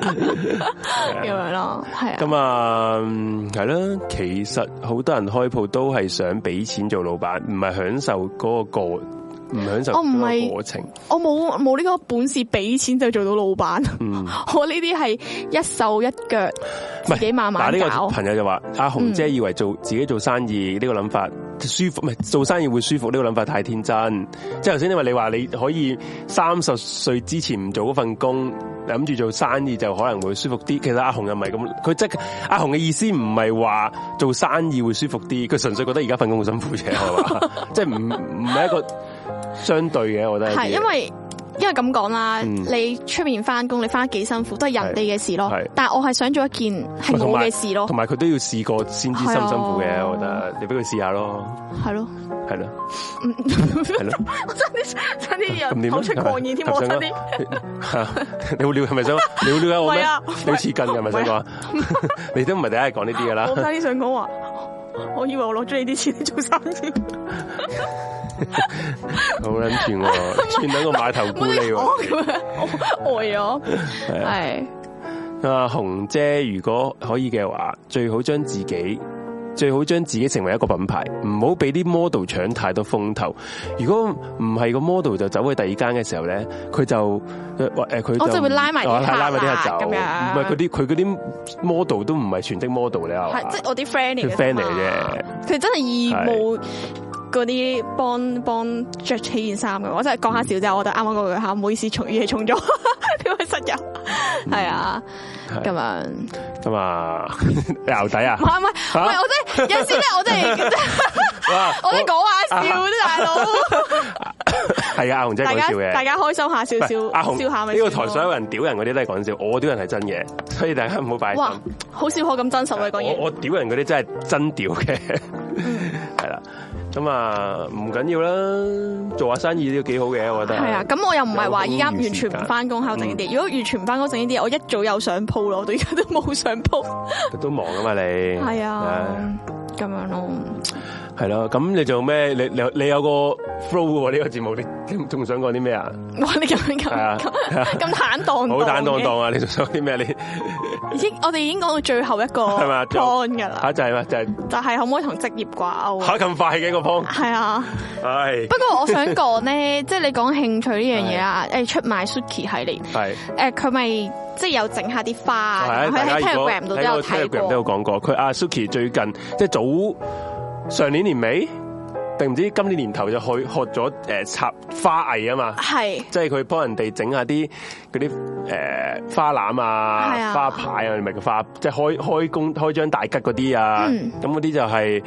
S1: 咁樣咯，係啊，
S2: 咁啊，嗯係啦。其實好多人開鋪都係想俾錢做老闆，唔係享受嗰個過，唔享受
S1: 我哦唔係
S2: 嗰個過程。
S1: 我冇冇呢個本事俾錢就做到老闆，
S2: 嗯，
S1: 我呢啲係一手一腳
S2: 唔係
S1: 自己慢慢
S2: 嗱，呢個
S1: 搞，嗯
S2: 朋友就話：阿紅姐以為做自己做生意呢個諗法舒服，唔係做生意會舒服呢個諗法太天真。即係頭先因為你話你可以三十歲之前唔做嗰份工，諗住做生意就可能會舒服啲。其實阿紅又唔係咁，佢即係阿紅嘅意思唔係話做生意會舒服啲，佢純粹覺得而家份工好辛苦啫，係 嘛？即係唔唔係一個相對嘅，我覺得
S1: 係因為。因為咁講啦，
S2: 嗯
S1: 你出面翻工，你翻得幾辛苦，都係人哋嘅事咯
S2: 係係。
S1: 但係我係想做一件係
S2: 同
S1: 我
S2: 埋
S1: 嘅事咯
S2: 同，埋佢都要試過先知辛唔辛
S1: 係
S2: 苦嘅，
S1: 啊
S2: 我覺得你俾佢試下咯。
S1: 係咯，
S2: 係啦，係
S1: 嗯
S2: 咯。
S1: 我真啲真
S2: 咁
S1: 啲
S2: 點
S1: 人
S2: 啊
S1: 口出狂言添，我真啲。
S2: 嚇你好了係 咪想？你好了解我咩
S1: 唔係啊？
S2: 你好似近嘅咪想講？ 你都唔係第一日講呢啲噶
S1: 我
S2: 啦。
S1: 差啲想講話，我以為我攞咗你啲錢做生意，
S2: 好撚 串喎，串到個碼頭
S1: 我
S2: 菇你
S1: 哋
S2: 喎。
S1: 我咁樣，我呆咗，係
S2: 啊，紅姐如果可以嘅話，最好將自己最好將自己成為一個品牌，唔好俾啲 model 搶太多風頭。如果唔係個 model 就走去第二間嘅時候咧，佢就誒誒佢
S1: 哦即係會拉埋啲
S2: 啊
S1: 客
S2: 拉埋啲
S1: 啊
S2: 客走，
S1: 咁樣
S2: 唔係佢啲佢嗰啲 model 都唔係全職 model 咧，
S1: 係即係我啲 friend 嚟
S2: 佢
S1: 嘅
S2: friend
S1: 嘛
S2: 嚟嘅啫。
S1: 佢真係義務嗰啲幫幫着起件衫嘅，我真係講下笑啫，我覺得啱啱嗰句嚇，唔好意思，重語氣重咗， 呢位室友係啊，
S2: 嗯係
S1: 咁樣。
S2: 咁啊，牛仔啊
S1: 唔係唔係，唔，係我真係有時咧，我真係
S2: 哇
S1: 我 真係講下笑
S2: 啊
S1: 啫，大佬。
S2: 係啊，阿紅姐
S1: 大
S2: 講
S1: 家
S2: 笑嘅，
S1: 大家開心下少
S2: 唔係阿
S1: 少，
S2: 紅
S1: 笑下咪
S2: 呢個
S1: 算
S2: 台
S1: 咯
S2: 上有人屌人嗰啲都係講笑，我屌人係真嘅，所以大家唔好擺心。
S1: 哇，好少可咁真實喎，你講
S2: 我
S1: 嘢。嗯
S2: 我屌人嗰啲真係真屌嘅，係啦。咁啊，唔緊要啦，做下生意都幾好嘅，我覺得。
S1: 係啊，咁我又唔係話依家
S2: 有
S1: 完
S2: 空餘時
S1: 全
S2: 間
S1: 唔翻工喺度整呢
S2: 嗯
S1: 啲嘢。如果完全唔翻工整呢啲嘢，我一早有上鋪咯，我到而家都冇上鋪。
S2: 都忙啊嘛你。
S1: 係啊，咁樣咯。
S2: 唉，係咯。咁你做咩？你你有你有個 flow 喎呢個節目，你你仲想講啲咩啊？
S1: 哇，你咁樣
S2: 係啊
S1: 咁咁 咁坦蕩，
S2: 好坦蕩蕩啊！你仲想啲咩？你
S1: 嘅。已經我哋已經講到最後一個
S2: 係嘛
S1: point 㗎啦
S2: 吓，就係咩？就係
S1: 就係可唔可以同職業掛鈎？啊
S2: 吓咁快嘅個 p
S1: 係啊。
S2: 唉
S1: 不，過我想講咧， 即係你講興趣呢樣嘢啦，誒出賣 Suki 系列，
S2: 係。
S1: 誒佢咪即係有整下啲花，
S2: 係
S1: 佢
S2: 大
S1: 啊喺
S2: 家如果
S1: Telegram 度都有
S2: 喺個 Telegram 都
S1: 睇
S2: 有
S1: 過。
S2: 講過，佢阿 Suki 最近即係早上年年尾定唔知今年年頭就去學咗誒插花藝啊嘛。
S1: 係
S2: 即係佢幫人哋整下啲嗰啲誒花籃
S1: 係
S2: 啊、
S1: 啊
S2: 花牌啊，唔係個花，即係開開工開張大吉嗰啲啊
S1: 嗯，
S2: 咁嗰啲就係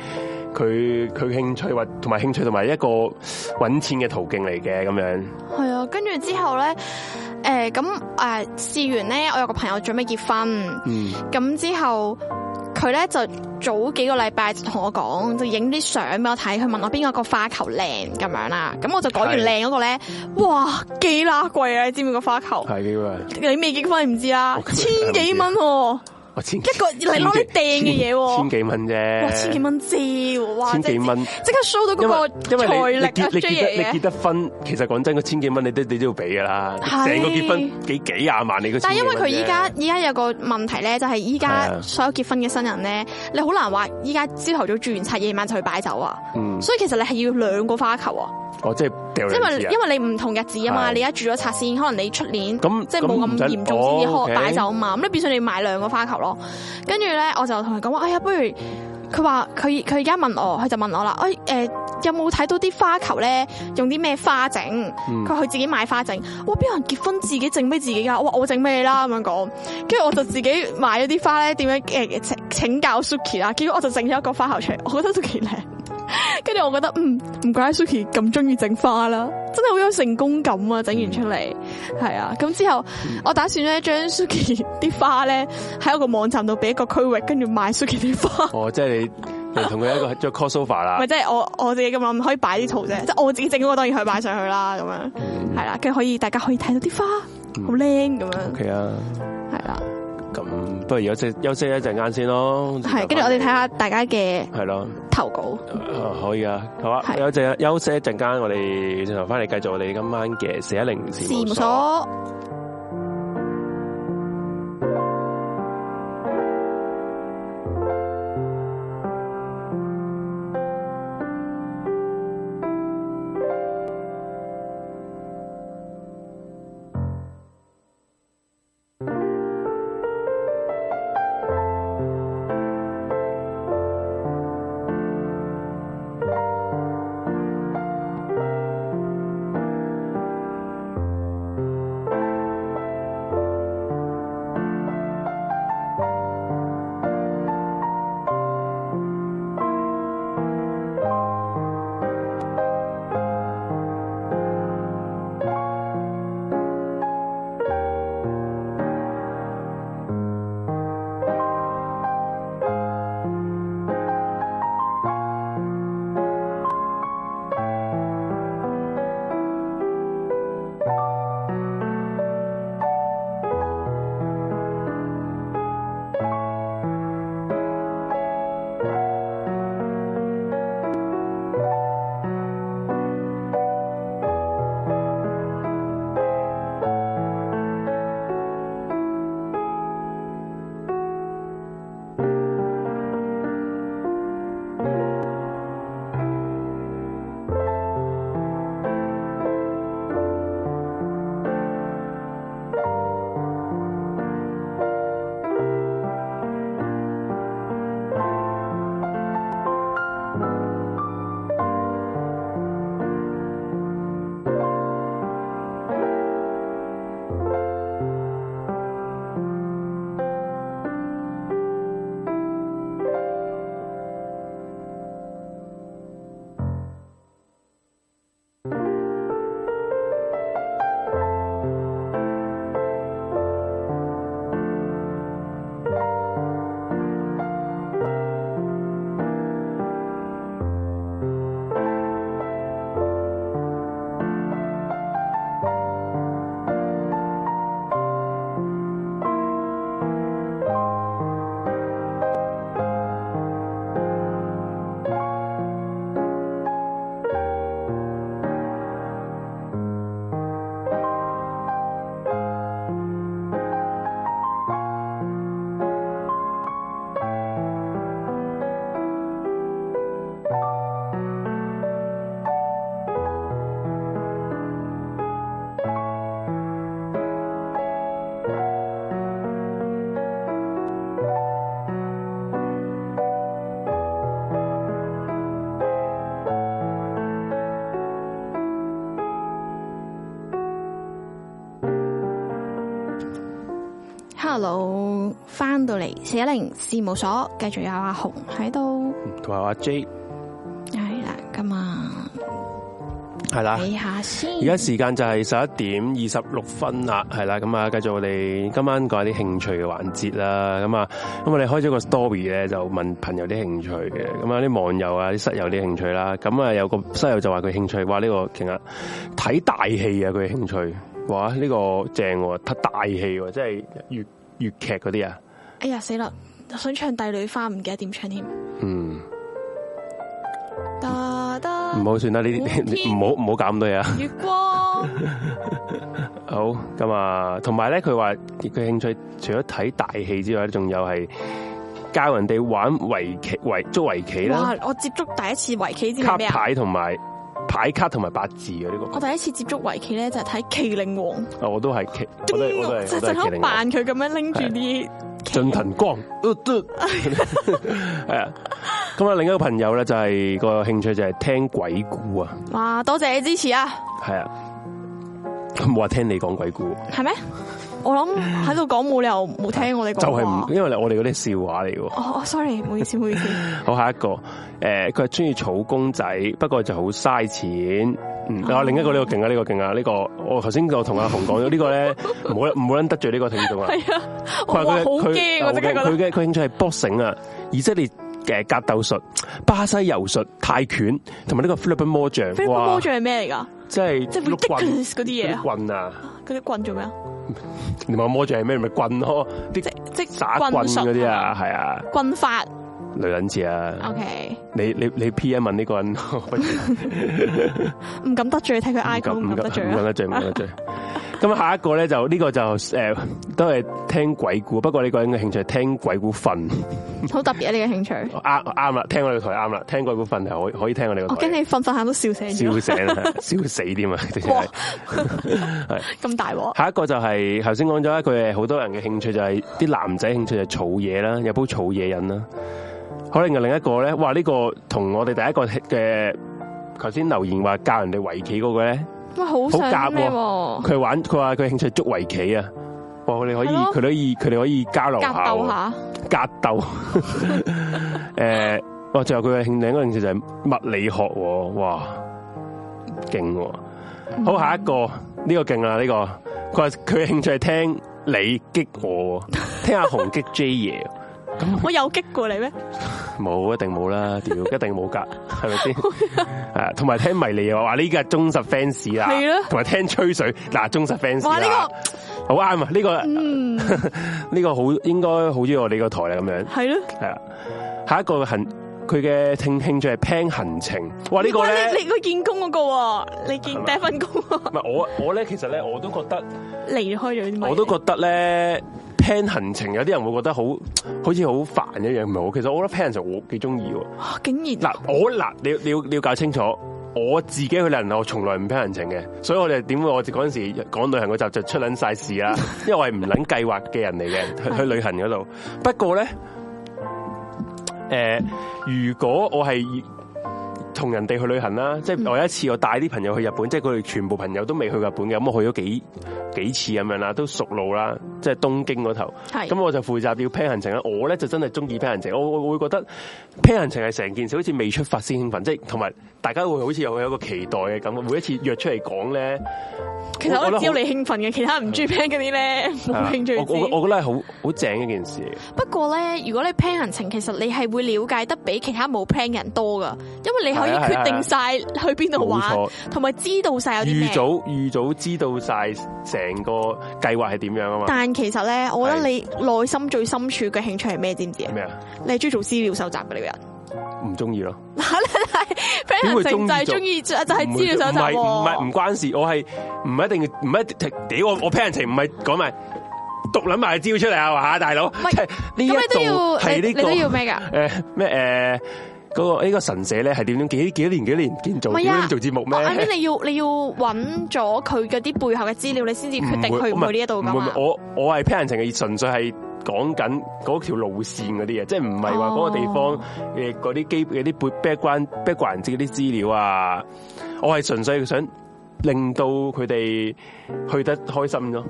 S2: 佢佢興趣或同埋興趣同埋一個揾錢嘅途徑嚟嘅咁樣。
S1: 係啊，跟住之後咧，誒咁誒試完咧，我有個朋友準備結婚，
S2: 嗯，
S1: 咁之後佢咧就早幾個禮拜就同我講，就影啲相俾我睇，佢問我邊個個花球靚咁樣啦，咁我就講完
S2: 係
S1: 靚嗰個咧，哇幾乸貴啊！你知唔知個花球？
S2: 係啊嘅喎，
S1: 你未結婚你唔知啦
S2: 我，
S1: 千幾
S2: 啊
S1: 蚊喎。
S2: 我千
S1: 一個你攞啲掟嘅嘢喎
S2: 千幾蚊啫，
S1: 哇，千幾蚊支喎，哇！
S2: 千
S1: 即
S2: 幾
S1: 係
S2: 蚊。
S1: 即刻 show 到
S2: 因
S1: 嗰
S2: 為因
S1: 個財
S2: 為你
S1: 力
S2: 你
S1: 啊
S2: 結你結得你結
S1: ！J 嘢，
S2: 得婚，其實講真，個千幾蚊你都你都要俾噶啦，
S1: 係
S2: 成個結婚幾幾廿萬你個。
S1: 但係因為佢依家依家有個問題咧，就係依
S2: 係
S1: 家
S2: 啊
S1: 所有結婚嘅新人咧，你好難話依家朝頭早住完冊，夜晚就去擺酒啊。
S2: 嗯，
S1: 所以其實你係要兩個花球啊，
S2: 我即係掉
S1: 因
S2: 兩
S1: 為
S2: 次啊
S1: 因。為你唔同日子啊嘛，
S2: 係
S1: 你而家住咗冊先，可能你出年
S2: 咁
S1: 即係冇咁
S2: 咁唔使
S1: 嚴重先至
S2: 哦
S1: 開
S2: ，OK
S1: 擺酒啊嘛，咁你變相你要買兩個花球咯。跟住咧，我就同佢講話，哎呀，不如佢話佢佢而家問我，佢就問我啦，哎誒、有冇睇到啲花球咧？用啲咩花整？
S2: 嗯
S1: 佢話佢自己買花整。哇！邊有人結婚自己整俾自己㗎？哇！我整俾你啦咁樣講。跟住我就自己買咗啲花咧，點樣誒請請教 Suki 啦。結果我就整咗一個花球出嚟，我覺得都幾靚。 跟住我覺得嗯，唔怪得 Suki 咁中意整花啦，真係好有成功感啊！整完出嚟係啊，咁之後我打算咧將 Suki 啲花咧喺一個網站度俾一個區域，跟住賣 Suki 啲花。
S2: 哦，即係你你同佢一個 着 crossover 啦
S1: 咪，即係我我自己咁諗，可以擺啲圖啫，即係我自己整嗰個當然可以擺上去啦，咁樣
S2: 嗯
S1: 係啦，跟住可以大家可以睇到啲花好靚咁樣
S2: OK 啊。
S1: 係啦，
S2: 咁不如休息休息一陣間先咯。
S1: 係跟住我哋睇下大家嘅
S2: 係咯，
S1: 投稿，
S2: 啊可以啊，好啊，
S1: 係
S2: 休息休息一陣間，我哋轉頭翻嚟繼續我哋今晚嘅四一零事
S1: 事
S2: 務
S1: 務
S2: 所。
S1: 所。
S3: Hãy subscribe cho kênh Ghiền Mì Gõ Để không bỏ lỡ
S1: Hello，翻到嚟四一零事務所，繼續有阿紅喺度，
S2: 同埋阿 J
S1: 係啦，咁啊，
S2: 係啦。
S1: 睇下先。
S2: 啊而家時間就係十一點二十六分啦，係啦，咁啊，繼續我哋今晚講下啲興趣嘅環節啦，咁啊，咁我哋開咗個 story 咧，就問朋友啲興趣嘅，咁啊，啲網友啊，啲室友啲興趣啦，咁啊，有個室友就話佢興趣，話呢個其實睇大戲啊，佢嘅興趣，哇，呢個正喎，睇大戲喎，即係粵粵劇嗰啲啊，
S1: 哎呀死啦，想唱帝女花唔記得點唱添。
S2: 嗯，
S1: 得得，
S2: 唔好算啦，呢啲唔好唔好搞咁多嘢啊。
S1: 月光。
S2: 好咁啊，同埋咧，佢話佢興趣除咗睇大戲之外咧，仲有係教人哋玩圍棋、圍捉圍棋啦
S1: 哇！、我接觸第一次圍棋知唔
S2: 卡
S1: 係咩啊？哦
S2: 牌同埋牌卡同埋八字啊嘅呢個
S1: 我第一次接觸圍棋咧就係睇《麒麟王》，
S2: 啊，我都係棋，我都係我都係
S1: 就
S2: 我
S1: 就
S2: 都係棋
S1: 喺度
S2: 靈王。
S1: 扮佢咁樣拎住啲棋
S2: 進藤 光，
S1: 哎
S2: 係啊！咁啊，另一個朋友咧就係個興趣就係聽鬼故啊，
S1: 哇！多謝你支持啊，
S2: 係啊，佢冇話聽你講鬼故。
S1: 係咩？我諗喺度講冇理由冇聽我哋啊
S2: 就
S1: 講
S2: 係
S1: 話
S2: 唔，。因為我哋嗰啲笑話嚟嘅喎。
S1: 哦哦，sorry，唔好意思，唔好意思。
S2: 好，下一個，诶、佢係中意儲公仔，不過就好嘥錢。嗯，啊，
S1: 哦
S2: 另一個呢個勁啊，呢、個勁啊，呢、個我頭先我同阿 紅講咗，呢個咧唔好唔好撚得罪呢個聽眾啊。
S1: 係啊，我哇
S2: 佢話
S1: 好
S2: 佢
S1: 驚，我即刻覺
S2: 佢
S1: 得。
S2: 嘅佢興趣係 boxing 啊，以色列嘅格鬥術、巴西柔術、泰拳同埋呢個菲律賓魔杖，
S1: 飛波
S2: 哇
S1: 魔，杖係咩嚟㗎？
S2: 即係
S1: 即係
S2: 碌棍
S1: ridiculous 嗰啲嘢
S2: 碌
S1: 啊！
S2: 棍啊！
S1: 嗰啲棍做咩啊？
S2: 你話魔杖係咩？咪棍咯，啲
S1: 即即
S2: 耍棍
S1: 術哦
S2: 嗰啲
S1: 係
S2: 啊，
S1: 嘛，
S2: 係啊，
S1: 棍法。
S2: 女人字啊！
S1: OK，
S2: 你你你 P M 問呢個人， 不如
S1: 唔敢得罪，睇佢 I
S2: 唔敢
S1: o 唔
S2: 唔
S1: 敢得罪
S2: 敢唔
S1: 啊！
S2: 敢得罪，唔敢得 罪。咁下一個咧就呢、個就诶、呃都係聽鬼故，不過呢個人嘅興趣係聽鬼故瞓，
S1: 好特別啊，你嘅興 趣。
S2: 啱啱啦，聽我哋個台啱啦，聽鬼故瞓係可以可以聽我哋
S1: 我
S2: 個
S1: 驚
S2: 台，
S1: 你瞓瞓下都笑醒咗
S2: 笑。醒 啦，笑死添啊！直情
S1: 哇
S2: 係！
S1: 咁大鑊，
S2: 下一個就係頭先講咗啦，佢係好多人嘅興趣就係、啲男仔興趣就係儲嘢啦，有煲儲嘢癮啦。可能另一個咧，哇！呢、個同我哋第一個嘅頭先留言話教人哋圍棋嗰個咧。
S1: 哇，好
S2: 好夾
S1: 想
S2: 喎
S1: 咩喎？
S2: 佢玩佢話佢興趣捉圍棋啊！哇！佢哋可以
S1: 哦係咯
S2: 佢哋可以佢哋可以交流
S1: 格
S2: 下
S1: 鬥
S2: 喎，
S1: 下，
S2: 格鬥。 誒，哇！最後佢嘅興另一個興趣就係物理學喎，哇，勁喎！好，下一個呢、個勁啦，啊呢、個佢話佢嘅興趣係聽你激我喎，聽阿 紅激 J 爺，
S1: 我有激過你 咩？
S2: 冇一定冇啦，屌一定冇噶，係咪 先？誒，同埋聽迷你啊又話呢個係忠實 fans 啦，
S1: 係咯
S2: 同埋聽吹水嗱，忠實 fans
S1: 哇，呢
S2: 啦
S1: 個
S2: 好啱啊！呢、個
S1: 嗯
S2: 呢、個好應該好中意我哋個台啦，咁樣
S1: 係 咯，
S2: 係啊。下一個行佢嘅興興趣係 plan 行程，哇！呢個
S1: 哇
S2: 咧
S1: 你你佢見工嗰個喎，你見第一份工喎
S2: 唔係我我咧，其實咧我都覺得
S1: 離開咗啲乜嘢？
S2: 我都覺得咧 plan 行程有啲人會覺得好好似好煩一樣，唔係我其實我覺得 plan 行程我幾中意喎。
S1: 哇竟然
S2: 嗱，我嗱你要你要你要搞清楚。我自己去旅行，我從來唔 plan 行程嘅，所以我哋點會我嗰陣時講旅行嗰集就出撚晒事啦，因為我係唔撚計劃嘅人嚟嘅，去去旅行嗰度。不過咧，誒、如果我係同人哋去旅行啦，
S1: 嗯
S2: 即係我有一次我帶啲朋友去日本，即係佢哋全部朋友都未去日本嘅，咁我去咗幾幾次咁樣啦，都熟路啦，即係東京嗰頭。
S1: 係
S2: 咁我就負責要 plan 行程啦。我咧就真係中意 plan 行程，我我會覺得 plan 行程係成件事好似未出發先興奮，即係同埋大家會好似有有一個期待嘅感覺。每一次約出嚟講咧，
S1: 其實我
S2: 我覺得
S1: 哋只有
S2: 好
S1: 你興奮嘅，其他人唔 中意 plan 嗰啲咧冇興趣
S2: 啊我我
S1: 知。
S2: 我覺得係好好正一件事嚟嘅。
S1: 不過咧，如果你 plan 行程，其實你係會了解得比其他冇 plan 嘅人多噶，因為你可以
S2: 係啊係啊
S1: 決定晒 去邊度玩
S2: 冇錯，
S1: 同埋知道晒有啲咩
S2: 預。早預早知道晒成個計劃係點樣啊嘛。
S1: 但其實咧，我覺得你內心最深處嘅興趣係咩？知唔知啊？
S2: 咩啊？
S1: 你係中意做資料搜集嘅你個人。
S2: 唔中意咯。點
S1: friend
S2: 會
S1: 行
S2: 中
S1: 程就
S2: 意
S1: 係
S2: 做
S1: 中意就就係資料搜集
S2: 唔係唔係
S1: 喎。
S2: 唔關事，我係唔一定唔一定屌我我 plan 程唔係講埋讀撚埋招出嚟啊話大佬，
S1: 係
S2: 係呢一
S1: 咁你都
S2: 度
S1: 要
S2: 係
S1: 你
S2: 呢
S1: 你都要
S2: 個
S1: 咩㗎？
S2: 誒咩誒嗰個呢個神社咧係點點幾幾多年幾多年建造
S1: 唔
S2: 點
S1: 係啊
S2: 樣做節目
S1: 我 I
S2: 咩
S1: mean？你要你要揾咗佢嗰啲背後嘅資料，你先至決定去唔去呢一度
S2: 唔
S1: 㗎
S2: 嗯會唔
S1: 嘛
S2: 會。我我係 plan 程係純粹係講緊嗰條路線嗰啲嘢，即係唔係話嗰個地
S1: 哦
S2: 方誒嗰啲基嗰啲 background background 嗰啲資料啊，我係純粹想令到佢哋去得開心咯，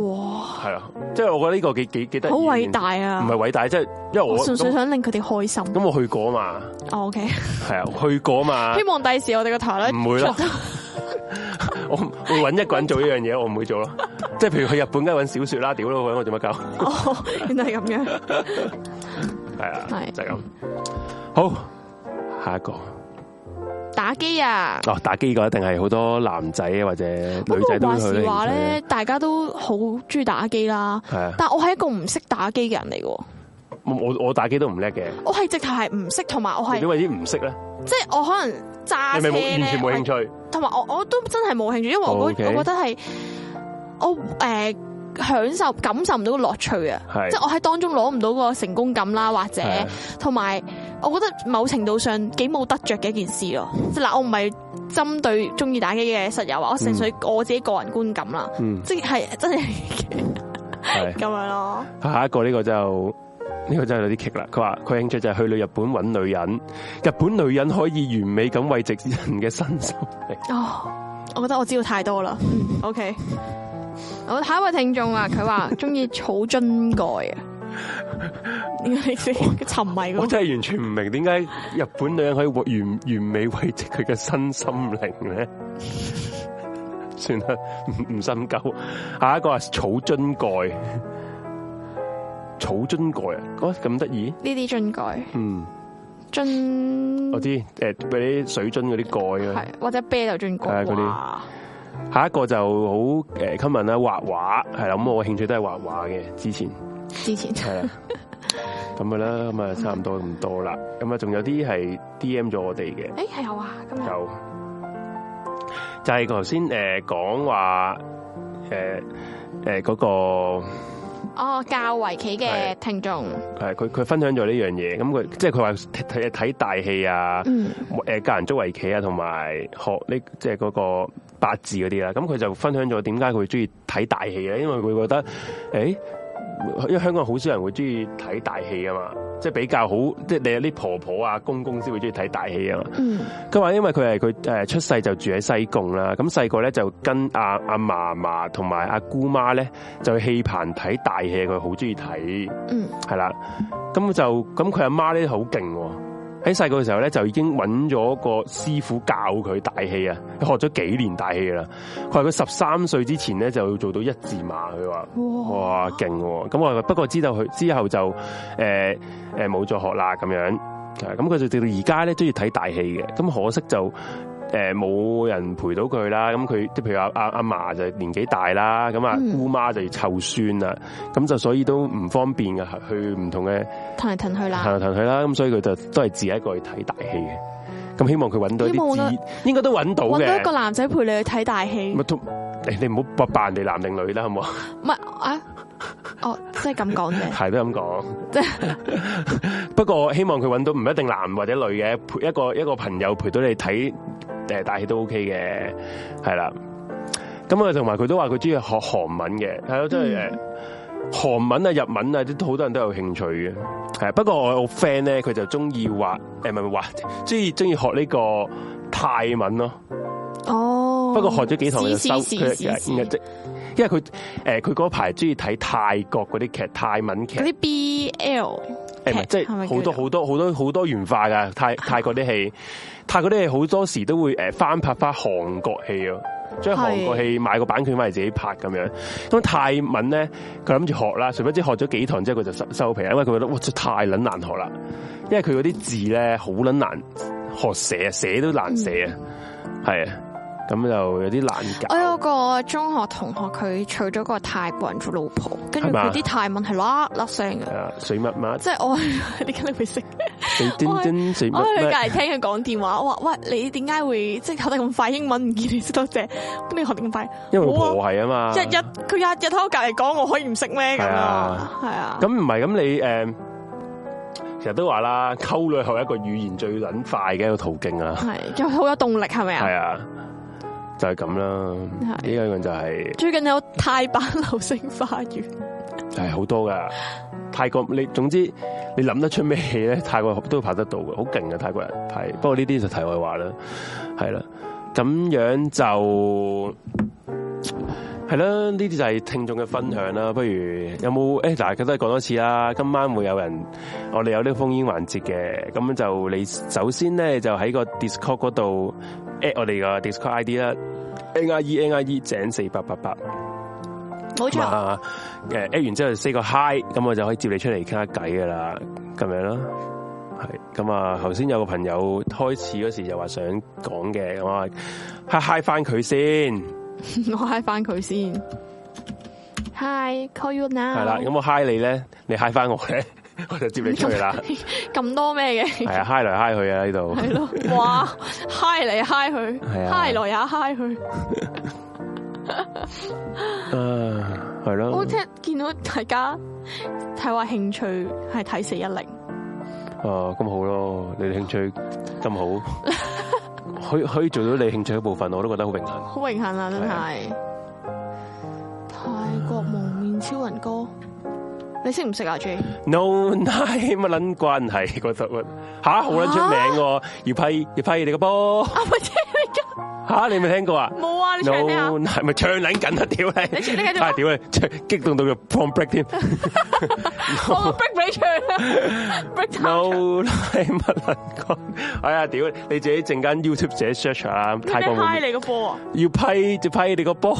S1: 哇，
S2: 係啦，即係我覺得呢個幾幾幾得意
S1: 好偉
S2: 嘅
S1: 大啊！
S2: 唔係偉大，即係因為我
S1: 我純粹
S2: 咁
S1: 想令佢哋開心。
S2: 咁我去過嘛，
S1: 哦，OK，
S2: 係啊，去過嘛
S1: 希，望第時我哋個台咧
S2: 唔會啦 我唔會揾一個人做呢樣嘢，我唔會做咯。即係譬如去日本，梗係揾小說啦，屌咯，我做乜鳩？
S1: 哦，原來係咁樣。
S2: 係啊，
S1: 係
S2: 就係咁。好，下一個
S1: 打機啊，
S2: 哦，打機嘅一定係好多男仔或者
S1: 不
S2: 女
S1: 過
S2: 仔都
S1: 話
S2: 會去
S1: 時
S2: 興
S1: 話
S2: 趣啊
S1: 咧，，大家都好中意打機啦。
S2: 係啊，
S1: 但我係一個唔識打機嘅人嚟嘅喎，
S2: 我我我打機都唔叻嘅，你
S1: 我係直頭係唔識，同埋我係
S2: 點為之唔識咧？
S1: 即係我可能揸車
S2: 你咪冇完
S1: 咧
S2: 全，冇興趣，
S1: 同埋我我都真係冇興趣，因為我
S2: 哦
S1: 我
S2: ，OK
S1: 覺得係我誒享受感受唔到個樂趣啊，
S2: 係
S1: 即係我喺當中攞唔到個成功感啦，或者
S2: 係啊
S1: 同埋我覺得某程度上幾冇得着嘅一件事咯。即係嗱，我唔係針對中意打機嘅室友啊，我純粹我自己個人觀感啦，
S2: 嗯，
S1: 即係真 係
S2: 係。
S1: 咁樣咯。
S2: 下一個呢個就呢、個真係有啲棘啦。佢話佢興趣就係去到日本揾女人，日本女人可以完美咁慰藉人嘅身心靈。
S1: 哦，我覺得我知道太多啦。嗯 OK，我下一位聽眾啊，佢話中意草樽蓋啊，點解你沉迷嗰
S2: 我
S1: 個？
S2: 真係完全唔明點解日本女人可以完完美慰藉佢嘅身心靈咧。 算啦，唔唔深究。下一個係草樽蓋，草樽蓋啊，哦咁得意，
S1: 呢啲樽蓋
S2: 嗯，
S1: 樽
S2: 我知誒俾啲水樽嗰啲蓋啊。
S1: 係或者啤酒樽
S2: 係啊
S1: 蓋
S2: 嗰啲
S1: 哇
S2: 下一個就好呃誒 common 啦，啊畫畫係啦，咁我興趣都係畫畫嘅，之前。
S1: 之前
S2: 系啦，咁噶啦，咁啊差唔多咁多啦，咁啊仲有啲係 D M 咗我哋嘅，
S1: 誒係有啊，今日
S2: 有就係頭先诶講話诶诶嗰個
S1: 哦教圍棋嘅
S2: 係
S1: 聽眾，
S2: 係呃佢佢分享咗呢樣嘢，咁佢即係佢話睇睇大戲啊，
S1: 嗯
S2: 诶教人捉圍棋啊，同埋學呢即係嗰個八字嗰啲啦，咁佢就分享咗點解佢中意睇大戲啊咧，因為佢覺得诶。欸因為香港好少人會中意睇大戲啊嘛，即係比較好，即係你有啲婆婆啊、公公先會中意睇大戲啊嘛。
S1: 嗯
S2: 佢話因為佢係佢誒出世就住喺西貢啦，咁細個咧就跟阿阿嫲嫲同埋阿姑媽咧就去戲棚睇大戲，佢好中意睇，
S1: 嗯
S2: 係啦。咁就咁佢阿媽咧好勁喎，喺細個嘅時候咧就已經揾咗個師傅教佢大戲啊，學咗幾年大戲㗎啦。佢話佢十三歲之前咧就要做到一字馬，佢話。哇，勁喎！咁我不過知道佢之後就誒誒冇再學啦咁樣，係咁佢就直到而家咧中意睇大戲嘅，咁可惜就。誒冇人陪到佢啦，咁佢即係譬如阿阿阿嫲就年紀大啦，咁啊
S1: 嗯
S2: 姑媽就要湊孫啦，咁就所以都唔方便嘅，去唔同嘅
S1: 騰嚟騰去啦，
S2: 行嚟行去啦，咁所以佢就都係自己一個去睇大戲嘅，咁希望佢揾到一
S1: 希望
S2: 啲
S1: 我
S2: 知，應該都揾到
S1: 揾到一個
S2: 嘅。
S1: 男仔陪你去睇大戲
S2: 咪，同你你唔好扮人哋男定女啦，好唔好？
S1: 唔係啊，哦，即係咁講嘅。
S2: 系都咁講，
S1: 即
S2: 不過希望佢揾到唔一定男或者女嘅，陪一個一個朋友陪到你睇诶大戲都 OK 嘅，係啦。咁啊，同埋佢都話佢中意學韓文嘅，係咯，即係
S1: 嗯
S2: 诶韓文啊、日文啊，啲好多人都有興趣嘅。係不過我我 friend 咧，佢就中意畫诶，唔係唔係畫，中意中意學呢個泰文咯。
S1: 哦，
S2: 不過學咗幾堂就收
S1: 是是
S2: 佢，
S1: 是是是
S2: 佢即因為佢诶佢嗰排中意睇泰國嗰啲劇、泰文劇啊
S1: 嗰。啲 BL
S2: 誒唔係，即
S1: 係咪
S2: 係
S1: 叫
S2: 好
S1: 做
S2: 多
S1: 啊
S2: 好多好多好多元化噶泰泰國啲戲，泰國啲戲好多時都會誒翻拍翻韓國戲啊，將韓國戲買個版權翻嚟自己拍咁樣。咁泰文咧，佢諗住學啦，誰不知學咗幾堂之後佢就收收皮啦，因為佢覺得哇，真係太撚難學啦，因為佢嗰啲字咧好撚難學寫啊，寫都難寫啊，
S1: 嗯
S2: 係啊，咁就有啲難啊
S1: 哎我有
S2: 搞。
S1: 個中學同學，佢娶咗個泰國人做老婆，跟住
S2: 係嘛
S1: 佢啲泰文係啦啦聲嘅，
S2: 啊，水乜乜，
S1: 即係我 點解你會識？
S2: 水叮叮，水
S1: 我喺
S2: 乜
S1: 佢
S2: 乜
S1: 隔。離聽佢講電話，我話喂你點解會即係學得咁快英文？唔見你識多謝，咁你學得咁快？
S2: 因為老
S1: 我
S2: 婆係啊嘛，
S1: 日日佢日日喺我隔離講，我可以唔識咩咁
S2: 係
S1: 啊
S2: 啊？
S1: 係啊，
S2: 咁唔係咁你诶、誒其實都話啦，溝女係一個語言最撚快嘅一個途徑啊，
S1: 係就好有動力係咪啊
S2: 係？啊，就係咁啦。呢
S1: 係
S2: 樣就係
S1: 最近有泰版流星花園，
S2: 係好多噶。泰國你總之你諗得出咩戲 啊咧，泰國都拍得到嘅，好勁嘅泰國人拍。不過呢啲就題外話啦，係啦。咁樣就係啦，呢啲就係聽眾嘅分享啦。不如有冇誒？大家都係講多次啦。啊今晚會有人，我哋有呢個烽煙環節嘅。咁就你首先咧就喺個 Discord 嗰度 at 我哋個 Discord ID 啦，N I E N I E 井四八八八。
S1: 冇
S2: 咁
S1: 錯，
S2: 啊，誒 at 完之後 say 個 hi，咁我就可以接你出嚟傾下偈噶啦，咁樣咯。係咁啊，頭先有個朋友開始嗰時就話想講嘅，我話 hi hi 翻佢先，
S1: 我 hi 翻佢先。Hi, call you now。
S2: 係啦，咁我 hi 你咧，你 hi 翻我咧， 我就接你出 去啦。
S1: 咁多咩嘅？
S2: 係啊，hi 來 hi 去啊呢 度，
S1: 係咯，哇，hi 嚟 hi 去
S2: 係啊
S1: ，hi 來也 hi 去。
S2: 啊係
S1: 我
S2: 咯，
S1: 聽見到大家睇話興趣係睇四一零，
S2: 哦咁好咯，你哋興趣咁好，可以可以做到你興趣一部分，我都覺得好榮幸。
S1: 好榮幸啊！真係泰國蒙面超人歌，你識唔識啊？J
S2: No nine 乜撚關係？覺得吓好撚出名喎，要批要批你個波
S1: 啊，咪即係
S2: 吓，你未聽過啊
S1: 冇啊！你
S2: ？No
S1: 唱聽下，
S2: nine 咪唱撚緊啊！屌
S1: 你唱你繼續
S2: 你，
S1: 啊
S2: 啊屌你，唱激動到佢 p o n break 添。
S1: 我 break 俾你唱 啊，break 三場
S2: No nine 乜撚關？哎呀屌你！你自己陣間 YouTube 自己 search 啊，
S1: 你
S2: 泰國
S1: 真
S2: 會
S1: high 你個波啊！
S2: 要批就批你個波，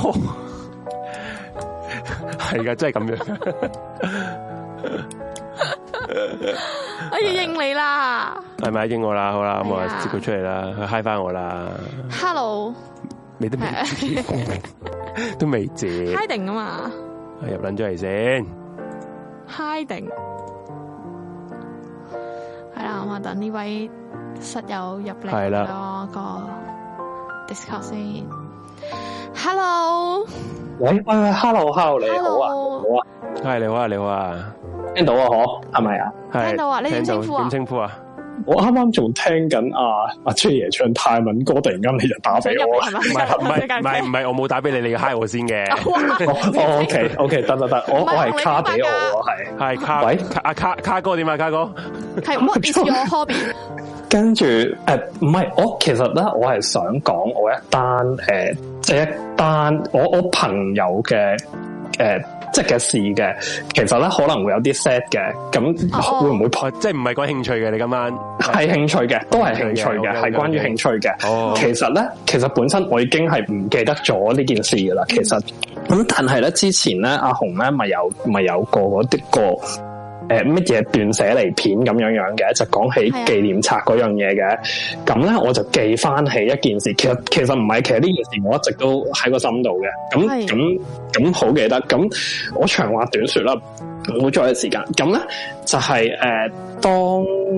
S2: 係噶真係咁樣。
S1: 我要哎應你啦
S2: 係咪啊應我啦？好啦，咁
S1: 係
S2: 我
S1: 啊
S2: 接佢出嚟啦，佢 hi 翻我啦，
S1: ，Hello，hiding
S2: 你都未 都未接。
S1: 啊嘛
S2: 哎入捻咗嚟先，
S1: ，hiding 係啦，咁啊等呢位室友入嚟
S2: 係
S1: 啦個 Discord 先，Hello，
S3: 喂喂喂，hello hello，你好啊，
S1: Hello
S3: 好啊，
S2: 係你好啊，你好啊，
S3: 聽到啊，嗬，係咪啊？
S2: 係
S1: 聽到啊你點
S2: 聽到
S1: 稱呼啊
S2: 點稱 呼啊？
S3: 我啱啱仲聽緊阿阿 J 爺唱泰文歌，突然間你就打俾我 啦。
S1: 想入哦
S2: 唔
S1: 嚟
S2: 係
S1: 係
S2: 唔
S1: 咪？
S2: 係唔係唔係，我冇打俾你，你要 hi 我先嘅，
S1: 哇
S3: O K O K，得得哦得，我
S1: 唔
S3: 我
S1: 係
S3: 係
S1: 我
S3: 卡
S1: 明白
S3: 俾我
S1: 㗎
S3: 喎，係。
S2: 係卡
S3: 喂
S2: 卡阿卡卡哥點啊？卡哥
S1: 係 What is your hobby？
S3: 跟住誒，呃唔係我其實咧，我係想講我一單誒，即、係一單我我朋友嘅誒、呃即係嘅事嘅。其實咧可能會有啲 sad 嘅，咁
S1: 哦
S3: 會唔會
S2: 哦即係唔係講興趣嘅，你今晚
S3: 係興趣嘅，都係興趣
S2: 興趣嘅
S3: 嘅，係
S2: OK，OK，
S3: 關於興趣嘅。
S2: 哦
S3: 其實咧，其實本身我已經係唔記得咗呢件事噶啦。其實咁，但係咧之前咧，阿紅咧咪有咪有個嗰啲個誒乜嘢斷捨離片咁樣樣嘅，就講起
S1: 係啊
S3: 紀念冊嗰樣嘢嘅。咁咧我就記翻起一件事，其實其實唔係，其實呢件事我一直都喺個心度嘅。
S1: 係
S3: 咁咁咁好記得。咁我長話短說啦，唔好再嘅時間。咁咧就係、誒、當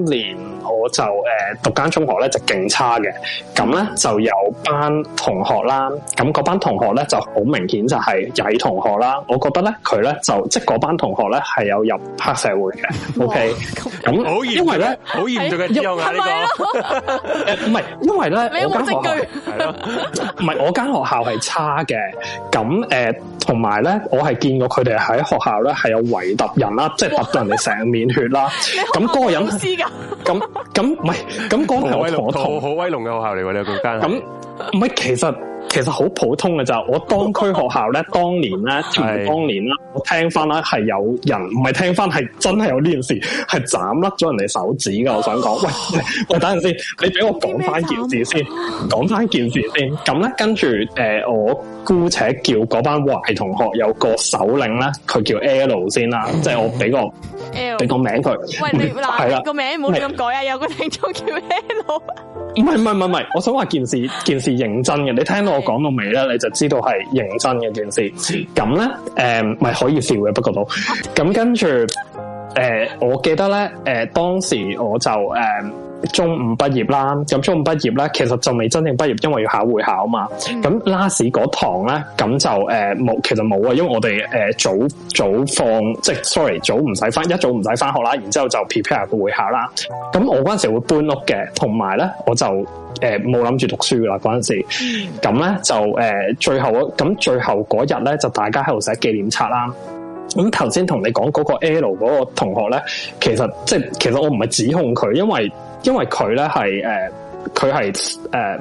S3: 年我就誒、呃、讀間中學咧就勁差嘅，咁咧就有班同學啦，咁嗰班同學咧就好明顯就係曳同學啦。我覺得咧佢咧就即係嗰班同學咧係有入黑社會嘅。O K，
S2: 好
S3: 咁
S2: 嚴
S3: 因
S1: 啊
S3: 為咧
S2: 好嚴重嘅指控啊！呢
S1: 咪
S2: 個
S1: 咯？
S3: 誒唔係因為咧
S1: 你有
S3: 我
S1: 冇
S3: 間學
S2: 啊
S3: 校
S1: 證據？
S2: 係咯，
S3: 唔係我間學校係差嘅，咁誒同埋咧，我係見過佢哋喺學校咧係有圍揼人啦，即係揼到人哋成面血啦。咁嗰個人
S1: 老師㗎，
S3: 咁咁唔係咁嗰
S2: 好
S3: 個係
S2: 威
S3: 我同
S2: 龍，
S3: 我
S2: 好
S3: 同
S2: 好威龍嘅學校嚟喎，你個間
S3: 咁唔係，其實其實好普通嘅咋。我當區學 校咧，當年咧，同
S2: 係
S3: 當年啦，我聽翻啦係有人，唔係聽翻係真係有呢件事，係斬甩咗人哋手指噶。我想講，喂喂喂，等陣先，你俾我講翻件事先，
S1: 啊
S3: 講翻件事先。咁咧，跟住誒、呃我姑且叫嗰班壞同學有個首領咧，佢叫 L 先啦，即係我俾個俾個名佢。
S1: 哦喂 你
S3: 係啦
S1: 嗱個名唔好亂咁改啊！有個聽眾叫 Hello，
S3: 唔係唔係唔係唔係，我想話件事件事認真嘅，你聽到我講到尾咧，你就知道係認真嘅件事。咁咧，誒、咪可以笑嘅，不過都咁跟住，誒、我記得咧，誒、當時我就誒、中五畢業啦，咁中五畢業咧，其實就未真正畢業，因為要考會考嘛。咁 last 嗰堂咧，咁就誒冇、其實冇啊，因為我哋誒、早早放，即係 sorry，早唔使翻，一早唔使翻學啦，然之後就 prepare 個會考啦。咁我嗰陣時會搬屋嘅，同埋咧我就誒冇諗住讀書噶啦嗰陣時，咁咧就誒、呃最後嗰咁最後嗰日咧就大家喺度寫紀念冊啦。咁頭先同你講嗰個 L 嗰個同學咧，其實即係其實我唔係指控佢，因為因為佢咧係誒佢係誒。呃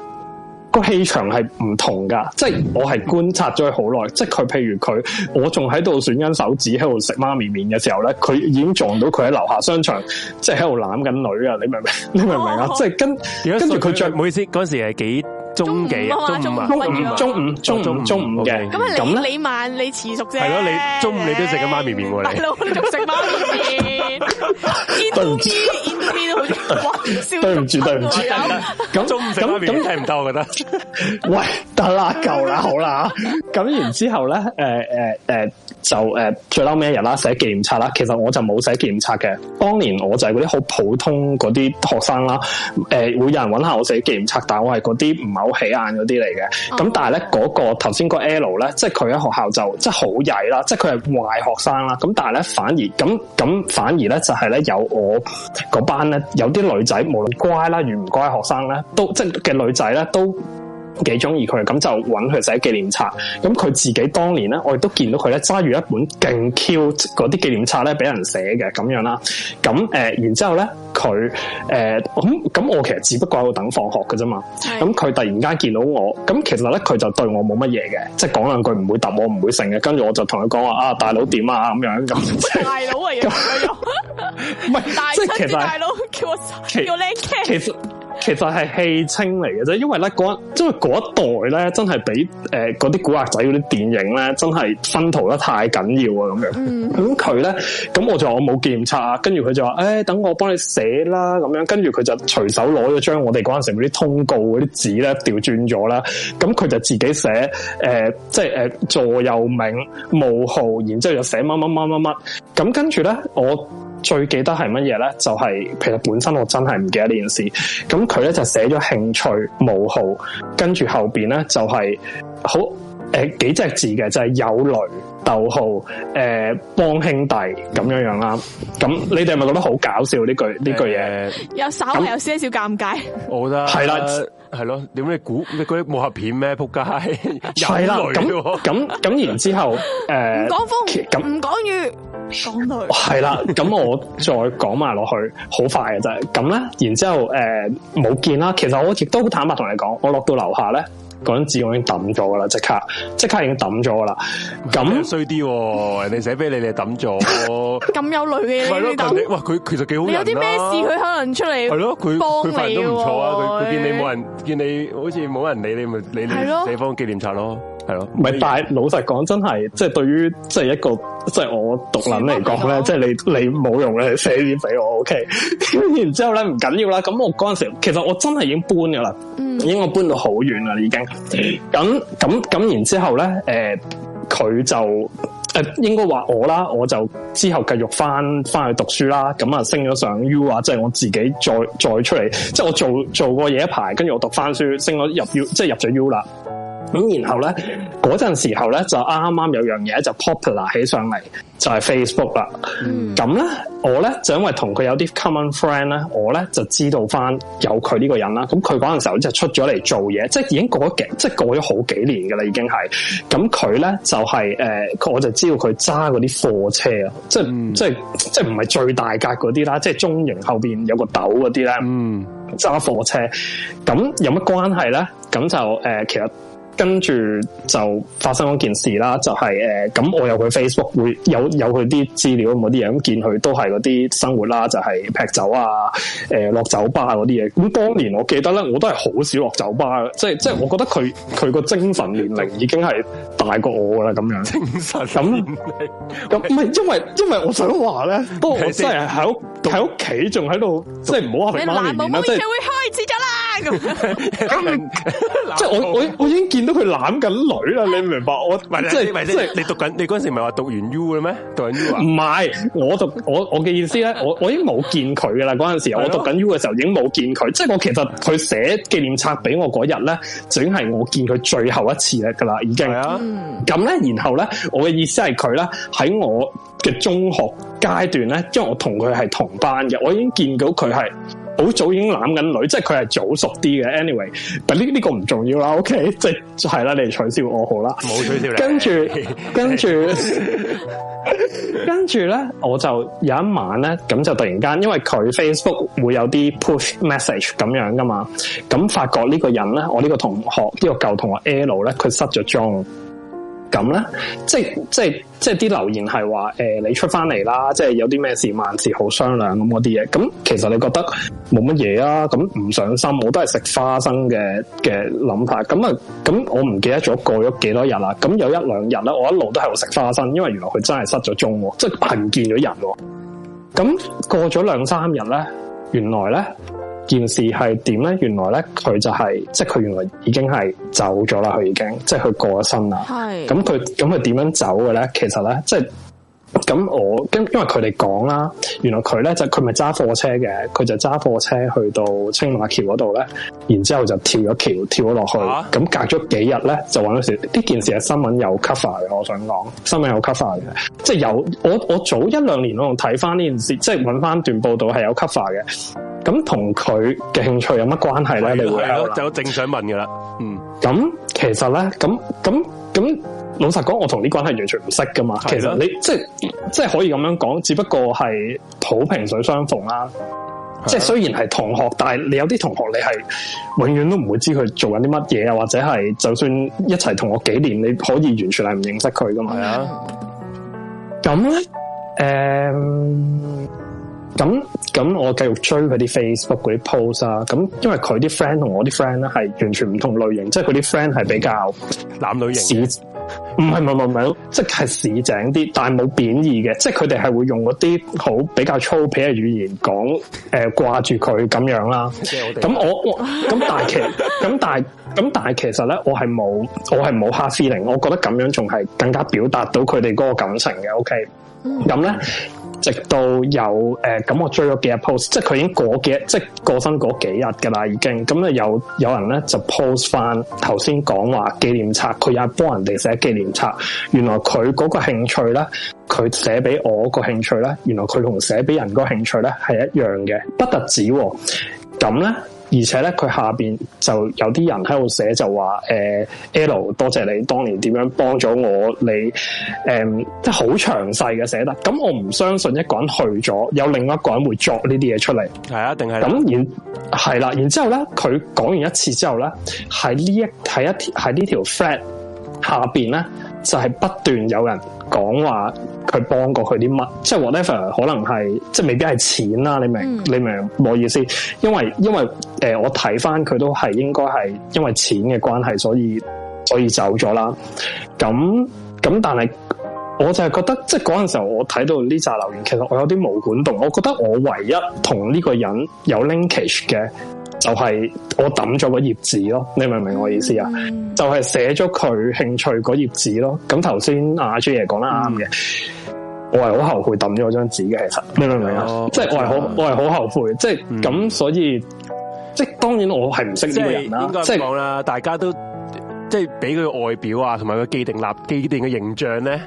S3: 個氣場係唔同噶，即係我係觀察咗佢好耐，即係佢譬如佢，我仲喺度選緊手指喺度食媽咪麵嘅時候咧，佢已經撞到佢喺樓下商場，即係喺度攬緊女啊！你明唔明？ 你明唔明啊？即係跟跟住佢着
S2: 唔好意思，嗰時係幾中幾
S1: 中午啊嘛
S2: 午啊
S1: 中午
S2: 午啊
S3: 中午中午中午嘅
S1: 咁
S2: OK
S1: 啊，
S3: 咁呢
S1: 你你慢你遲熟啫。
S2: 係咯你中午你都食緊媽咪麵喎你
S1: 大佬你仲食媽咪 麵？Indomie Indomie 都好似哇笑
S3: 對唔住
S1: 到
S3: 對唔住
S1: 朋友
S3: 咁
S2: 中午食
S3: 咁
S2: 媽咪
S3: 咁
S2: 麵聽唔到，我覺得
S3: 喂，得啦，夠啦，好啦，咁然之後咧，誒誒誒，就誒、呃最嬲尾一日啦，寫紀念冊啦。其實我就冇寫紀念冊嘅，當年我就係嗰啲好普通嗰啲學生啦。誒、會有人揾下我寫紀念冊，但我係嗰啲唔係好起眼嗰啲嚟嘅。咁、
S1: 哦
S3: 但係咧嗰個頭先個 L 咧，即係佢喺學校就即係好曳啦，即係佢係壞學生啦。咁但係咧反而咁咁反而咧就係咧有我嗰班咧有啲女仔，無論乖啦與唔乖嘅學生咧，都即係嘅女仔咧都。幾中意佢，咁就揾佢寫紀念冊。咁佢自己當年咧，我亦都見到佢咧揸住一本勁 cute 嗰啲紀念冊咧，俾人寫嘅咁樣啦。咁誒、呃然之後咧，佢誒咁咁，我其實只不過喺度等放學嘅啫嘛。
S1: 係
S3: 咁佢突然間見到我，咁其實咧佢就對我冇乜嘢嘅，即係講兩句唔會揼我，唔會成嘅。跟住我就同佢講話啊，大佬點啊咁樣咁，即係
S1: 大佬啊，又
S3: 唔係
S1: 大
S3: 即係其
S1: 親啲
S3: 實係
S1: 大佬叫我
S3: 其
S1: 叫我靚 K，
S3: 其實其實係戲稱嚟嘅啫，因為咧嗰因為嗰一代咧真係俾誒嗰啲古惑仔嗰啲電影咧真係分逃得太緊要啊咁樣。
S1: 嗯
S3: 咁佢咧，咁我就話我冇檢查，跟住佢就話：，誒、等我幫你寫啦，咁樣。跟住佢就隨手攞咗張我哋嗰陣時嗰啲通告嗰啲紙咧，調轉咗啦。咁佢就自己寫，誒、即係誒、座右銘、冒號，然之後又寫乜乜乜乜乜。咁跟住咧，我最記得係乜嘢咧？就係、其實本身我真係唔記得呢件事。咁佢咧就寫咗興趣、冒號，跟住後邊咧就係、好誒、幾隻字嘅，就係、有雷、逗號、誒、幫兄弟咁樣樣啊啦。咁你哋係咪覺得好搞笑呢句呢句嘢？
S2: 誒
S1: 有稍微有些少尷尬。
S2: 我覺得
S3: 係啦，
S2: 係咯，點你估你嗰啲武俠片咩？仆 街，
S3: 係啦，
S2: 有 雷
S3: 咁
S2: 喎
S3: 咁咁，然之後誒，
S1: 唔
S3: 呃
S1: 講
S3: 其
S1: 風，
S3: 咁
S1: 唔講雨，講女。
S3: 哦係啦，咁我再講埋落去，好快嘅啫。咁咧，然之後誒冇、見啦。其實我亦都好坦白同你講，我落到樓下咧，嗰陣紙我已經抌咗噶啦，即刻即刻已經抌咗噶啦。
S2: 咁
S3: 咁
S2: 衰啲喎，人哋寫俾你，你 抌咗，唔
S1: 咁有女嘅
S2: 係
S1: 嘢
S2: 咯？
S1: 你
S2: 佢哋
S1: 等，
S2: 哇，佢其實幾好
S1: 你
S2: 人
S1: 有啲咩
S2: 啦
S1: 事佢可能出嚟
S2: 係咯，佢佢
S1: 幫
S2: 份
S1: 你
S2: 人都唔錯啊！佢佢
S1: 喎
S2: 見你冇人，見你好似冇人理你，咪理
S1: 係咯
S2: 你地方紀念冊咯，係咯。
S3: 唔係，但係老實講，真係即係對於即係一個即係我獨撚嚟講咧，即係你你冇用咧，你寫啲俾我 OK。然 之後咧唔緊要啦，咁我嗰陣時其實我真係已經搬噶啦，
S1: 嗯
S3: 已經我搬到好遠啦已經。咁咁咁，然之後咧，誒、佢就誒、呃、應該話我啦，我就之後繼續翻翻去讀書啦，咁啊升咗上 U 啊，即係我自己再再出嚟，即係我做做過嘢一排，跟住我讀翻書，升咗入 U，即係入咗 U 啦。咁然後咧，嗰陣時候咧就啱啱有樣嘢就 popular 起上嚟，就係、Facebook 啦。
S1: 嗯
S3: 咁咧，我咧就因為同佢有啲 common friend 咧，我咧就知道翻有佢呢個人啦。咁佢嗰陣時候就出咗嚟做嘢，即係已經過咗幾，即係過咗好幾年噶啦，已經係。咁佢咧就係、誒，佢我就知道佢揸嗰啲貨車啊，即係、
S2: 嗯
S3: 即係即係唔係最大格嗰啲啦，即係中型後邊有個斗嗰啲咧。
S2: 嗯，
S3: 揸貨車，咁有乜關係咧？咁就誒、呃其實跟住就發生嗰件事啦，就係誒呃咁我有佢 Facebook 會有有佢啲資料咁嗰啲嘢，咁見佢都係嗰啲生活啦，就係、劈酒啊，誒、落酒吧嗰啲嘢。咁當年我記得咧，我都係好少落酒吧嘅，即係即係我覺得佢佢個精神年齡已經係大過我噶啦咁樣。
S2: 精神
S3: 咁 咁唔係，因為因為我想話咧， 不過我真係喺屋喺屋企仲喺度，即係唔好話
S1: 你
S3: 佢媽
S1: 男
S3: 咪
S1: 模
S3: 面啦，
S1: 妹
S3: 即
S1: 社
S3: 係。
S1: 會開始咗啦，咁
S3: 即係我我我已經見到佢攬緊女啦，你明白？我
S2: 喂
S3: 即
S2: 你
S3: 係
S2: 喂
S3: 即係
S2: 你你讀緊，你嗰陣時唔係話讀完 U 嘅咩？讀緊 U 啊
S3: 唔？係？我讀我我嘅意思咧，我我已經冇見佢噶啦。嗰陣時
S2: 係咯
S3: 我讀緊 U 嘅時候已經冇見佢，即係我其實佢寫紀念冊俾我嗰日咧，就已經係我見佢最後一次咧噶啦，已經
S2: 係。啊，
S1: 嗯
S3: 咁咧，然後咧，我嘅意思係佢咧喺我嘅中學階段咧，因為我同佢係同班嘅，我已經見到佢係好早已經攬緊女，即係佢係早熟啲嘅。anyway，但呢呢個唔重要啦。OK，即係係啦，你取笑我好啦，
S2: 冇取笑你
S3: 跟住跟住跟住咧，我就有一晚咧，咁就突然間，因為佢 Facebook 會有啲 push message 咁樣噶嘛，咁發覺呢個人咧，我呢個同學呢、個舊同學 L 咧，佢失咗蹤。咁咧，即係即係即係啲留言係話呃誒，你出翻嚟啦，即係有啲咩事萬事好商量咁嗰啲嘢。咁其實你覺得冇乜嘢啊？咁唔上心，我都係食花生嘅嘅諗法。咁啊，咁我唔記得咗過咗幾多日啦。咁有一兩日咧，我一路都喺度食花生，因為原來佢真係失咗蹤喎，即係係唔見咗人喎。咁過咗兩三日咧，原來咧件事係點咧？原來咧佢就係、即係佢原來已經係走咗啦，佢已經即係佢過咗身啦。
S1: 係
S3: 咁佢咁佢點樣走嘅咧？其實咧，即係咁我跟因為佢哋講啦，原來佢咧就佢咪揸貨車嘅，佢就揸貨車去到青馬橋嗰度咧，然之後就跳咗橋，跳咗落去。咁、
S2: 啊
S3: 隔咗幾日咧，就揾到時呢件事係新聞有 cover 嘅，我想講新聞有 cover 嘅，即係有我我早一兩年我仲睇翻呢件事，即係揾翻段報道係有 cover 嘅。咁同佢嘅興趣有乜關係咧？你會
S2: 係啊
S3: 喺度
S2: 咯，
S3: 諗
S2: 就正想問噶啦，嗯，
S3: 咁其實咧，咁咁咁，老實講，我同呢個人係完全唔識噶嘛。
S2: 係
S3: 其實
S2: 咯
S3: 你即係即係可以咁樣講，只不過係好萍水相逢啦。即係雖然係同學，但係你有啲同學你係永遠都唔會知佢做緊啲乜嘢啊，或者係就算一齊同學幾年，你可以完全係唔認識佢噶嘛。
S2: 係啊，
S3: 咁咧，诶、咁咁我繼續追佢啲 Facebook 嗰啲 post 啊，咁因為佢啲 friend 同我啲 friend 咧係完全唔同類型，即係佢啲 friend 係比較
S2: 男女
S3: 市，
S2: 型
S3: 唔係唔係唔係唔係，即係市井啲，但係冇貶義嘅，即係佢哋係會用嗰啲好比較粗鄙嘅語言講诶掛住佢咁樣啦。
S2: 即係我哋
S3: 咁我我咁但係其 咁但係咁但係其實咧，我係冇我係冇 hard feeling，我覺得咁樣仲係更加表達到佢哋嗰個感情嘅。OK，
S1: 嗯
S3: 咁咧、直到有誒咁、我追咗幾日 post，即係佢已經過幾日，即係過身嗰幾日㗎啦，已經咁咧有有人咧就 post 翻頭先講話紀念冊，佢又係幫人哋寫紀念冊，原來佢嗰個興趣咧。佢寫俾我個興趣咧，原來佢同寫俾人個興趣咧係一樣嘅，不特止喎、咁咧，而且咧佢下邊就有啲人喺度寫就話誒、L 多謝你當年點樣幫咗我，你誒、即係好詳細嘅寫得。咁我唔相信一個人去咗，有另一個人會作呢啲嘢出嚟。
S2: 係啊，定係
S3: 咁然係啦，然之後咧，佢講完一次之後咧，喺呢一喺一喺呢條 thread 下邊咧，就係、不斷有人講話佢幫過佢啲乜，即係 whatever 可能係即係未必係錢啦，你明、
S1: 嗯
S3: 你明我意思？因為因為誒、呃我睇翻佢都係應該係因為錢嘅關係，所以所以走咗啦。咁咁但係。我就係覺得，即係嗰陣時候，我睇到呢扎留言，其實我有啲冇管動。我覺得我唯一同呢個人有 linkage 嘅，就係我抌咗個頁紙咯。你明唔明我意思啊？
S1: 嗯
S3: 就係寫咗佢興趣嗰頁紙咯。咁頭先阿 J 爺講得啱嘅，我係好後悔抌咗張紙嘅。其實你明唔明啊
S2: 哦？
S3: 即係我係好，我係好後悔。即係
S2: 嗯
S3: 咁，所以即係當然我係唔識
S2: 即
S3: 呢個
S2: 係
S3: 人啦
S2: 應該。
S3: 即
S2: 咁
S3: 係
S2: 講啦，大家都即係俾佢外表啊，同埋佢既定立既定嘅形象咧。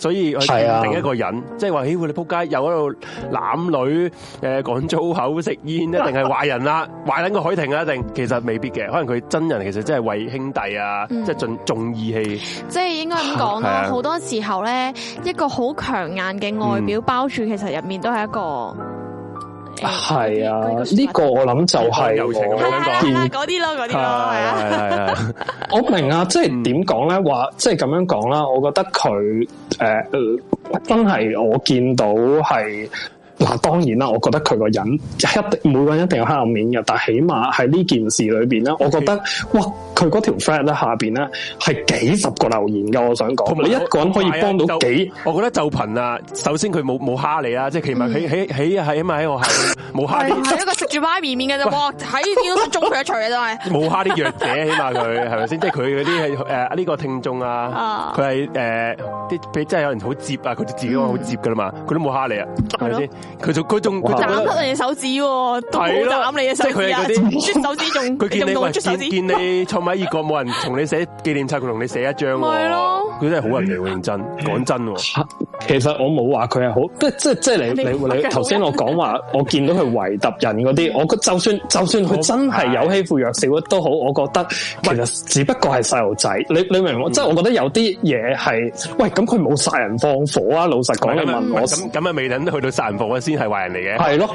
S2: 所以我
S3: 係啊
S2: 定一個人，即係話：，咦，你仆街又喺度攬女，誒、講粗口、食煙，一定係壞人啦，壞撚過海婷啊！一定其實未必嘅，可能佢真人其實真係為兄弟啊，
S1: 嗯
S2: 即係重重義氣，
S1: 即係應該咁講
S2: 係
S1: 啦，
S2: 啊
S1: 好多時候咧，一個好強硬嘅外表包住，其實入面都係一個
S3: 係啊，
S1: 誒
S3: 呢個我諗就係
S2: 友情咁
S1: 係啦係啦
S2: 樣講
S1: 係啦
S3: 見
S1: 嗰啲咯，嗰啲咯，係
S2: 係
S1: 啊，
S2: 係係係。
S3: 我明啊，即係點講咧？話即係咁樣講啦，我覺得佢誒、呃呃真係我見到係嗱，當然啦，我覺得佢個人一定每個人一定有黑暗面嘅，但起碼喺呢件事裏邊咧，我覺得哇，佢嗰條 friend 咧下邊咧係幾十個留言噶，我想講，你一個人可以幫到幾
S2: 係啊就我覺得就憑啊，首先佢冇冇蝦你啦，即係起碼喺喺喺喺起碼喺我校冇蝦
S1: 係
S2: 啲
S1: 係一個食住媽咪面嘅啫，哇！喺見到中佢一錘嘅真係。
S2: 冇蝦啲弱者，起碼佢係咪先？即係佢嗰啲係誒呢個聽眾啊
S1: 啊，
S2: 佢係誒啲佢真係有人好接啊，佢自己好接噶啦嘛，佢都冇蝦你啊，係咪先？佢仲佢仲佢仲
S3: 哇
S1: 斬
S2: 覺得
S1: 甩你隻手指喎，都
S2: 係
S1: 冇斬
S2: 咯
S1: 你隻手指啊！
S2: 即係佢係嗰
S1: 啜手指仲
S2: 佢見你
S1: 用到
S2: 喂
S1: 啜手
S2: 見
S1: 指，啊
S2: 見你創埋熱國冇人同你寫紀念冊，佢同你寫一張喎，
S1: 咪咯
S2: 佢真係好人嚟喎，認真講真喎，
S3: 嚇其實我冇話佢係好，即即即係你嗯
S1: 你
S3: 你你頭先我講話，我見到佢圍揼人嗰啲，我覺就算就算佢真係有欺負弱小都好，我覺得其實只不過係嗯細路仔。你你明唔明？即係我覺得有啲嘢係，喂咁佢冇殺人放火啊！老實講，
S2: 咁
S3: 你
S2: 啊
S3: 問我
S2: 咁咁啊未等去到殺人放火先係壞人嚟嘅，
S3: 係咯，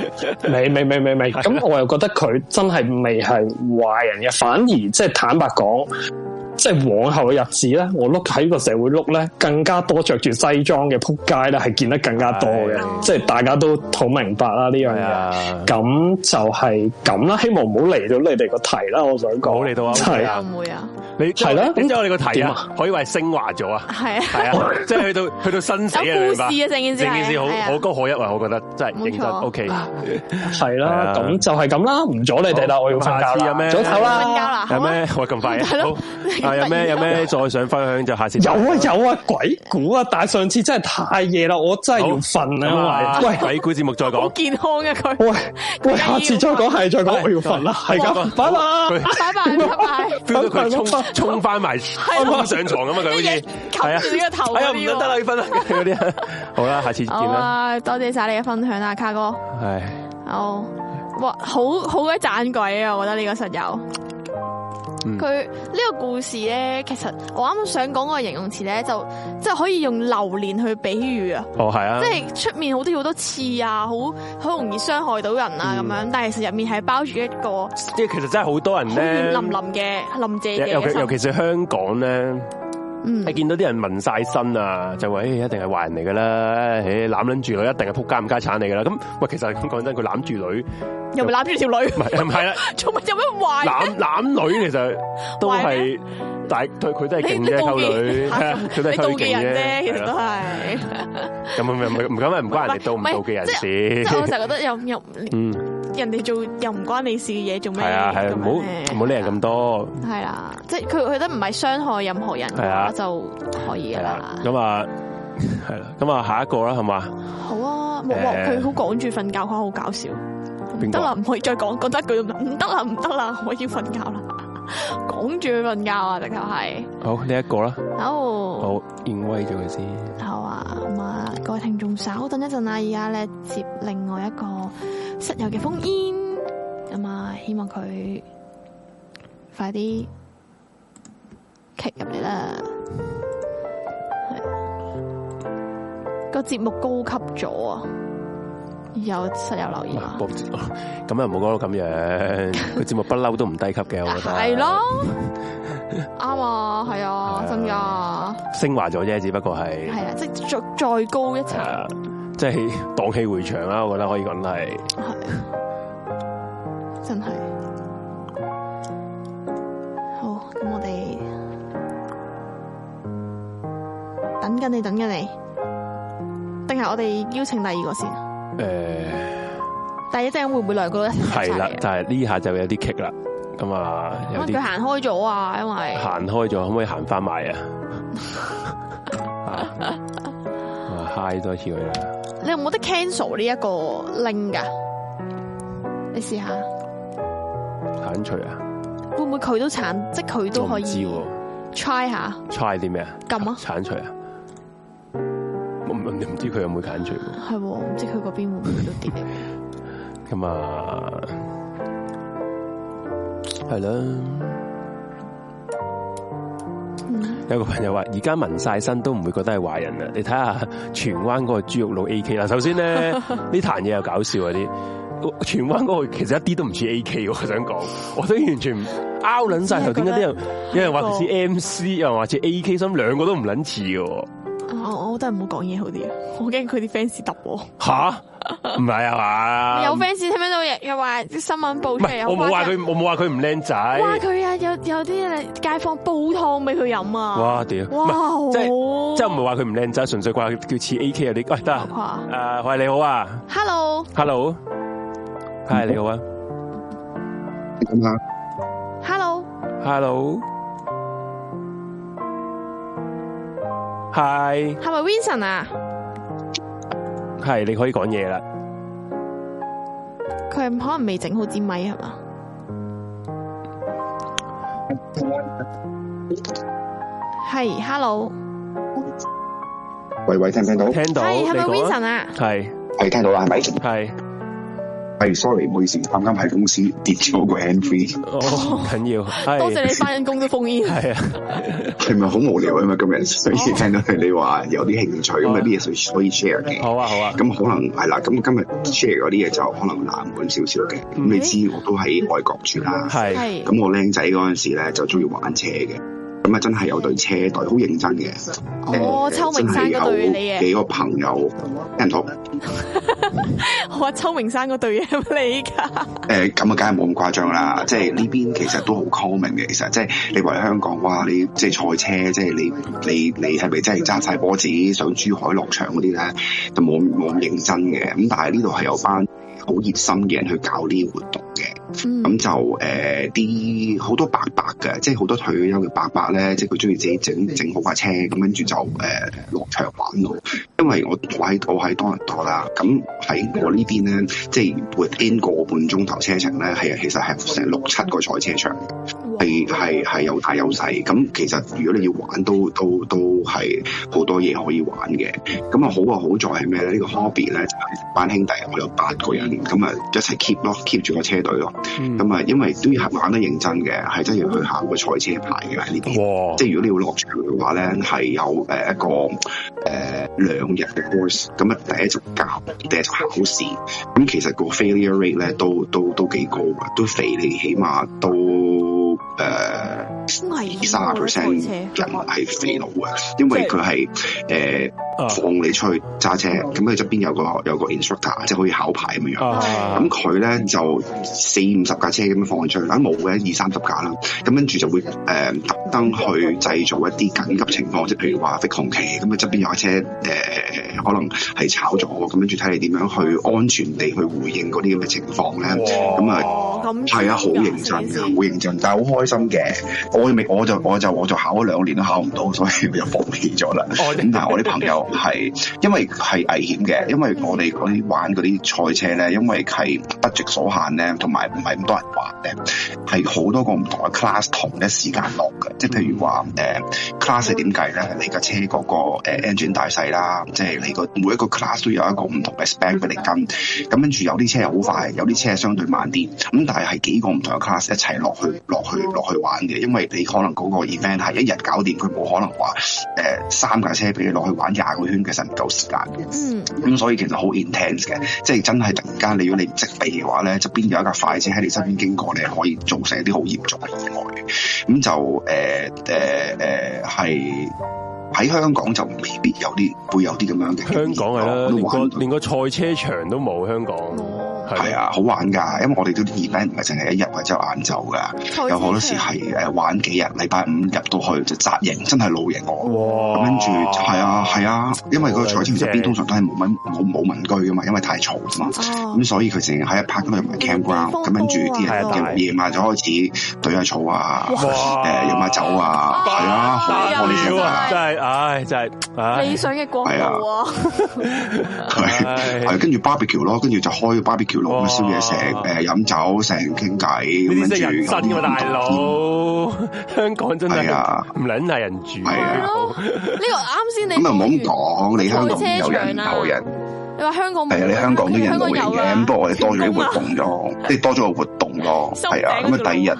S3: 未未未未未，咁我又覺得佢真係未係壞人嘅，反而即係坦白講，即係往後嘅日子咧，我碌喺個社會碌咧，更加多着住西裝嘅仆街咧，係見得更加多嘅
S2: 係，啊
S3: 即係大家都好明白啦呢樣
S2: 係
S3: 嘢。
S2: 啊，
S3: 咁就係咁啦，希望唔好嚟到你哋個題啦，我想講。
S2: 冇嚟到啊
S3: 係
S2: 啊
S1: 會唔會啊？
S2: 你
S3: 係啦咁
S2: 你知我哋個題
S3: 點
S2: 啊
S3: 啊，
S2: 可以話係升華咗啊，
S1: 係啊，
S2: 係啊，即係去到去到生死啊，
S1: 有
S2: 你
S1: 故
S2: 明
S1: 事
S2: 白
S1: 啊，成件事係，
S2: 成件事好
S1: 係啊
S2: 好高可一啊，我覺得真係
S1: 冇啊
S2: 認真
S1: 錯
S2: ，OK，
S3: 係
S2: 係
S3: 啦
S2: 啊，
S3: 咁就係咁啦，唔阻你哋啦，
S2: 好
S3: 我要瞓
S2: 下次
S3: 覺
S2: 有咩
S3: 啦，早唞
S1: 瞓覺
S3: 啦。
S1: 啦，好
S2: 有
S1: 啊
S2: 咩喂咁快啊？
S1: 係 咯
S2: 好啊有咩有咩再想分享就下次
S3: 有啊有啊，鬼故啊！但係上次真係太夜啦，我真係要瞓
S2: 咁
S3: 啦
S2: 啊，
S3: 因為。喂，
S2: 鬼故節目再
S1: 好
S2: 講，
S1: 健康嘅佢。
S2: 啊
S3: 喂
S1: 要
S3: 喂，下次再講，係再講，我要瞓啦，係咁，拜拜。
S2: 佢
S1: 拜拜拜
S2: 啊
S1: 拜，
S2: feel 到佢衝衝翻埋衝上床咁啊！佢好
S1: 一嘢
S2: 似係啊
S1: 冚住你個頭嗰啲喎
S2: 哎呀唔得得啦，要瞓啦嗰啲啊。好啦，下次見
S1: 好
S2: 啦。
S1: 啊！多謝晒你嘅分享啊，卡哥。
S2: 唉，
S1: 哦，哇，好好鬼盞鬼啊！我覺得呢個室友，
S2: 嗯
S1: 佢呢個故事咧，其實我啱啱想講嗰個形容詞咧，就即係可以用榴蓮去比喻啊，
S2: 哦係啊
S1: 即，係出面好多好多刺啊，好好容易傷害到人啊
S2: 嗯
S1: 咁樣，但係其實入面係包住一個好
S2: 即係其實真係好多人
S1: 軟
S2: 咧，
S1: 淋淋嘅林姐
S2: 尤
S1: 姐
S2: 尤
S1: 嘅
S2: 其尤
S1: 心，
S2: 其是香港咧。
S1: 嗯
S2: 你見到啲人紋晒身啊，就話誒一定係壞人嚟噶啦，誒攬撚住女一定係撲街唔家產嚟噶啦。咁喂，其實咁講真，佢攬住女唔
S1: 又咪攬住條女，
S2: 係唔係啦，
S1: 做乜有咩壞啫？
S2: 攬攬女其實都
S1: 壞
S2: 係，但係佢佢都係
S1: 你
S2: 勁
S1: 你
S2: 啫，
S1: 妒
S2: 溝
S1: 忌
S2: 女，係啊佢都係
S1: 你妒
S2: 溝
S1: 忌
S2: 勁
S1: 人啫，其
S2: 啫，
S1: 實
S2: 係
S1: 都
S2: 啦
S1: 係。
S2: 咁唔唔唔咁咪唔關人哋妒唔
S1: 唔係
S2: 妒忌人
S1: 即係我
S2: 事。
S1: 成日覺得又又
S2: 嗯，
S1: 人哋做又唔關你事嘅嘢做咩？
S2: 係啊係啊，
S1: 咁
S2: 唔
S1: 樣咧
S2: 好唔好理人咁。多，
S1: 係啦，即係佢佢覺得唔係傷害任何人嘅
S2: 係啊
S1: 話就可以
S2: 係
S1: 噶
S2: 啦
S1: 啦。。
S2: 咁啊， 係啦，咁啊下一個啦，係嘛？
S1: 好啊，冇
S2: 誒
S1: 冇佢好趕住瞓覺，佢好搞笑。唔
S2: 邊
S1: 得
S2: 個
S1: 啦，唔可以再講講得一句都唔得唔得啦，唔得啦，我要瞓覺 啦。趕住去瞓覺啊，直頭係。
S2: 好呢一個啦，
S1: 好。
S2: 好 in 威咗佢先。
S1: 好啊，咁啊，各位聽眾稍等一陣啊，而家咧接另外一個室友嘅封煙，咁啊，希望佢快啲吸入嚟啦。係個節目高級咗啊！有室友留言啊，
S2: 播節目咁又唔好講到咁樣，個節目不嬲都唔低級
S1: 啊
S2: 嘅，我覺得
S1: 係，咯，啱啊，係啊，真噶，
S2: 升華咗啫，只不過係
S1: 係啊，即係再再高一層
S2: 係，啊，即係蕩氣回腸啦，我覺得可以講係
S1: 係真係好，咁我哋等緊你，等緊你，定係我哋邀請第二個先？啊
S2: 誒
S1: 第一陣會唔會兩個都一齊
S2: 係啦，
S1: 嚟啊
S2: 就係呢下就有啲棘啦，咁啊有
S1: 可能佢
S2: 啲
S1: 行開咗啊，因為
S2: 行開咗，可唔可以行翻埋 啊？啊啊嗨多一次佢啦，
S1: 你有冇得 cancel 呢一個 link 噶？你試下，
S2: 剷除啊，
S1: 會唔會佢都鏟，即係佢都
S2: 我
S1: 可
S2: 唔知
S1: 以
S2: 喎
S1: try 下？
S2: try 啲咩啊？
S1: 撳啊
S2: 剷除啊？我唔唔知佢有冇剷除喎。
S1: 係喎，唔知佢嗰邊會唔會都跌？
S2: 咁啊，系啦。
S1: 嗯
S2: 有個朋友話：而家紋晒身都唔會覺得係壞人啦。你睇下荃灣嗰個豬肉佬 A K 啦。首先咧， 呢壇嘢又搞笑嗰啲，荃灣嗰個其實一啲都唔似 A K 我想講，我都完全唔拗撚晒頭。點解啲人有人話佢似 M C，又話似 A K，心兩個都唔撚似嘅喎。
S1: 我我覺得唔好講嘢好啲啊，我驚佢啲 fans 揼我。
S2: 吓？唔係啊嘛？
S1: 有 fans 聽唔聽到又又話啲新聞報
S2: 唔
S1: 出嚟，
S2: 係，我冇話佢，我冇話佢唔靚仔。
S1: 哇佢啊，有有啲街坊煲湯俾佢飲啊！
S2: 哇屌！唔
S1: 哇，
S2: 係
S1: 好
S2: 即係即係唔係話佢唔靚仔，純粹話佢叫似 A K 有啲。喂，得啊
S1: 哇
S2: 誒，喂，你好啊
S1: Hello
S2: ，Hello，係你好啊
S4: 咁啊，
S1: Hello，
S2: ，Hello，Hi，
S1: 係咪 Vincent 啊？
S2: 係你可以講嘢啦。
S1: 佢係可能未整好支咪係嘛？係 Hello，
S4: 喂喂，聽唔聽到？
S2: 聽到
S1: 係
S2: 你
S1: 係咪
S2: 講啊
S1: Vincent 啊？
S2: 係
S4: 係聽到啦，係咪？
S2: 係，
S4: 係，sorry，唔好意思，啱啱喺公司跌咗個 hand free，
S2: 我哦唔緊要，係
S1: 哦多謝你翻緊工都封煙，
S2: 係啊，
S4: 係咪好無聊啊嘛？今
S1: 哦
S4: 日所以聽到你話有啲興趣，咁有啲嘢可以 share 嘅。
S1: 哦
S2: 好啊好啊，
S4: 咁可能係啦，咁今日 share 嗰啲嘢就可能冷門少少嘅。咁你知我都喺外國住
S1: 嗯
S4: 啦，
S2: 係
S1: 係
S4: 咁我僆仔嗰陣時咧就中意玩車嘅，咁啊真係有隊車隊，好認真嘅。
S1: 哦，
S4: 誒
S1: 秋明山嗰對你啊嘅，
S4: 真係有幾個朋友聽唔到？
S1: 我話秋明山嗰對嘢係你噶，
S4: 誒咁啊，梗係冇咁誇張啦！即係呢邊其實都好 common 嘅，其實即係你話香港哇，你即係賽車，即係你你你係咪真係揸晒波子上珠海落場嗰啲咧，就冇冇咁認真嘅。咁但係呢度係有班好熱心嘅人去搞呢啲活動嘅。
S1: 嗯
S4: 咁就誒啲好多伯伯嘅，即係好多退休嘅伯伯咧，即係佢中意自己整整好架車，咁跟住就誒落場玩咯。因為我我喺我喺多倫多啦，咁喺我呢邊咧，即係 within 個半鐘頭車程咧，係其實係成六七個賽車場，係係係有大有細。咁其實如果你要玩，都都都係好多嘢可以玩嘅。咁啊好啊好在係咩咧？呢、個 hobby 咧就係、班兄弟，我有八個人，咁啊一齊 keep 咯，keep 住個車隊咯。
S2: 嗯
S4: 咁啊，因為都要玩得認真嘅，係真係要去考個賽車牌嘅喺呢邊。
S2: 哇，
S4: 即係如果你要落場嘅話咧，係有誒一個誒、呃、兩日嘅 course，咁啊第一就教，第一就考試。咁其實個 failure rate 咧都都都幾高嘅，都肥你起碼都誒。呃
S1: 好危險
S4: 三
S1: 喎
S4: 十
S1: 嗰
S4: percent
S1: 台
S4: 人
S1: 車，
S4: 係肥佬啊，因為佢係誒
S2: 啊
S4: 放你出去揸車，咁佢側邊有個有個 instructor，即係可以考牌咁樣。
S2: 啊
S4: 咁佢咧就四五十架車咁樣放出去啦，冇嘅二三十架啦，咁跟住就會誒、呃特登去製造一啲緊急情況，即係譬如話飛紅旗，咁啊側邊有架車誒、呃可能係炒咗，咁跟住睇你點樣去安全地去回應嗰啲咁嘅情況咧，咁啊。
S1: 哦咁
S4: 係啊，好認真嘅，好認真，但係好開心嘅。我咪我就我就我就考咗兩年都考唔到，所以 我就放棄咗啦。
S2: 我
S4: 咁但係我啲朋友係因為係危險嘅，因為我哋嗰啲玩嗰啲賽車咧，因為係 budget 所限咧，同埋唔係咁多人玩咧，係好多個唔同嘅 class 同一時間落嘅。即係譬如話誒、class 係點計咧？你架車嗰、個、呃 engine 大細啦，即係你個每一個 class 都有一個唔同嘅 spec 俾你跟。咁跟住有啲車係好快，有啲車係相對慢啲。咁但係係幾個唔同嘅 class 一齊落去落去落去玩嘅，因為你可能嗰個 event 係一日搞掂，佢冇可能話誒、三架車俾你落去玩廿個圈，其實唔夠時間嘅。
S1: 嗯，
S4: 咁所以其實好 intense 嘅，即係真係突然間，你如果你唔識避嘅話咧，側邊有一架快車喺你身邊經過，你係可以造成一啲好嚴重嘅意外嘅。咁就誒誒誒係喺香港就未必有啲會有啲咁樣嘅經
S2: 香
S4: 驗。
S2: 港係
S4: 我
S2: 啦，
S4: 都
S2: 連
S4: 玩
S2: 個
S4: 到
S2: 連個賽車場都冇，香港
S1: 哦
S2: 係
S4: 係啊，好玩㗎，因為我哋嗰啲 event 唔係淨係一日或者晏晝㗎，
S1: 賽車
S4: 有好多時係誒玩幾日，禮拜五入到去就紮營，真係露營我。
S2: 哇！
S4: 咁跟住係啊係啊，因為個賽車場入邊通常都係冇蚊冇冇民居噶嘛，因為太嘈啊嘛。
S1: 哦
S4: 咁所以佢淨係喺一 part 嗰度埋 campground，咁跟住啲人
S2: 係啊
S4: 夜夜晚就開始懟下草啊，
S2: 哇
S4: 誒飲下酒啊，係啊，好
S1: 哎呀
S4: 我哋
S1: 真
S4: 成
S1: 係
S4: 啊，
S2: 真係唉，真係
S1: 理
S2: 唉，
S1: 想嘅國度啊，
S4: 係係跟住 barbecue 咯，跟住就開 barbecue 咯，
S2: 哇
S4: 咁燒嘢食，誒飲酒，成日傾偈，
S2: 呢
S4: 咁
S2: 啲真係
S4: 跟
S2: 人
S4: 住
S2: 生㗎大佬，香港真係
S4: 係啊
S2: 唔撚係人住，
S4: 係
S1: 係
S4: 啊
S1: 咯，呢個啱先你
S4: 咁又唔好咁
S1: 講完
S4: 講，你香港有人有人。
S1: 你話香港冇
S4: 係啊，你香港啲人
S1: 香
S4: 冇
S1: 港
S4: 嘢
S1: 有啊
S4: 嘅，
S1: 啦
S4: 咁不過我哋多咗啲
S1: 成功
S4: 活
S1: 啊
S4: 動咯， 即係多咗個活動咯，
S1: 收
S4: 係啊，
S1: 餅
S4: 咁
S1: 嗰
S4: 啊第
S1: 度
S4: 二日。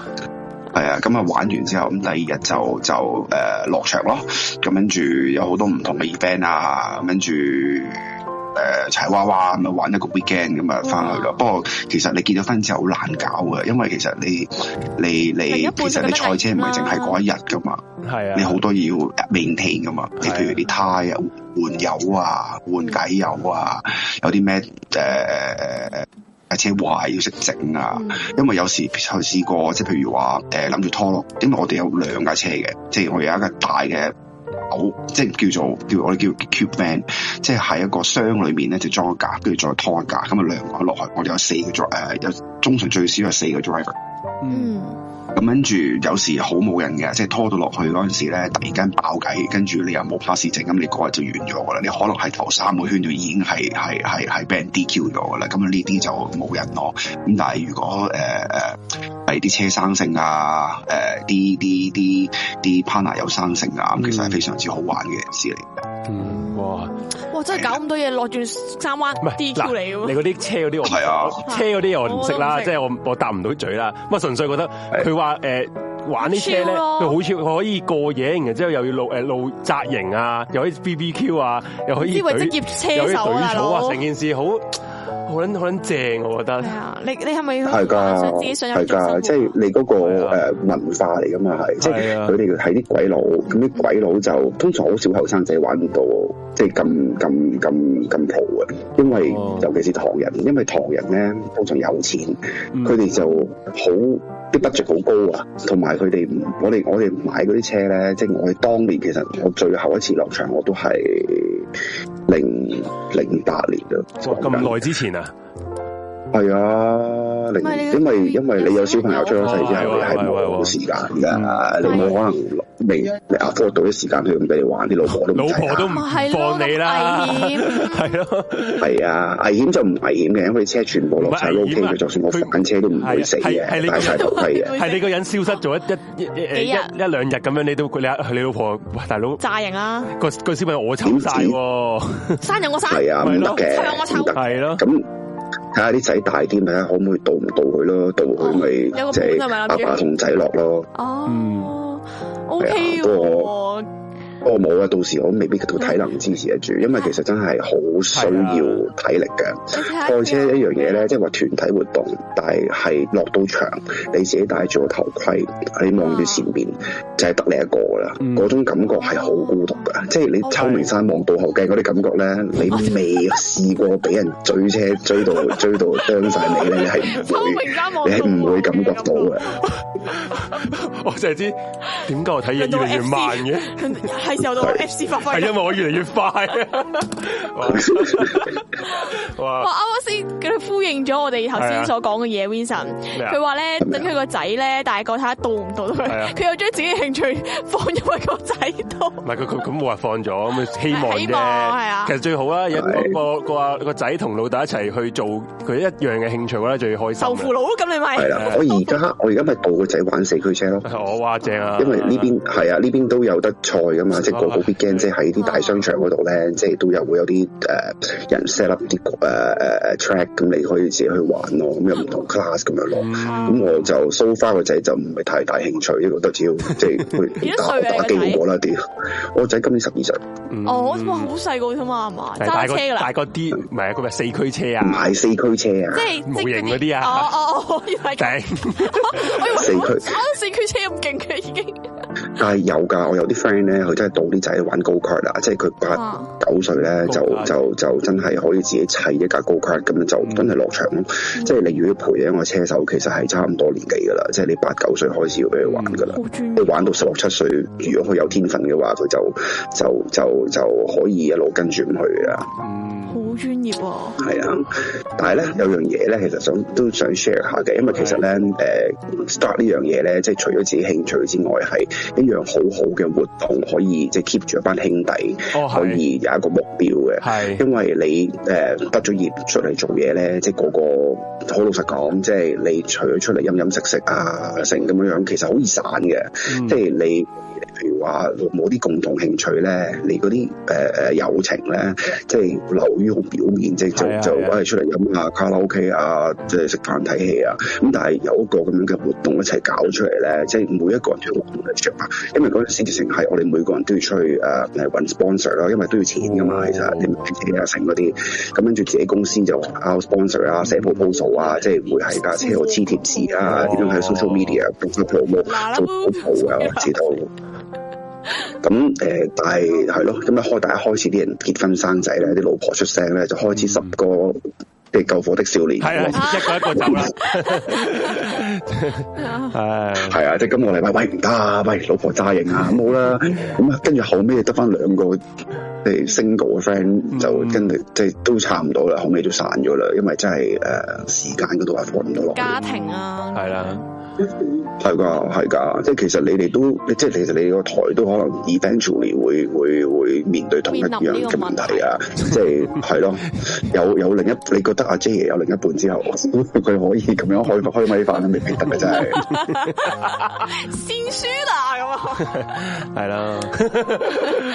S4: 係啊，咁啊玩完之後，咁第二日就就誒、呃落場咯，咁跟住有好多唔同嘅 event 啊，咁跟住誒柴娃娃咁啊玩一個 weekend 咁啊翻去
S1: 哦
S4: 咯。不過其實你結咗婚之後好難搞嘅，因為其實你你
S1: 另一
S4: 你
S1: 半
S4: 其實你
S1: 就覺得
S4: 賽車唔係
S1: 危險
S4: 淨係
S1: 啦
S4: 嗰一日噶嘛。
S2: 係啊，
S4: 你好多嘢要 maintain 噶嘛，你
S2: 係啊
S4: 譬如啲胎啊、換油啊、換偈油啊，有啲咩誒呃架呃車壞要識整啊。
S1: 嗯
S4: 因為有時佢試過，即係譬如話誒諗住拖落，因為我哋有兩架車嘅，即係我哋有一架大嘅。牛即係叫做叫我哋叫 cube van，即係喺一個箱裏面咧就裝一架，跟住再拖一架，咁啊兩個人落去，我哋有四個 driver，有通常最少有四個 driver。
S2: 嗯
S1: 嗯，
S4: 咁跟住有時好冇人嘅，即係拖到落去嗰陣時咧，突然間爆計，跟住你又冇 pass 證，咁你嗰日就完咗噶啦。你可能係頭三個圈就已經係係係係俾人 DQ 咗噶啦。咁呢啲就冇人咯。咁但係如果誒誒係啲車生性啊，誒啲啲啲啲 partner 有生性啊，咁其實係非常之好玩嘅事嚟嘅。
S2: 嗯，哇！
S1: 哇，真系搞咁多嘢，落住三彎
S2: 唔系
S1: DQ 你
S2: 你
S1: 喎。啊
S2: 嗰啲車嗰啲我唔
S4: 係啊
S2: 車嗰啲我唔識
S1: 我都唔
S2: 啦，
S1: 識
S2: 即係我我答唔到嘴啦。咁啊，純粹覺得
S4: 係
S2: 佢話誒玩啲車咧，
S1: 超咯
S2: 佢好似可以過夜，然之後又要露誒露紮營啊，又可以 BBQ 啊，又可以
S1: 呢位職
S2: 隊
S1: 業
S2: 又可
S1: 車
S2: 以
S1: 手啊，
S2: 隊
S1: 大
S2: 草啊，
S1: 佬。
S2: 成件事好好撚好撚正，我覺得
S1: 係。啊，你你係咪
S4: 係㗎，
S1: 想自己想入
S4: 係㗎，即係你嗰個
S2: 係啊
S4: 誒文化嚟㗎嘛，係即係
S2: 係啊
S4: 佢哋係啲鬼佬，咁啲鬼佬就通常好少後生仔玩到即係咁咁咁咁蒲嘅，因為
S2: 哦
S4: 尤其是唐人，因為唐人咧通常有錢，
S2: 嗯
S4: 佢哋就好。啲 budget 好高啊，同埋佢哋唔，我哋我哋買嗰啲車咧，即係我哋當年其實我最後一次落場我都係零零八年啊咯，
S2: 哇咁耐之前啊，
S4: 係啊，
S1: 唔係你
S4: 你因為因為你有小朋友出咗世之後，
S2: 哦
S4: 你係
S2: 係喎係嗯
S4: 冇
S2: 喎
S4: 時間㗎，你冇可能未你 afford 到啲時間去咁俾你玩，啲 老婆都唔
S2: 老
S4: 制
S2: 婆都唔
S1: 咪啊哦係咯
S2: 放你啦，
S1: 咁危險
S2: 係咯，
S4: 係啊，危險就唔危險嘅，因為車全部落晒
S2: 唔係
S4: low
S2: 危
S4: K，
S2: 險啊
S4: 佢就算我反車都唔會死
S2: 係啊係係
S4: 嘅，
S2: 你
S4: 戴晒頭盔嘅。
S2: 係你個人消失咗一一一一一
S1: 幾日
S2: 一兩日咁樣，你都佢你你老婆哇大佬
S1: 炸型啊！
S2: 個個小朋友我湊晒喎，
S1: 生人我生，
S4: 係啊，唔得嘅，唔得。
S2: 係咯。
S4: 咁睇下啲仔大啲，咪睇下可唔可以導唔導佢咯？導佢
S1: 有個
S4: 咪即
S1: 伴啊咪
S4: 係
S1: 諗
S4: 阿
S1: 住
S4: 爸同仔落咯。
S1: 哦
S2: 嗯
S1: ，OK
S4: 係啊不
S1: 喎
S4: 過，我冇啊，到時我未必到體能支持得住，因為其實真係好需
S2: 啊
S4: 要體力嘅。
S1: 你睇下啊
S4: 賽車一樣嘢咧，即係話團體活動，但係係落到場，你自己戴住個頭盔，你望住前面就係得你一個㗎啦。
S2: 嗯
S4: 嗰、種感覺係好孤獨㗎，即係你秋名山望到後鏡嗰啲感覺咧，你未試過俾人追車追到追到啄晒你咧，你係 唔
S1: 秋
S4: 會，
S1: 明山望
S4: 你係唔會感覺到
S1: 嘅
S4: 嘅。
S2: 我就係知點解我睇嘢越嚟越慢嘅，
S1: 感覺， 係時候到 FC 發
S2: 係
S1: 揮
S2: 因
S1: 啦。
S2: 為我越嚟越 快。哇
S1: 哇！
S2: 哇！
S1: 啱啱先佢呼應咗我哋頭
S2: 係
S1: 先
S2: 啊
S1: 所講嘅嘢，Vincent。
S2: 咩啊
S1: 佢話咧，
S4: 係咪
S1: 等
S4: 啊
S1: 佢個仔咧大個睇下到唔到佢
S2: 係啊，
S1: 佢又將自己嘅興趣 放入去個仔度。
S2: 唔係佢佢咁冇話放咗，咁希望
S1: 希望係啊
S2: 啫。其實最好啦，有
S4: 係
S2: 個個個仔同老豆一齊去做佢一樣嘅興趣，我覺得最開心啊
S1: 受
S2: 啦。
S1: 苦佬咯，咁你咪
S4: 係啦，我而家我而家咪導個仔玩四驅車咯。
S2: 我話正啊，
S4: 因為呢邊係啊，呢邊都有得賽噶嘛，即係個個 weekend 即係喺啲大商場嗰度咧，即係都有會有啲誒、呃人 set up 啲誒誒 track，咁你可以自己去玩咯，咁有唔同 class 咁樣咯。
S1: 啊
S4: 咁我就 so far 個仔就唔係太大興趣，因為覺得只要即係
S1: 幾
S4: 佢
S1: 多歲啊
S4: 打打機好過啦，屌！我仔今年十二歲，
S2: 嗯
S1: 哦，哇，好細個啫嘛，係嘛，
S2: 但係大
S1: 揸
S2: 個
S1: 車噶啦
S2: 大，個啲，唔係佢咪四驅車啊，
S4: 買四驅車
S1: 即
S4: 啊，
S1: 係
S2: 模型嗰啲啊
S1: 哦哦哦，原來係咁，
S2: 頂
S1: 我以為
S4: 四驅
S1: 我四驅車咁勁嘅已經，
S4: 但係有㗎，我有啲 friend 咧，佢真係導啲仔玩 go kart 啊，即係佢八
S1: 啊
S4: 九歲咧就
S2: Go-kart
S4: 就就真係可以自己砌一架 go kart 咁樣就真係落場咯。即係你如果培養個車手，其實係差唔多年紀㗎啦，即係你八九歲開始要俾佢玩㗎啦。
S1: 好專
S4: 你
S1: 業，
S4: 玩到十六七歲，如果佢有天分嘅話，佢就就就就可以一路跟住咁去㗎啦。
S2: 嗯
S1: 好專業喎，
S4: 係啊，但係咧有樣嘢咧，其實想都想 share 下嘅，因為其實咧誒、start 呢樣嘢咧，即係除咗自己興趣之外，係一樣好好嘅活動，可以即係 keep 住一班兄弟，
S2: 哦係
S4: 可以有一個目標嘅。
S2: 係
S4: 因為你誒、畢咗業出嚟做嘢咧，即係個個好老實講，即係你除咗出嚟飲飲食食啊，成咁樣樣，其實好易散嘅。
S2: 嗯
S4: 即係你譬如話冇啲共同興趣咧，你嗰啲誒誒友情咧，即係流於好表面，即係
S2: 嗯係啊
S4: 就就
S2: 係啊
S4: 喂出嚟飲下卡拉 OK 啊，即係食飯睇戲啊。咁但係有一個咁樣嘅活動一齊搞出嚟咧，即係每一個人都要共同着啊。因為嗰陣時直情係我哋每個人都要出去誒誒揾 sponsor 啦，因為都要錢噶
S2: 哦
S4: 嘛，其實你買車啊成嗰啲，咁跟住自己公司就 out sponsor 啊，寫 proposal 啊，即係會喺架車度黐貼紙啊，
S2: 哦
S4: 點樣喺 social media 咁樣 promo。
S1: 嗱啦
S4: 做好 鋪啊，我知道。咁誒、呃但係係咯，咁一開大家開始啲人結婚生仔咧，啲老婆出聲咧，就開始十個即係救火的少年。
S2: 嗯係啊，一個一個走 啦，係。
S4: 係啊，即係今個禮拜喂唔得啊，喂老婆揸型 啊，冇啦。咁啊，跟住後尾得翻兩個即係 single 嘅 friend 就
S2: 嗯
S4: 跟住即係都差唔多啊啦，後尾都散咗啦，因為真係誒、呃、時間嗰度係放唔到落去。
S1: 家庭啊，
S2: 系啦，
S4: 係㗎，係㗎，即係其實你哋都，即係其實你個台都可能 eventually 會會會面對同一樣
S1: 面臨呢
S4: 嘅
S1: 個
S4: 問
S1: 問題
S4: 題啊，即係係咯，有有另一，你覺得阿 J 爺有另一半之後， 佢可以咁樣開開咪飯都未必得嘅真係，
S1: 先輸啦咁啊！
S2: 系啦，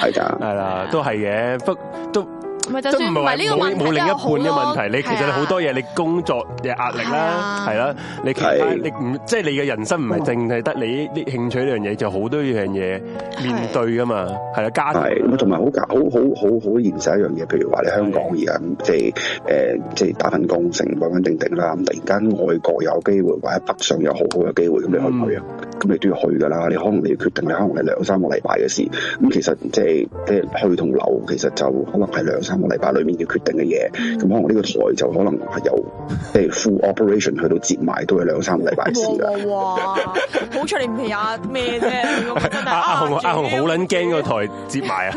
S4: 係
S2: 系
S4: 㗎，
S2: 啦，都系嘅，不都
S1: 咪就
S2: 都
S1: 算
S2: 唔
S1: 唔
S2: 係話
S1: 係呢個問
S2: 冇
S1: 題，
S2: 冇另
S1: 都
S2: 一半
S1: 有好
S2: 嘅
S1: 多
S2: 問題。你其實你好多
S1: 係啊
S2: 嘢，你工作嘅壓力啦，
S1: 係啊
S2: 係啦，你其他
S4: 係
S2: 你唔即係你嘅人生唔係淨係得你呢興趣呢樣嘢，就好多樣嘢面對噶嘛，係啦，
S1: 呃
S2: 家庭
S4: 係咁同埋好搞好好好好現實一樣嘢，譬如話你香港而家咁即係誒即係打份工，成穩穩定定啦，咁突然間外國有機會或者北上有好好嘅機會，咁你
S1: 嗯
S4: 去唔去啊？咁你都要去㗎啦，你可能你要決定，你可能你兩三個禮拜嘅事。咁其實即係即係去同留，其實就可能係兩三個禮拜裏面要決定嘅嘢。
S1: 嗯
S4: 咁可能呢個台就可能係由即係 full operation 去到接埋都係兩三個禮拜嘅事㗎。
S1: 哇哇哇！好彩你唔係阿咩啫，咁真係
S2: 啊阿阿
S1: 啊
S2: 紅阿紅好撚驚個
S1: 住
S2: 台接埋啊！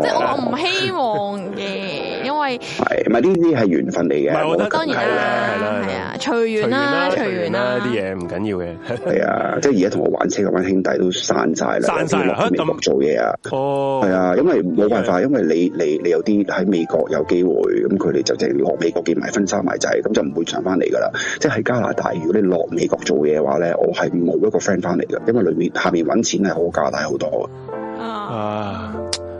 S1: 即係我
S4: 哦
S1: 我唔希望嘅，因為
S4: 係咪呢啲係緣分嚟嘅？
S2: 唔係我覺得
S1: 當然啦，
S2: 係啦係啦
S1: 係啊，隨緣啦，隨緣啦，
S2: 啲嘢唔緊要嘅。
S4: 係啊，即係而家同我玩車嗰班兄弟都散晒啦，
S2: 散晒啦
S4: 有
S2: 嚇
S4: 啲落咗美國
S2: 咁
S4: 做嘢啊。
S2: 哦，
S4: 係啊，因為冇辦法，因為你你你有啲喺美國有機會，咁佢哋就淨係落美國結埋婚生埋仔，咁就唔會上翻嚟噶啦。即係喺加拿大，如果你落美國做嘢嘅話咧，我係冇一個 friend 翻嚟嘅，因為裏面下 面揾錢係好加拿大好多
S1: 啊
S2: 啊，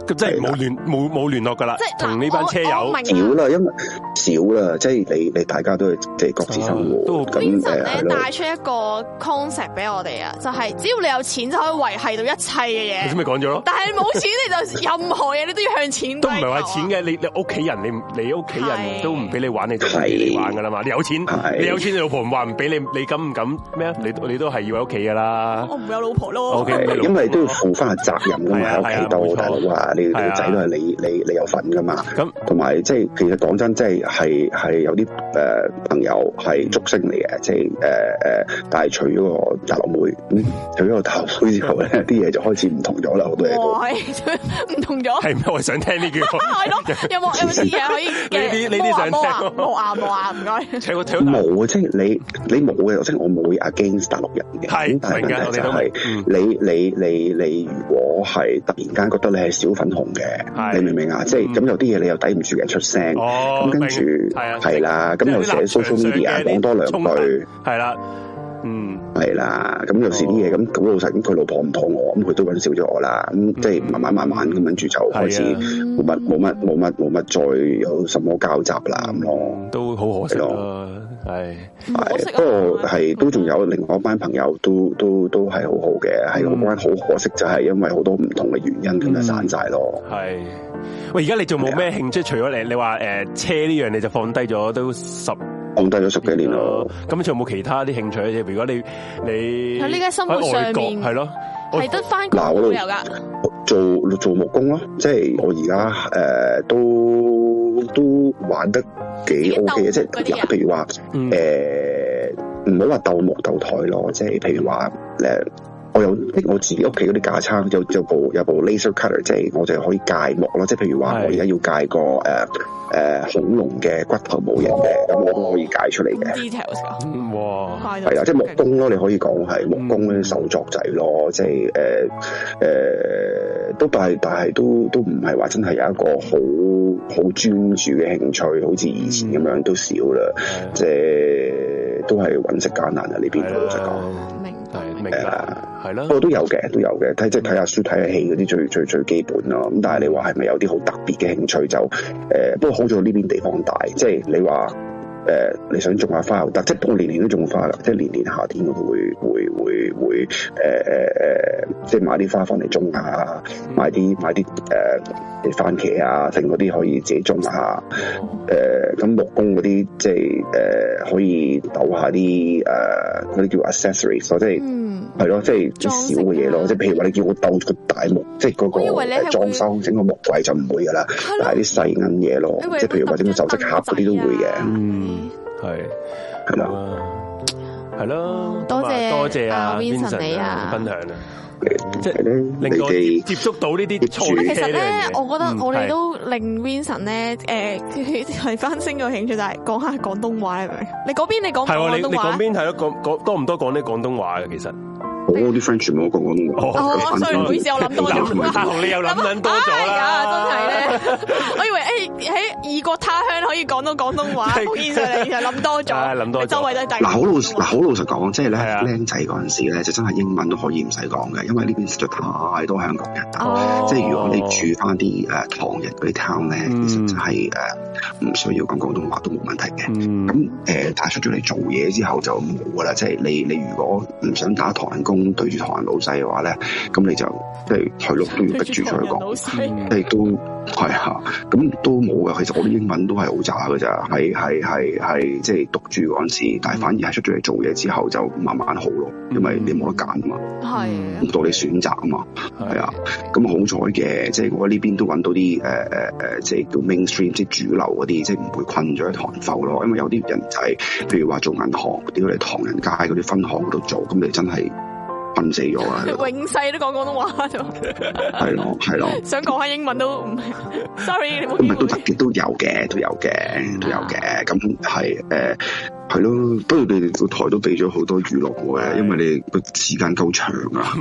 S2: 咁即係冇聯冇冇聯絡噶啦
S1: 即，係嗱
S2: 同呢班車
S1: 我
S2: 友
S1: 我。
S4: 嘅，
S1: 明
S4: 少
S1: 啊
S4: 啦，因為少啦，即係你你大家都係即係各自生
S2: 啊都
S4: 活，咁誒
S1: Vincent 咧
S4: 係咯。
S1: 帶出一個 concept 俾我哋啊，就係只要你有錢就可以維係到一切
S2: 你
S1: 嘅
S2: 先
S1: 嘢，
S2: 咪講咗咯，
S1: 但係你冇錢你就任何嘢你都要向錢
S2: 都唔係話
S1: 歸
S2: 錢
S1: 咎啊
S2: 嘅，你你屋企人，你唔你屋企人
S1: 係
S2: 都唔俾你玩，你就唔俾你玩噶啦嘛。你有錢，
S4: 係
S2: 你有錢，你老婆唔話唔俾你，你敢唔敢咩啊？你你都係要喺屋企噶啦。
S1: 我唔會有老婆咯。
S2: OK
S4: 係因為都要負翻責任噶
S2: 係
S4: 嘛，
S2: 啊
S4: 喺屋企
S2: 係
S4: 度
S2: 啊冇錯
S4: 大佬啊，你你
S2: 係
S4: 個
S2: 啊
S4: 仔都係你你你有份噶嘛。
S2: 咁
S4: 同埋即係其實講真，即係係係有啲誒、呃朋友係竹升嚟嘅，即係誒誒，呃但係娶咗個大陸妹，嗯娶咗個大陸妹 之後咧，啲嘢就開始唔同咗啦，好多嘢都。
S1: 哇，係唔同咗。
S2: 係咩？我想聽 呢句。
S1: 係咯，有冇有冇啲嘢可以嘅？
S2: 呢啲呢啲想聽
S1: 冇啊冇啊冇啊，冇啊唔該。
S2: 請我請我
S4: 冇啊！即係你你冇嘅，即係我冇會 against 大陸人嘅。
S2: 係
S4: 咁但係
S2: 明㗎
S4: 問題就
S2: 我哋嗯
S4: 係、你你你你如果係突然間覺得你係小粉紅
S2: 係嗯
S4: 嘅，你明唔明啊？即係咁有啲嘢你又抵唔住嘅出聲。
S2: 哦
S4: 咁，跟
S2: 明
S4: 住
S2: 係啊，
S4: 係啦，咁又寫 social media 講多兩句，
S2: 係啦，嗯，
S4: 係啦，咁有時啲嘢咁咁老實，咁佢老婆唔妥我，咁佢都揾少咗我啦，咁即係慢慢慢慢咁跟住就開始
S2: 係啊
S4: 冇乜冇乜冇乜冇乜再有什麼交集啦咁咯。
S2: 都好可惜
S4: 哦係
S2: 咯，係
S1: 可惜
S4: 係，
S1: 啊
S4: 不過係都仲有另外一班朋友都都都係好好嘅，係嗰班好可惜就係因為好多唔同嘅原因咁就散晒咯。
S2: 係。喂，而家你仲
S4: 啊
S2: 冇咩興趣？除咗你，你話誒車呢樣你就放低咗都十
S4: 放低咗十幾年咯，。
S2: 咁仲有冇其他啲興趣咧？如果你你
S1: 喺呢個生活上面
S2: 係咯，我
S1: 係得翻工都有噶，
S4: 做做木工咯，即係我而家誒都都玩得幾 O K 嘅，即
S1: 自
S4: 係
S1: 己鬥木嗰啲啊
S4: 嗱譬如話。
S2: 嗯
S4: 誒呃唔好話鬥木鬥台咯，即係譬如話誒、我有即係我自己屋企嗰啲架撐，有有部有部 laser cutter，即係我就可以界木咯。即係譬如話，
S2: 係
S4: 我而家要界個誒誒恐龍嘅骨頭模型嘅，咁我都可以界出嚟嘅。
S1: details 噶，
S2: 哇，
S1: 快到
S4: 係啦，啊即係木工咯，你可以講係木工嗰啲手作仔咯，即係誒誒，都但係但係都都唔係話真係有一個好好專注嘅興趣，好似以前咁樣都少啦。即係都係揾食艱難啊！呢邊老實講，
S2: 係
S1: 明白
S2: 係
S1: 明
S2: 明
S1: 白。
S2: 啦，係
S4: 不
S2: 啦，
S4: 過哦都有嘅，都有嘅，睇即係睇下書、睇下戲嗰啲最最最基本咯。咁但係你話係咪有啲好特別嘅興趣就誒、不過好在呢邊地方大，即係你話誒、你想種下花又得，即係我年年都種花㗎，即係年年夏天我都會會會會誒誒誒，呃即係買啲花翻嚟種下，買啲買啲誒、番茄啊，剩嗰啲可以自己種下。誒咁木工嗰啲即係誒、呃可以抖下啲誒呃嗰啲叫 accessories 咯，即係
S1: 嗯，
S4: 係咯，即係
S1: 裝飾啊
S4: 少嘅嘢咯。即係譬如話你叫我鬥個大木，即係嗰
S1: 我以為你係
S4: 個
S1: 會
S4: 裝修整個木櫃就唔會噶啦，
S1: 係
S4: 但
S1: 咯
S4: 係，啲細銀嘢咯
S1: 你以為，
S4: 即係譬如話整個首飾盒嗰啲都
S1: 啊
S4: 會嘅，
S2: 嗯，係好
S4: 係啦。
S2: 啊，係咯，
S1: 多謝
S2: 咁啊多謝
S1: 啊
S2: 啊
S1: Vincent
S2: Vincent
S1: 你啊
S2: 分享啊，即係
S4: 係啦
S2: 令到我接
S4: 你哋
S2: 接觸到呢啲
S4: 業主
S2: 賽
S1: 其
S2: 車
S1: 實
S2: 呢
S1: 咧
S2: 樣，嘢
S1: 我覺得我哋
S2: 嗯
S1: 都令 Vincent ờ, 咧， 誒係翻升個興趣，就係講下廣東話，你明唔明？你嗰邊你講唔
S2: 係
S1: 講
S2: 喎，
S1: 廣
S2: 你你
S1: 東話
S2: 講？邊係咯？講講多唔多講啲廣東話嘅其實？
S4: 我啲 friend 全部都講廣東話。
S1: 哦
S4: 咁
S1: ，sorry，唔好意思，我諗 多
S4: 諗唔係
S1: 咗。
S2: 阿紅你又諗緊多 咗啦，
S1: 哎呀真係咧，我以為誒喺異國他鄉可以講到廣東話，
S2: 係
S1: 好現實你就諗多咗，
S2: 唉諗多咗
S1: 周圍都係大
S4: 嗱，好老實嗱，好老實講，即係咧，
S2: 係啊
S4: 僆仔嗰陣時咧，就真係英文都可以唔使講嘅，因為呢邊實在太多香港人啦。
S1: 哦
S4: 即係如果你住翻啲誒呃唐人嗰啲 town 咧，
S2: 嗯
S4: 其實就係誒呃唔需要講廣東話都冇問題嘅。
S2: 嗯
S4: 咁誒、呃但係出咗嚟做嘢之後就冇噶啦，即係你你如果唔想打唐人工對住唐人老細嘅話咧，咁你就即係係咯，都要 逼住
S1: 唐
S4: 佢
S1: 人
S4: 講
S1: 老，細，
S4: 即係都係啊，咁都冇嘅。其實我啲英文都係好渣嘅咋，係係係係即係讀住嗰陣時，但係反而係出咗嚟做嘢之後就慢慢好咯，因為你冇得揀啊嘛，
S1: 係
S4: 唔到你選擇啊嘛，係啊。咁好彩嘅，即係我喺呢邊都揾到啲誒誒誒，即係叫 mainstream，即係主流嗰啲，即係唔會困咗喺唐人埠咯。因為有啲人就係、譬如話做銀行，屌你唐人街嗰啲分行嗰度做，咁你真係困死咗 啊！
S1: 永世都講廣 東話就
S4: 係咯，係咯，
S1: 想講下英文都唔，sorry，你冇
S4: 咁
S1: 機
S4: 咪都
S1: 會
S4: 特。別都有嘅，都有嘅，都有
S2: 啊
S4: 嘅。咁係誒係咯，不過你哋個台都俾咗好多娛樂我嘅，因為你個時間夠長 啊，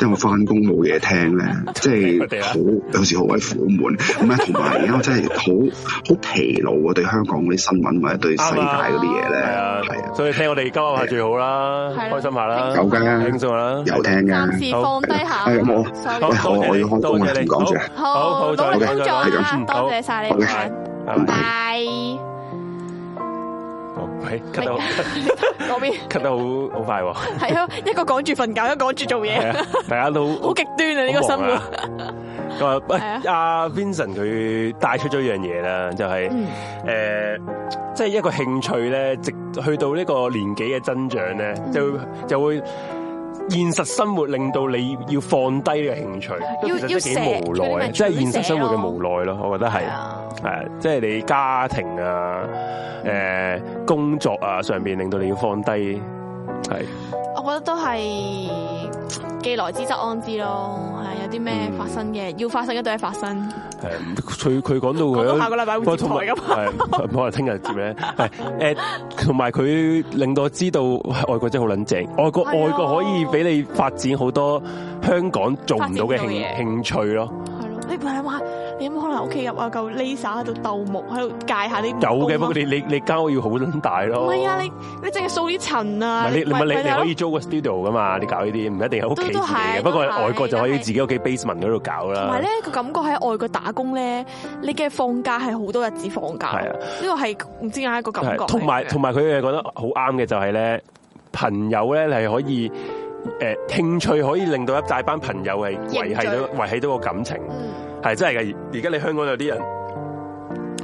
S4: 因為我翻工冇嘢聽咧，即係
S2: 啊
S4: 好有時好鬼苦悶。唔係，同埋 而家我真係好好疲勞啊，對香港嗰啲新聞或者對世界嗰啲嘢咧，
S2: 係啊，
S4: 係啊，
S2: 所以聽我哋今日係最好啦，
S1: 係啊
S2: 開心下啦，
S4: 有㗎
S2: 輕鬆下啦，
S4: 有聽
S1: 暫
S4: 㗎。
S1: 時放低下
S4: 係咁我
S2: 好
S1: ，sorry，
S4: 喂，我我要開工
S2: 多
S4: 啊，
S2: 謝
S4: 唔
S2: 你
S4: 講住啊。
S2: 好好
S1: 好，努力
S2: 再嗯
S1: 工作
S2: 再
S4: 係
S1: 啊，
S4: 咁
S1: 多謝晒
S4: 好
S1: 你，
S4: 嘅
S1: 拜
S2: 拜拜
S1: 拜。
S2: 哦喂，cut 得 好
S1: 啊嗰邊
S2: cut 得好好快喎，
S1: 係啊，一個趕住瞓覺，一個趕住做
S2: 係
S1: 嘢，
S2: 啊，大家都
S1: 好極端啊！呢個生
S2: 好忙
S1: 活
S2: 啊。咁啊，喂
S1: 係啊，
S2: 阿 Vincent 佢帶出咗一樣嘢啦，就係、
S1: 嗯
S2: 誒、即係一個興趣咧，直去到呢個年紀嘅增長咧，
S1: 嗯
S2: 就會就會現實生活令到你要放低呢個興趣，都
S1: 要
S2: 其實都幾
S1: 要捨
S2: 無
S1: 嗰啲
S2: 奈，
S1: 咪
S2: 即係
S1: 取捨
S2: 現實生活嘅
S1: 咯
S2: 無奈咯，我覺得係
S1: 係啊
S2: 係啊即係你家庭啊，誒、工作啊上邊令到你要放低，係
S1: 我覺得都係既來之則安之咯，係有啲咩
S4: 嗯
S1: 發生嘅，要發生嘅都係發生。
S2: 誒，佢佢講到佢
S1: 講到下個禮拜會接台㗎
S2: 嘛，係可能聽日接咧，係誒，呃同埋佢令到我知道外國真係好撚正，外國
S1: 係啊
S2: 外國可以俾你發展好多香港做唔到
S1: 發
S2: 嘅
S1: 展唔到
S2: 興
S1: 嘢
S2: 興趣
S1: 係
S2: 咯，
S1: 咯，你唔係話你有冇可能屋企入啊嚿 laser 喺度鬥木喺度戒下啲
S2: 有嘅，
S1: 蜈蚣啊
S2: 不過你你你間屋要好撚大
S1: 唔
S2: 咯，
S1: 係啊，你你淨係掃啲塵
S2: 哦唔
S1: 啊，
S2: 係你你咪你
S1: 咪
S2: 你
S1: 係咯
S2: 可以租個 studio 噶嘛，你搞呢啲唔一定喺屋企自己
S1: 都都
S2: 嘅，
S1: 係
S2: 不過
S1: 都係
S2: 外國就可以
S1: 但係
S2: 自己屋企 basement 嗰度搞
S1: 同埋
S2: 啦
S1: 咧，個感覺喺外國打工咧，你嘅放假係好多日子放假，
S2: 係啊
S1: 呢個係唔知點解一個感覺嚟
S2: 係
S1: 嘅。
S2: 同埋同埋佢哋覺得好啱嘅就係咧，朋友咧係可以诶、呃、興趣可以令到一大班朋友係維
S1: 凝
S2: 係
S1: 聚
S2: 到維係到個感情，
S1: 嗯
S2: 係真係嘅。而而家你香港有啲人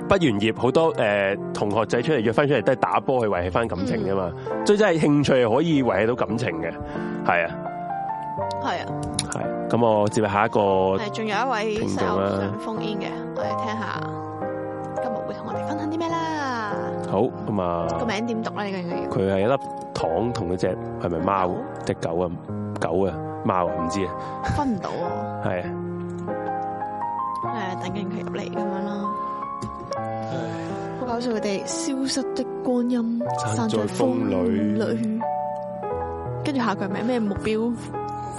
S2: 畢完業，好多诶、呃同學仔出嚟約翻出嚟都係打波去維係翻感情噶嘛，
S1: 嗯
S2: 所以真係興趣係可以維係到感情嘅，係啊，
S1: 係啊，
S2: 係。咁我接下一個
S1: 係仲有一位
S2: 聽啊
S1: 室
S2: 眾
S1: 友
S2: 啦
S1: 想封煙嘅，我哋聽下今日會同我哋分享啲咩啦？
S2: 好咁
S1: 個
S2: 啊，
S1: 名點讀咧？呢個應該要。
S2: 佢係一粒糖同嗰只係咪貓只狗啊狗啊貓啊唔知啊，
S1: 分唔到喎，
S2: 係啊。
S1: 誒等緊佢入嚟咁樣啦。好搞笑，佢哋消失的光陰
S2: 散
S1: 散
S2: 在
S1: 在
S2: 風
S1: 風
S2: 裏
S1: 裏。跟住下句係咩咩目標？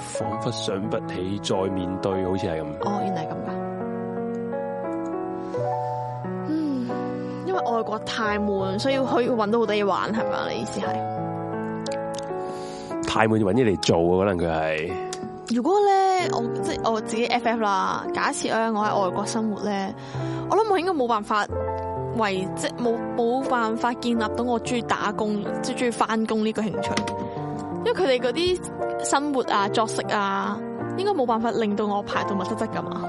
S2: 仿佛想不起再面對，好似係咁。
S1: 哦，原來係咁噶。嗯，因為外國太悶，所以可以揾到好多嘢玩，係咪？啊你意思係？
S2: 太悶就揾嘢嚟做啊，可能佢係
S1: 如果咧，我即係我自己 FF 啦，假設咧我喺外國生活咧，我諗我應該冇辦法為即係冇冇辦法建立到我中意打工、即係中意翻工呢個興趣，因為佢哋嗰啲生活啊、作息啊，應該冇辦法令到我排到密質質噶嘛。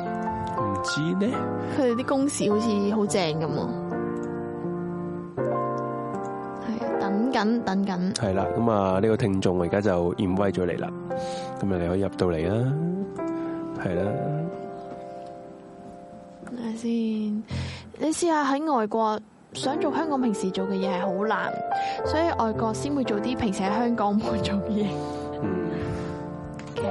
S2: 唔知呢。
S1: 佢哋啲工時好似好正咁喎。係啊等緊等緊，
S2: 係啦，咁啊呢個聽眾我而家就 invite 咗你啦，咁啊你可以入到嚟啦，係啦，
S1: 睇下先。你試下喺外國想做香港平時做嘅嘢係好難，所以外國先會做啲平時喺香港唔會做嘅嘢
S2: 嗯，
S1: 嘅。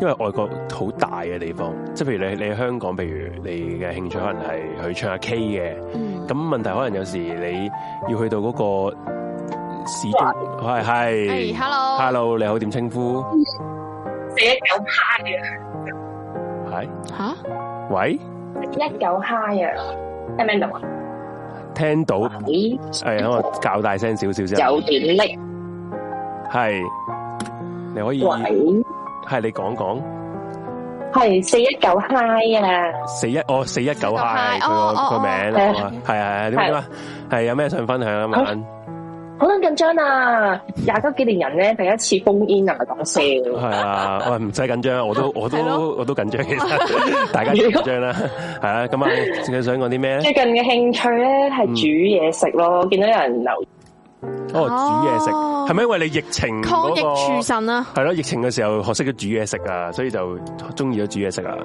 S2: 因為外國好大嘅地方，即係譬如你你喺香港，譬如你嘅興趣可能係去唱下 K 嘅，
S1: 嗯
S2: 咁問題可能有時你要去到嗰個市中，係
S1: 係
S2: 係
S1: 哎，hello，
S2: ，hello 你好，點稱呼？
S5: 四一九嗨啊，
S2: 係，
S1: 吓，
S2: 喂，
S5: 一九嗨啊，聽唔聽到啊？
S2: 聽到，
S5: 咦，
S2: 誒，可能較大聲少少啫，
S5: 有點力
S2: 係，你可以
S5: 位，
S2: 係你講講
S5: 係四一九嗨啊，
S2: 四一哦四一九係佢
S1: 哦
S2: 個
S1: 哦
S2: 個
S1: 哦
S2: 名係嘛係係係點啊？係有咩想分享啊？晚
S5: 好撚緊張啊！廿九幾年人咧，第一次封煙啊，唔係講笑。
S2: 係啊，喂，唔使緊張，我都我
S1: 係
S2: 都
S1: 咯
S2: 我都緊張，其實 大家都緊張啦，係啊，咁啊，你想講啲咩咧？
S5: 最近嘅興趣咧
S2: 嗯
S5: 係煮嘢食咯，見到有人留
S2: 哦，煮嘢食
S1: 哦
S2: 係咪因為你疫情
S1: 抗疫
S2: 嗰
S1: 廚
S2: 個
S1: 神啊，
S2: 係咯？疫情嘅時候學識咗煮嘢食啊，所以就中意咗煮嘢食啊。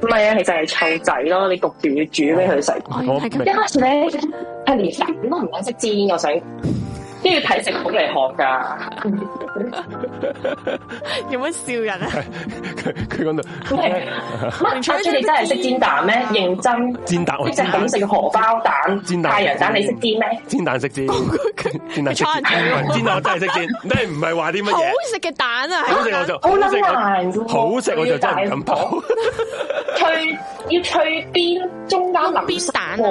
S5: 唔係啊，其實係湊仔咯，你焗住要煮俾佢食。
S1: 哦
S2: 我
S1: 係
S5: 一
S1: 咁，
S5: 開始咧係連飯都唔敢識煎，我想都要睇食譜嚟學 㗎。
S1: 有乜笑人啊？
S2: 佢佢講到
S5: 唔係阿朱你真係識煎蛋咩？認真，
S2: 煎蛋，我
S5: 即
S2: 煎
S5: 係
S2: 蛋
S5: 咁食荷包蛋、
S2: 煎蛋
S5: 太陽蛋，你識煎咩？
S2: 煎蛋食煎，煎蛋食
S1: 哦佢
S2: 煎，
S1: 差人
S2: 煎蛋我真係識煎，真係唔係話啲乜
S1: 好
S2: 嘢。
S1: 食嘅蛋啊，
S2: 好食我就
S5: 好
S2: 好食
S5: 撚
S2: 我
S5: 難㗎喎
S2: 好食我就真係唔敢
S5: 最大
S2: 爆
S5: 鑊。脆要脆邊，中間淋濕
S1: 邊蛋啊
S5: 喎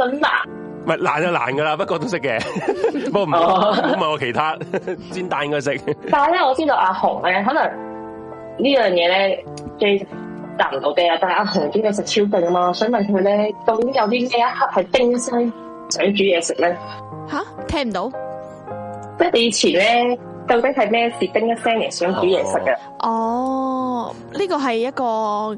S5: 好撚難。
S2: 唔係難就難噶啦，不過都識嘅。 不過唔好唔
S5: 哦
S2: 好問我其他 煎蛋應該食。
S5: 但係咧，我知道阿紅咧，可能呢樣嘢咧最答唔到嘅啊。但係阿紅啲嘢食超勁啊嘛，想問佢咧，究竟有啲咩一刻係叮西想煮嘢食咧？
S1: 吓，聽唔到，
S5: 即係你以前咧，到底係咩事叮一聲嚟想煮嘢食嘅？
S1: 哦，呢個係一個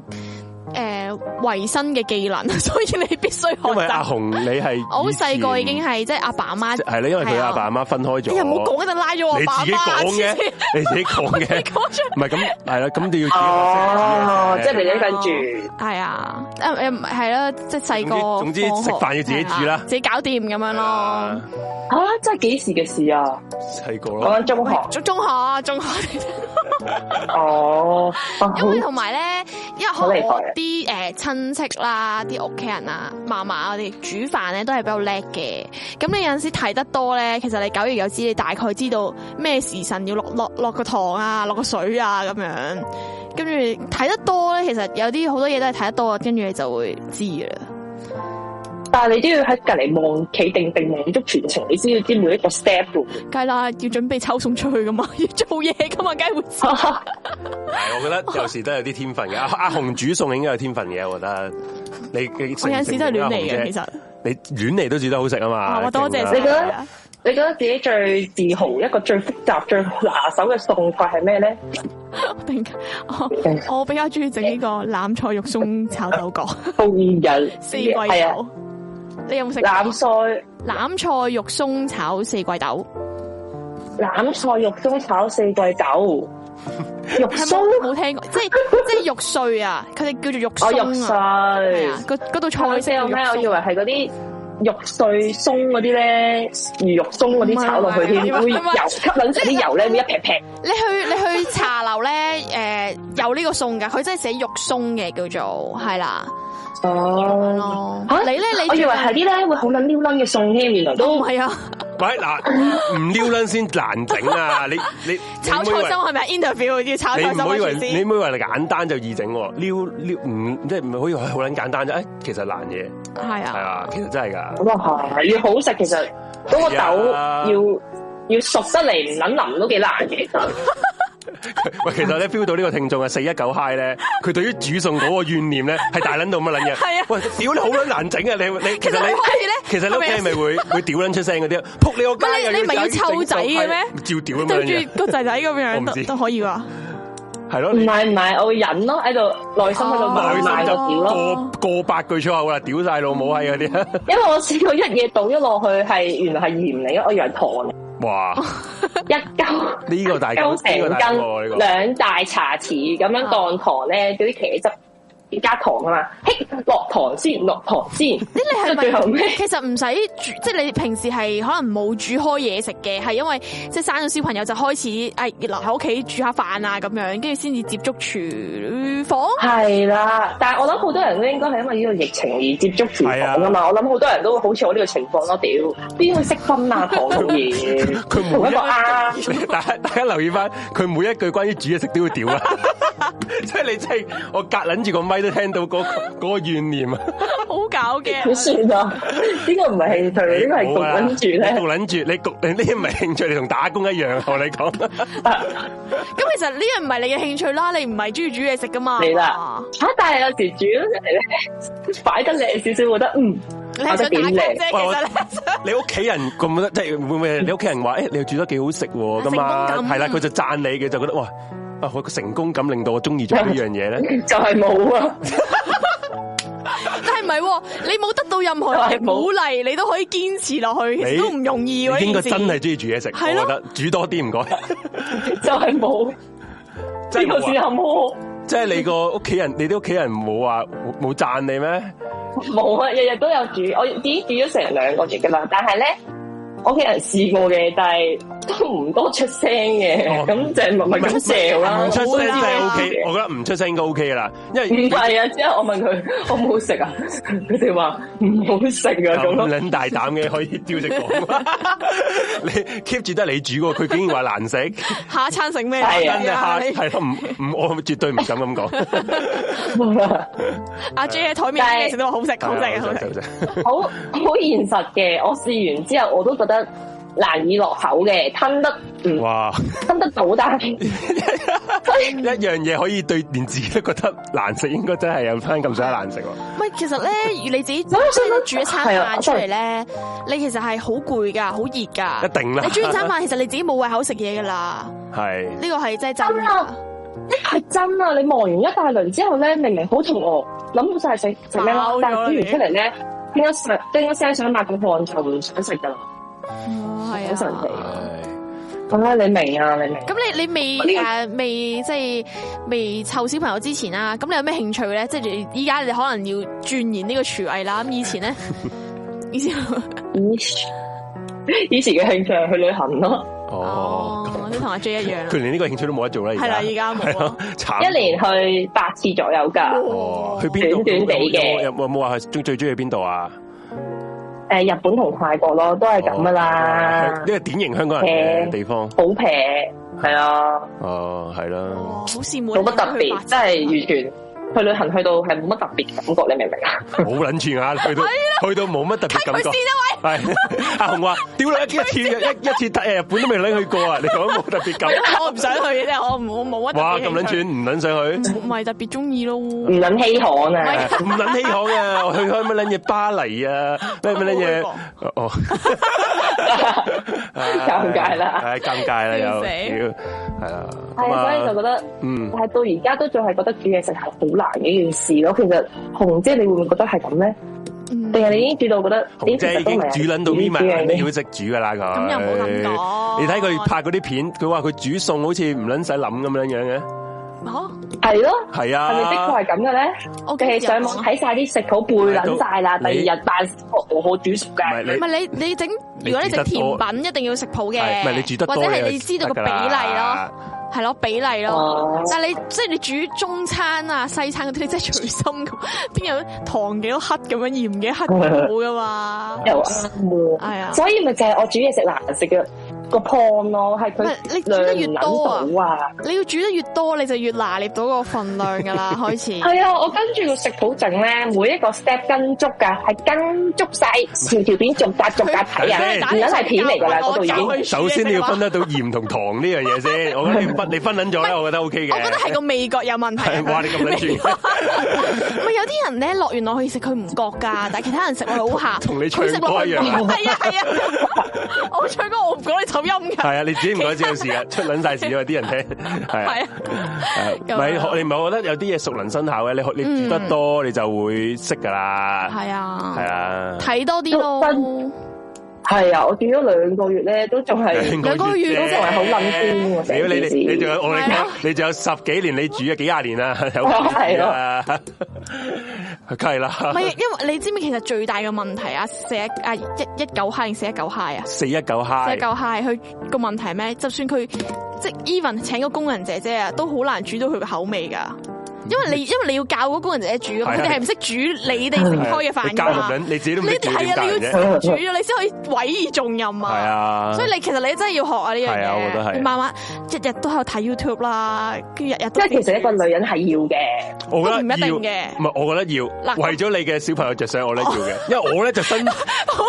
S1: 诶维生嘅技能， 所以你必須
S2: 因為
S1: 學
S2: 阿
S1: 習。
S2: 紅你係
S1: 我好細個已經
S2: 係
S1: 係即係阿爸阿媽，
S2: 係啦，因為佢阿爸阿
S1: 媽，
S2: 媽分開
S1: 你又唔好
S2: 咗。
S1: 講，一陣拉咗我
S2: 你
S1: 阿爸阿
S2: 自己
S1: 媽
S2: 講
S1: 黐
S2: 嘅
S1: 線，
S2: 你自己講嘅，
S1: 講出嚟
S2: 唔係咁係啦，咁你要自己學識
S5: 哦，即係你
S1: 你
S5: 都跟住。
S1: 系啊，诶诶，唔係啦，即係細個
S2: 總之
S1: 放學
S2: 食飯要自己煮啦
S1: 係啊自己搞掂咁樣
S2: 係
S1: 咯
S2: 啦。
S5: 啊！真係幾時嘅事啊？
S2: 細個
S5: 講
S2: 咯，
S5: 緊中學
S1: 中中學啊中學，
S5: 哦，啊
S1: 因為
S5: 好
S1: 同埋咧，因為可能我啲诶亲戚啦、啲屋企人啊、嫲嫲我哋煮飯咧都係比較叻嘅。咁你有陣時睇得多咧，其實你久而久之，你大概知道咩時辰要落落落個糖啊、落個水啊咁樣。跟住睇得多咧，其實有啲好多嘢都係睇得多，跟住你就會知㗎啦。
S5: 但係你都要喺隔離望，企定定望足全程，你先要知每一個 step 喎。
S1: 梗係啦，要準備抽送出去噶嘛， 要做嘢噶嘛，梗係會知。
S2: 係我覺得有時都有啲天 分嘅。阿阿紅煮餸應該有天分嘅，我覺得。你你
S1: 我有陣時都係亂嚟嘅，其
S2: 實
S1: 實。
S2: 你亂嚟都煮得好食啊
S1: 啊，
S2: 嘛。
S1: 我多謝
S2: 勁啊
S1: 你
S5: 你覺得你覺得自己最自豪一個最複雜最拿手嘅餸法係咩咧？
S1: 我突然間我我比較中意整呢個欖菜肉鬆炒豆 角，
S5: 高人
S1: 四季
S5: 係啊
S1: 豆。你有冇食
S5: 欖菜
S1: 欖菜肉鬆炒四季豆？
S5: 欖菜肉鬆炒四 季豆，肉
S1: 係
S5: 鬆啊
S1: 冇冇聽過？即係 即係肉碎啊！佢哋叫做肉
S5: 哦肉
S1: 鬆啊，
S5: 碎
S1: 係啊，，嗰嗰道菜
S5: 我
S1: 式
S5: 先
S1: 叫
S5: 有
S1: 肉
S5: 咩？我以
S1: 鬆
S5: 為係嗰啲肉碎鬆嗰啲咧，魚肉鬆嗰啲炒落去
S1: 唔係
S5: 添，
S1: 唔係
S5: 會
S1: 唔
S5: 油
S1: 係
S5: 吸撚晒啲油咧，會一劈劈。
S1: 你去你去茶樓咧，诶有呢個餸㗎，佢真係寫肉鬆嘅叫做係啦。
S5: 哦，
S1: 咯
S5: 嚇
S1: 你咧你
S5: 我以
S1: 最
S5: 為
S1: 近
S5: 係啲咧會好撚撩撚嘅餸添，原來
S1: 唔
S5: 都
S1: 係啊，
S2: 喂，嗱，唔撩撚先難整 啊！你你
S1: 炒菜心係咪啊 interview 要炒
S2: 你
S1: 菜
S2: 唔
S1: 心啊
S2: 好以
S1: 我
S2: 為
S1: 全知
S2: 你唔好以為你簡單就易整喎，撩撩唔即係唔好以為好撚簡單啫，誒哎其實難嘢
S1: 係
S2: 係
S1: 啊，
S2: 啊，其實真係㗎。
S5: 哇係要好食，其實嗰個
S2: 係啊
S5: 豆要要熟得嚟唔撚腍都幾難嘅，其實。
S2: 喂，其實咧 feel 到呢個聽眾啊，四一九 high 咧，佢對於煮餸嗰個怨念咧係大撚到乜撚嘢？
S1: 係啊
S2: 喂，屌你好撚難整啊！你你其實
S1: 你
S2: 你
S1: 可以咧
S2: 其實你屋企
S1: 啊
S2: 係咪會會屌撚出聲嗰啲啊？撲你個
S1: 喂
S2: 街
S1: 你
S2: 又
S1: 你唔係要
S2: 又整
S1: 湊仔嘅咩
S2: 餸係照屌咁樣
S1: 對
S2: 嘢
S1: 住個仔仔咁
S2: 我唔
S1: 樣
S2: 知
S1: 都都可以㗎。
S2: 係咯
S5: 唔。係唔係，我會忍咯，喺度內心喺度
S1: 哦
S5: 慢
S2: 內心
S5: 慢個
S2: 就嗯
S5: 屌咯。
S2: 過過百句粗口啦，屌晒老母閪嗰啲啊！
S5: 因為我試過一嘢倒咗落去，係原來係鹽嚟嘅，我以為糖嚟，
S1: 嗯
S2: 哇，
S5: 一鳩。
S2: 呢個大呢
S5: 鳩
S2: 個大鑊喎呢
S5: 成
S2: 個
S5: 斤，兩大茶匙咁樣當糖咧，嗰啲茄汁要加糖啊嘛，嘿落糖先，落糖先，
S1: 你你係
S5: 跟住 最後
S1: 咪
S5: 尾
S1: 其實唔使煮，即係你平時係可能冇煮開嘢食嘅，係因為即係生咗小朋友就開始誒留喺屋企煮下飯啊咁樣，跟住先至接觸廚房。
S5: 係啦，但係我諗好多人都應該係因為呢個疫情而接觸
S2: 係
S5: 廚
S2: 啊
S5: 房啊嘛，我諗好多人都好似我呢個情況咯，屌邊會識分啊糖同 鹽，
S2: 佢每
S5: 同一
S2: 一
S5: 個啊。
S2: 大家大家留意翻，佢每一句關於煮嘢食都要屌 啦，即係你真係我隔撚住個咪都聽到嗰、嗰個怨念啊！
S1: 好搞 嘅，
S5: 點算啊？呢個唔係興趣，呢個係焗緊住
S2: 啊你
S5: 咧
S2: 焗。撚住，你焗 你呢啲唔係興趣，你同打工一樣啊！我同你講，
S1: 咁其實呢樣唔係你嘅興趣啦，你唔係中意煮嘢食噶嘛？
S5: 嚟
S1: 啊
S5: 啦嚇！但係有時煮嗰陣咧，擺得靚少少，覺得嗯，
S1: 你係想打工啫，其
S2: 喂我
S1: 實咧。
S2: 你屋企人咁覺得，即係會唔會？你屋企人話：，誒，你煮得幾好食喎，咁啊
S1: 成功，感
S2: 係啦，佢就讚你嘅，就覺得哇，啊，我個成功感令到我中意咗呢樣嘢咧。
S5: 就係冇 啊。
S1: 但系唔系，你冇得到任何人嘅鼓勵，你都可以堅持落去，其實
S2: 你
S1: 都唔容 易喎。
S2: 應
S1: 呢
S2: 該
S1: 件事
S2: 真係中意煮嘢食，
S1: 係
S2: 我
S1: 咯
S2: 覺得煮多啲唔該。
S5: 就係冇啊
S2: 真
S5: 呢
S2: 係
S5: 個
S2: 冇
S5: 時
S2: 啊
S5: 候冇
S2: 即係你個屋企人，你啲屋企人冇話冇讚你咩？
S5: 冇啊！日日都有 煮，我已經煮咗成兩個月噶啦。但係咧，我屋企人試過嘅，但係都唔多出聲嘅，
S2: 哦
S5: 咁、就係默默咁嚼啦。
S1: 啊
S2: 唔出聲
S5: 我
S2: 真
S5: 好
S2: 係
S5: 啦
S2: O K，我覺得唔出聲應該 O K 噶啦，因為
S5: 唔係啊！之後我問佢好唔好食啊， 佢哋話唔好食啊咁
S2: 咁
S5: 咯。
S2: 撚大膽嘅可以挑 食講，你 keep 住得你煮喎，佢竟然話難食，
S1: 下一餐食咩？
S5: 係啊
S2: 真係嚇
S1: 你
S2: 係咯，唔唔，我絕對唔敢咁講。
S5: 啊
S1: 阿 J 喺台面啲嘢食都話好食，好食，好食。
S2: 啊食，
S5: 好好現實嘅，我試完之後我都覺得難以落口嘅，吞得唔
S2: 哇！
S5: 吞得到，但係所以
S2: 一樣嘢可以對連自己都覺得難食，應該真係有翻咁上下難食喎。
S1: 唔係，其實咧，你自己即
S5: 所以我想
S1: 係煮一餐
S5: 係啊
S1: 飯出嚟咧，你其實係好攰㗎，好熱㗎。
S2: 一定啦
S1: 你煮完餐飯，其實你自己冇胃口食嘢㗎啦。
S2: 係
S1: 呢個係真係真
S5: 真
S1: 㗎
S5: 啊。係真啊！你望完一大輪之後咧，明明好肚餓，諗好晒食食咩
S1: 飽
S5: 咯
S1: 咗，
S5: 但係煮
S1: 你
S5: 完出嚟咧，叮一聲叮一聲想抹個汗就唔想食噶啦。
S1: 哦，
S5: 好
S1: 係
S5: 神奇
S1: 啊。
S5: 咁啊，你明啊，你明。
S1: 咁你你
S5: 我呢
S1: 未
S5: 個
S1: 诶未即係未湊小朋友之前啊，咁你有咩興趣咧？即係依家你可能要鑽研呢個廚藝啦。咁以前咧，以前
S5: 以前以前嘅興趣係去旅行咯，
S2: 哦，
S1: 哦，你同阿 J 一樣
S2: 佢
S1: 啦。
S2: 連呢個興趣都冇得做啦，而
S1: 係啦，
S2: 家
S1: 而家
S2: 係
S1: 冇啊
S2: 咯。，慘
S5: 一年去八次左右噶。
S2: 哦，去邊度？
S5: 短短地嘅
S2: 有冇有冇話係最最中意邊度啊？
S5: 誒，日本同泰國咯，都係咁噶啦
S2: 哦呢，個典型香港人嘅地方。
S5: 好平，係啊，
S2: 哦，係
S1: 哦
S2: 啦，
S1: 好羨慕
S5: 冇
S1: 你
S5: 乜特
S1: 去白
S5: 別，真係完全去旅行去到係冇乜特別感覺，你明唔明啊？
S2: 好撚住眼，去到去到冇乜特別感覺。係阿紅話：屌啦，一一次一一次誒日本都未撚去過啊！你講冇特別 感，
S1: 我唔想去嘅啫，我唔我冇乜特別
S2: 哇
S1: 興
S2: 咁撚
S1: 趣
S2: 串，嗯唔撚想去。
S1: 唔係特別中意咯。
S5: 唔撚稀罕啊！
S2: 唔撚稀罕啊！我去開乜撚嘢巴黎啊，咩乜撚嘢
S1: 我冇
S2: 哦，
S5: 尷尬啦
S2: 係尷尬啦又，
S1: 笑死
S2: 屌係啊，
S5: 係啊，所以就
S2: 得
S5: 覺得，
S2: 嗯
S5: 但係到而家都仲係覺得煮嘢食係好難嘅一件事咯。其實紅姐，你會唔會覺得係咁咧？
S1: 嗯
S5: 定係你已經煮到覺得，
S2: 紅姐已經
S5: 啊
S2: 煮撚到咪埋
S5: 呢
S2: 眼都
S5: 啲
S2: 要識煮噶啦佢。
S1: 咁又冇諗過
S2: 你睇佢拍嗰啲片，佢話佢煮餸好似唔撚使諗咁樣樣嘅，
S1: 嚇
S5: 係咯，
S2: 係啊，
S5: 係咪的確係咁嘅咧？
S1: 我
S5: 你係上網睇晒啲食譜背撚晒啦，
S2: 你
S5: 第二日扮我好煮熟
S2: 唔係你
S5: 嘅。
S1: 唔係你你整，如果你整甜品一定要食譜嘅，
S2: 係唔係你煮得多
S1: 或者係
S2: 你
S1: 你
S2: 就
S1: 知道個比
S2: 得
S1: 例
S2: 㗎啦
S1: 咯，係咯比例咯
S5: 哦。
S1: 但係你即係你煮中餐啊西餐嗰啲，你真係隨心咁， 邊有糖幾多克咁樣，鹽幾多克咁冇噶 嘛？
S5: 又啱
S1: 係啊
S5: 喎，所以咪就係我煮嘢食難食嘅個 point 咯，係
S1: 唔係
S5: 佢
S1: 你煮得越
S5: 量唔
S1: 多啊
S5: 撚到啊！
S1: 你要煮得越多，你就越拿捏到個份量噶 啦，開始。
S5: 係啊，我跟住個食譜整咧，每一個 step à, 跟足㗎，係跟足晒條條片，逐格逐格睇啊，唔撚係片嚟㗎啦，嗰度已經。
S2: 首先你要分得到鹽同糖呢樣 嘢先，我覺得你分你分撚咗咧，我覺得 O K 嘅。
S1: 我覺得係個味覺有問題啊
S2: 係。 哇！你咁 撚住。
S1: 唔係有啲人咧落完落去食佢唔覺㗎，但係其他人食落去好鹹。
S2: 同你唱
S1: 佢食落
S2: 歌
S1: 去
S2: 一樣
S1: 唔 覺係啊係啊， 我唱歌我唔講你走音
S2: 系
S1: 㗎。
S2: 啊，你自己唔覺得自己有事 啊，出撚晒事啊！啲人聽係啊
S1: 係啊，嗯
S2: 係啊，咪學你咪，我覺得有啲嘢熟能生巧嘅，你學你煮得多，你就會識噶啦。
S1: 係啊，
S2: 係啊，
S1: 睇多啲咯。
S5: 真係啊，我見咗兩個月咧，都仲係
S2: 兩
S5: 都
S2: 個
S1: 兩個月
S2: 啫
S1: 啫
S5: 仲係好撚癲喎，
S2: 屌
S5: 成
S2: 你
S5: 件事。
S2: 你你仲有我哋
S1: 係
S2: 講
S1: 咯，
S2: 你仲有十幾年你煮啊幾廿年 啦，有
S5: 係咯
S2: 啊，
S1: 唔
S2: 梗係
S1: 係，
S2: 啦，
S1: 因為你知唔知其實最大嘅問題啊？四一啊一一九 high 定四一九 high 啊？
S2: 四一九
S1: 四
S2: high
S1: 一九 high 佢個問題係咩？就算佢即係 even 請個工人姐姐啊，都好難煮到佢嘅口味㗎。因為你因為你要教嗰個工人姐姐煮㗎嘛，
S2: 嗯係
S1: 佢
S2: 啊
S1: 哋係唔識煮你哋食開嘅飯
S2: 你教
S1: 㗎
S2: 咁
S1: 嘛
S2: 樣，。啊你自己都唔
S1: 你
S2: 知
S1: 哋
S2: 自己
S1: 係
S2: 點教
S1: 啊，
S2: 人
S1: 你
S2: 啫，
S1: 要煮咗你先可以委以重任
S2: 係
S1: 啊。
S2: 啊，
S1: 所以你其實你真係要學啊呢樣
S2: 係啊我覺得
S1: 嘢，
S2: 係
S1: 你慢慢日日都喺度睇 YouTube 啦，跟住日日
S5: 即
S1: 都
S5: 係其實一個女人係要嘅，
S2: 我覺得
S1: 都唔一定
S2: 要
S1: 嘅
S2: 唔係我覺得要，
S1: 嗱咁
S2: 為咗你嘅小朋友着想，我覺得要嘅，因為我咧 就生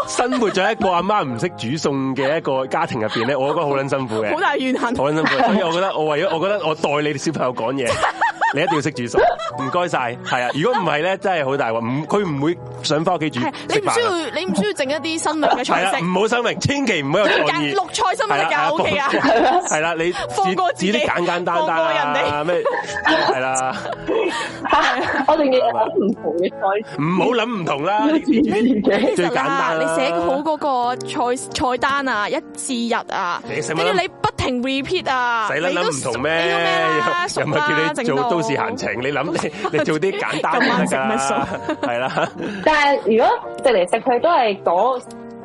S2: 生活咗一個阿媽唔識煮餸嘅一個家庭入邊咧，我覺得好撚辛苦嘅
S1: 好，大怨恨。
S2: 好撚辛苦，所以我覺得我為咗我覺得我代你哋小朋友講嘢， 你一定要識煮餸，唔該晒，係啊，如果唔係咧，真係好大鑊，唔佢唔會想翻屋企煮
S1: 係你
S2: 食
S1: 唔需
S2: 飯
S1: 要
S2: 啊，
S1: 你唔需要整一啲新穎 嘅
S2: 係
S1: 菜
S2: 啦，
S1: 式
S2: 唔，好生命，千祈唔好有創意
S1: 揀。綠菜新
S2: 哦係
S1: 聞得
S2: 啦
S1: 㗎 OK 啊。
S2: 係啦，你
S1: 放過
S2: 自
S1: 自己
S2: 己簡簡單單啊
S1: 放
S2: 咩係啦，
S5: 我哋要諗唔同嘅菜
S2: 唔好諗唔同 啦，呢
S5: 自己
S2: 啲
S5: 嘅
S2: 最
S1: 其實
S2: 簡
S1: 啦
S2: 單啦
S1: 你寫好嗰個菜菜單啊，一至日啊，
S2: 你使
S1: 跟
S2: 乜
S1: 住
S2: 諗
S1: 你不停 repeat 啊，
S2: 使
S1: 你
S2: 撚
S1: 都
S2: 諗唔同
S1: 熟你都咩啦，
S2: 又
S1: 熟
S2: 又唔係
S1: 啦，
S2: 叫你
S1: 整
S2: 做
S1: 到
S2: 都市閒情，你諗你你做啲簡單
S1: 今晚
S2: 嘅
S1: 食
S2: 㗎
S1: 乜餸
S2: 啦，係啦，
S5: 但係如果食嚟食去都係嗰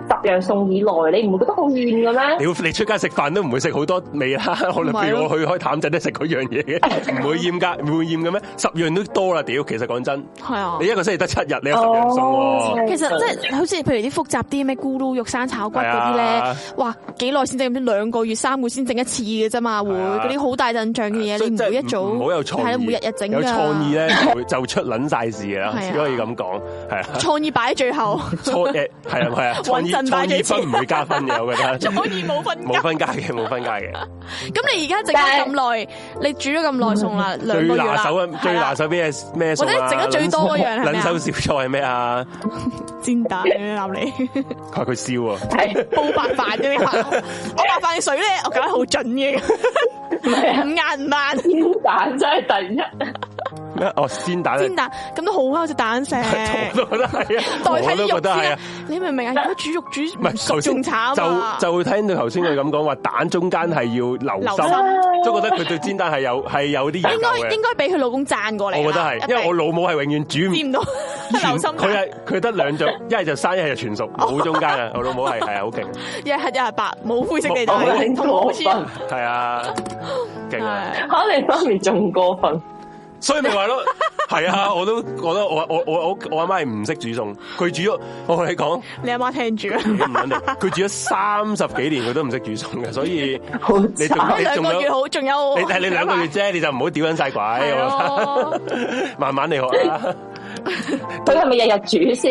S5: 十樣餸以內，你唔會覺得好厭嘅
S2: 你
S5: 咩？
S2: 要你出街食飯都唔會食好多味啦，我哋
S1: 唔係
S2: 譬如
S1: 咯
S2: 我去開淡仔都食嗰樣 嘢嘅，唔會厭㗎，唔會厭嘅咩？十樣都多啦，屌，其實講真，
S1: 係啊
S2: 你。一個星期得七日，你有十
S1: 哦
S2: 樣餸喎。
S1: 其實即係好似譬如啲複雜啲咩咕嚕肉生炒骨嗰啲
S2: 係
S1: 咧
S2: 啊，
S1: 哇幾耐先整？唔知兩個月、三個月先整一次嘅啫嘛，會
S2: 係啊
S1: 嗰啲好大陣仗嘅嘢，
S2: 所以
S1: 你唔
S2: 真
S1: 會
S2: 係
S1: 一早
S2: 唔好有創
S1: 係啦啊
S2: 意，
S1: 每日日整㗎
S2: 有創意，啊 咧就會就出撚晒事啦，
S1: 係啊
S2: 只可以咁講，係啊，
S1: 創意擺喺最 後，
S2: 創誒係啊係啊，創意
S1: 穩陣擺
S2: 創
S1: 最
S2: 意
S1: 前
S2: 分唔會加分嘅，我覺 得
S1: 創意冇分
S2: 冇分加嘅，冇分加嘅。
S1: 咁你而家整咗咁耐，你煮咗咁耐餸啦，兩
S2: 嗯最
S1: 個月
S2: 拿
S1: 啦，
S2: 手啊，最
S1: 係啦
S2: 拿手咩咩餸
S1: 或
S2: 啊？
S1: 者整得最多嗰樣係咩啊
S2: 撚手小菜咩啊？
S1: 煎蛋鬧 你，
S2: 佢話佢燒啊！
S5: 係
S1: 煲白飯嗰啲 客，我白飯嘅水咧，我搞得好準嘅，
S5: 唔係啊
S1: 五眼唔爛
S5: 煎蛋真係第一，
S2: 咩？哦，煎蛋啊，
S1: 煎蛋，咁都好啊，有隻蛋 食，
S2: 我都覺得係啊，
S1: 代
S2: 我
S1: 替
S2: 都
S1: 啲
S2: 覺
S1: 肉
S2: 得係
S1: 先
S2: 啊
S1: 啊。！你明唔明啊？如果煮肉煮
S2: 唔
S1: 唔
S2: 係
S1: 熟
S2: 頭
S1: 仲
S2: 先
S1: 慘啊！
S2: 就就會聽到頭先佢咁講話蛋中間係要留
S1: 留
S2: 心
S1: 心，
S2: 都覺得佢對煎蛋係有係有啲研
S1: 應
S2: 究
S1: 該
S2: 嘅
S1: 應。該俾佢老公讚過嚟啦，
S2: 我覺得係，因為我老母係永遠煮唔
S1: 掂到 留
S2: 全
S1: 心
S2: 佢係佢得兩種，一係就生，一係就全熟， 冇中間啊！我老母係係啊好勁，
S1: 一係一係白，冇灰色地
S5: 我
S1: 帶，
S5: 哋
S1: 同冇
S5: 過
S1: 黐
S5: 分，
S2: 係啊，勁啊！
S1: 係
S5: 我哋媽咪仲過分。
S2: 所以咪話咯，係啊！我都覺得我我我我我阿媽係唔識煮餸，佢煮咗我同你講，
S1: 你阿媽聽住啊！
S2: 唔肯定，佢煮咗三十幾年，佢都唔識煮餸嘅，所以
S5: 好慘
S2: 你仲
S1: 開
S2: 你
S1: 兩
S2: 仲
S1: 個月
S2: 有
S1: 好，仲有
S2: 你係你兩個
S1: vâng.
S2: 月啫，你就唔好屌撚晒鬼，
S1: 係
S2: 我
S1: 咯
S2: 覺得慢慢嚟學啦。
S5: 佢係咪日日煮先？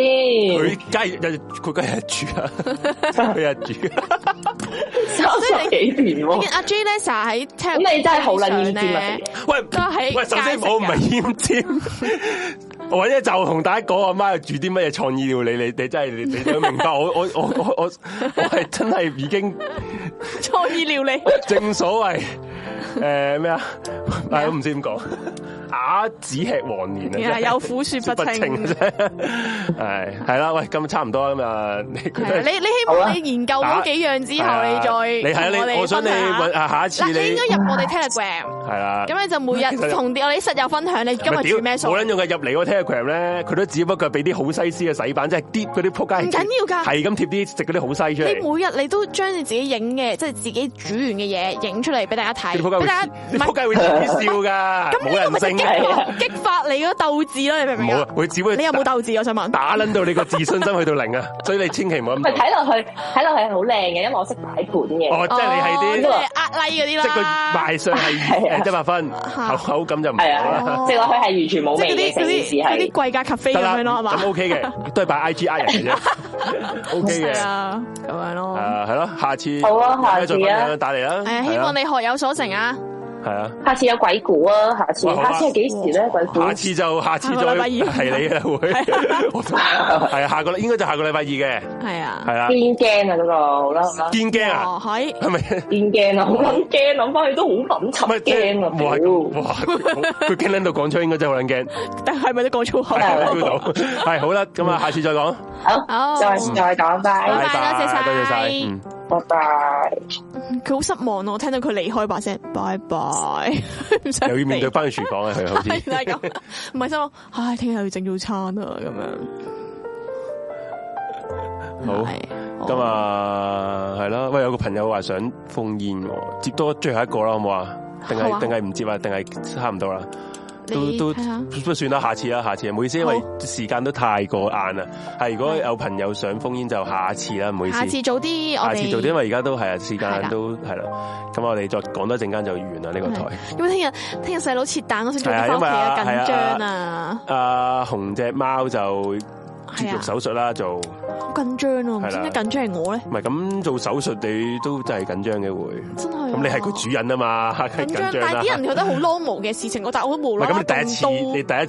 S2: 佢梗係日日佢梗係日煮啊，佢日煮啊，
S5: 三十幾年喎，
S1: 阿 J Lisa 喺 t
S5: 咁你真係好撚厭尖啊！
S2: 喂
S1: 都係
S2: 喂，首先
S1: 街食
S2: 我唔係腌尖，我咧就同大家講，阿媽煮啲乜嘢創意料理，你你真係你你都明白，我我我我我我係真係已經
S1: 創意料理，
S2: 正所謂誒咩啊，但係我唔知點講，啞子吃黃連啊真係，
S1: 有苦說不 清。
S2: 啫，係係啦，喂，咁差唔多咁啊，你覺
S1: 係啊
S2: 得
S1: 你你希望你研究嗰幾樣之後，
S2: 你
S1: 你再
S2: 係
S1: 同
S2: 啊你，我
S1: 我哋
S2: 想你
S1: 分享
S2: 問
S1: 下
S2: 啊，下一次
S1: 嗱，你
S2: 你啊
S1: 應該入我哋 Telegram，
S2: 係啦。
S1: 咁你就每
S2: 其實
S1: 日同啲我哋啲室友分享你今日煮咩
S2: 冇
S1: 餸
S2: 撚。用嘅，入嚟個 Telegram 咧，佢都只不過係俾啲好西施嘅洗版，即係啲嗰啲仆街。
S1: 唔緊要㗎
S2: 係咁貼啲食嗰啲好西出
S1: 你
S2: 嚟。
S1: 每日你都將你自己影嘅，即係自己煮完嘅嘢影出嚟俾大家
S2: 啲
S1: 睇，
S2: 仆街
S1: 俾
S2: 會
S1: 大家唔
S2: 啲仆
S1: 係
S2: 街會恥笑噶，
S1: 咁
S2: 冇
S1: 呢個咪
S2: 人
S1: 就
S2: 性
S1: 激
S2: 嘅。
S1: 發激發你嗰鬥志啦，你明唔
S2: 唔
S1: 明
S2: 好
S1: 啊
S2: 啊，？佢只會
S1: 你有冇
S2: 打
S1: 鬥志？我想問。
S2: 打撚到你個自信心去到 零啊！所以你千祈唔好咁
S5: 咪
S2: 做。
S5: 睇落去，睇落去係好靚嘅，因為我識擺盤
S2: 哦，
S5: 嘅。
S2: 即係你係啲
S1: 哦即係呃 like 嗰啲啦，
S2: 即係佢賣相係
S5: 係啊
S2: 誒一百分，
S1: 嚇
S2: 口口感就唔好
S5: 係
S2: 啦
S1: 哦
S5: 啊，食落去係完全冇
S1: 即係嗰
S5: 味嘅，
S1: 啲
S5: 成
S1: 嗰
S5: 件事
S1: 啲嗰啲
S5: 係。
S1: 貴價咖啡
S2: 得
S1: 咁
S2: 啦，
S1: 樣咯，係嘛？
S2: 咁 OK 嘅，都係擺 IG 呃人嘅啫，OK
S1: 係
S2: 嘅。
S1: 啊，咁樣咯。
S2: 誒，係咯，下次
S5: 好
S2: 有
S5: 啊
S2: 咩再
S5: 下次啊
S2: 分享打嚟啦。
S1: 誒，希
S2: 係啊
S1: 望你學有所成啊！
S2: 系啊，
S5: 下次有鬼故啊，下次
S2: 哇好啊
S5: 下次係幾時咧？鬼故
S2: 下次就下次
S1: 下個禮拜
S2: 再
S1: 二
S2: 系你啦會， 我都係啊，下個應該就下個禮拜二嘅，
S1: 系啊
S2: 係，啦，
S5: 堅驚啊嗰個，好啦好啦，
S2: 堅驚啊，
S1: 哦， 喺
S2: 係 咪？
S5: 堅驚啊，好撚驚，諗翻去都好撚
S2: 唔係
S5: 柒
S2: 即係
S5: 驚啊，
S2: 哇
S5: 屌！
S2: 哇！佢佢驚撚到講出，應該真係好撚驚，
S1: 但系咪都讲粗口？
S2: 係啊 feel 到。係好啦，咁啊，下次再講。
S1: 好哦
S5: 好，再再講，
S1: 拜
S5: 嗯拜
S1: 拜多謝晒
S2: 多謝晒。 嗯
S5: 拜拜。
S1: 佢好失望啊咯，我聽到佢離開把聲，拜拜， 唔想
S2: 又要面對
S1: 對
S2: 翻去廚房啊，佢好似
S1: 係啦咁，唔係心諗，唉，聽日要整早餐啊，咁樣
S2: 好。
S1: 係
S2: 咁，啊，係啦。喂，有個朋友話想封煙喎，接多最後一個啦，好唔好啊？定
S1: 好啊
S2: 係定係唔接啊？定係差唔多啦？
S1: 哦你
S2: 都都
S1: 睇下
S2: 都算啦，下次啊啦，下次。唔好意思，因為
S1: 好
S2: 時間都太過晏啦。係如果有朋友想封煙就下次啦，唔好意思。
S1: 下次早啲，我
S2: 下次
S1: 哋
S2: 做啲，因為而家都係啊，時
S1: 係啦
S2: 間都係啦。咁我哋再講多陣間就完啦呢個台。
S1: 因為聽日聽日細佬切蛋，我想早啲翻屋企
S2: 係
S1: 啊，
S2: 啊因為啊
S1: 緊張啊，
S2: 阿紅只貓就接
S1: 係
S2: 肉
S1: 啊，
S2: 手術啦，做唔
S1: 好緊張啊，唔知點解
S2: 係啦
S1: 緊張係我咧，
S2: 係咁做手術你都真係緊張嘅會。
S1: 真係啊。
S2: 咁你係個主人啊嘛，
S1: 緊
S2: 緊
S1: 張，
S2: 張
S1: 但
S2: 啦
S1: 係啲。人覺得好 normal 嘅事情，我但係我都無
S2: 唔
S1: 啦
S2: 係
S1: 啦
S2: 咁，你第一次
S1: 動
S2: 你第一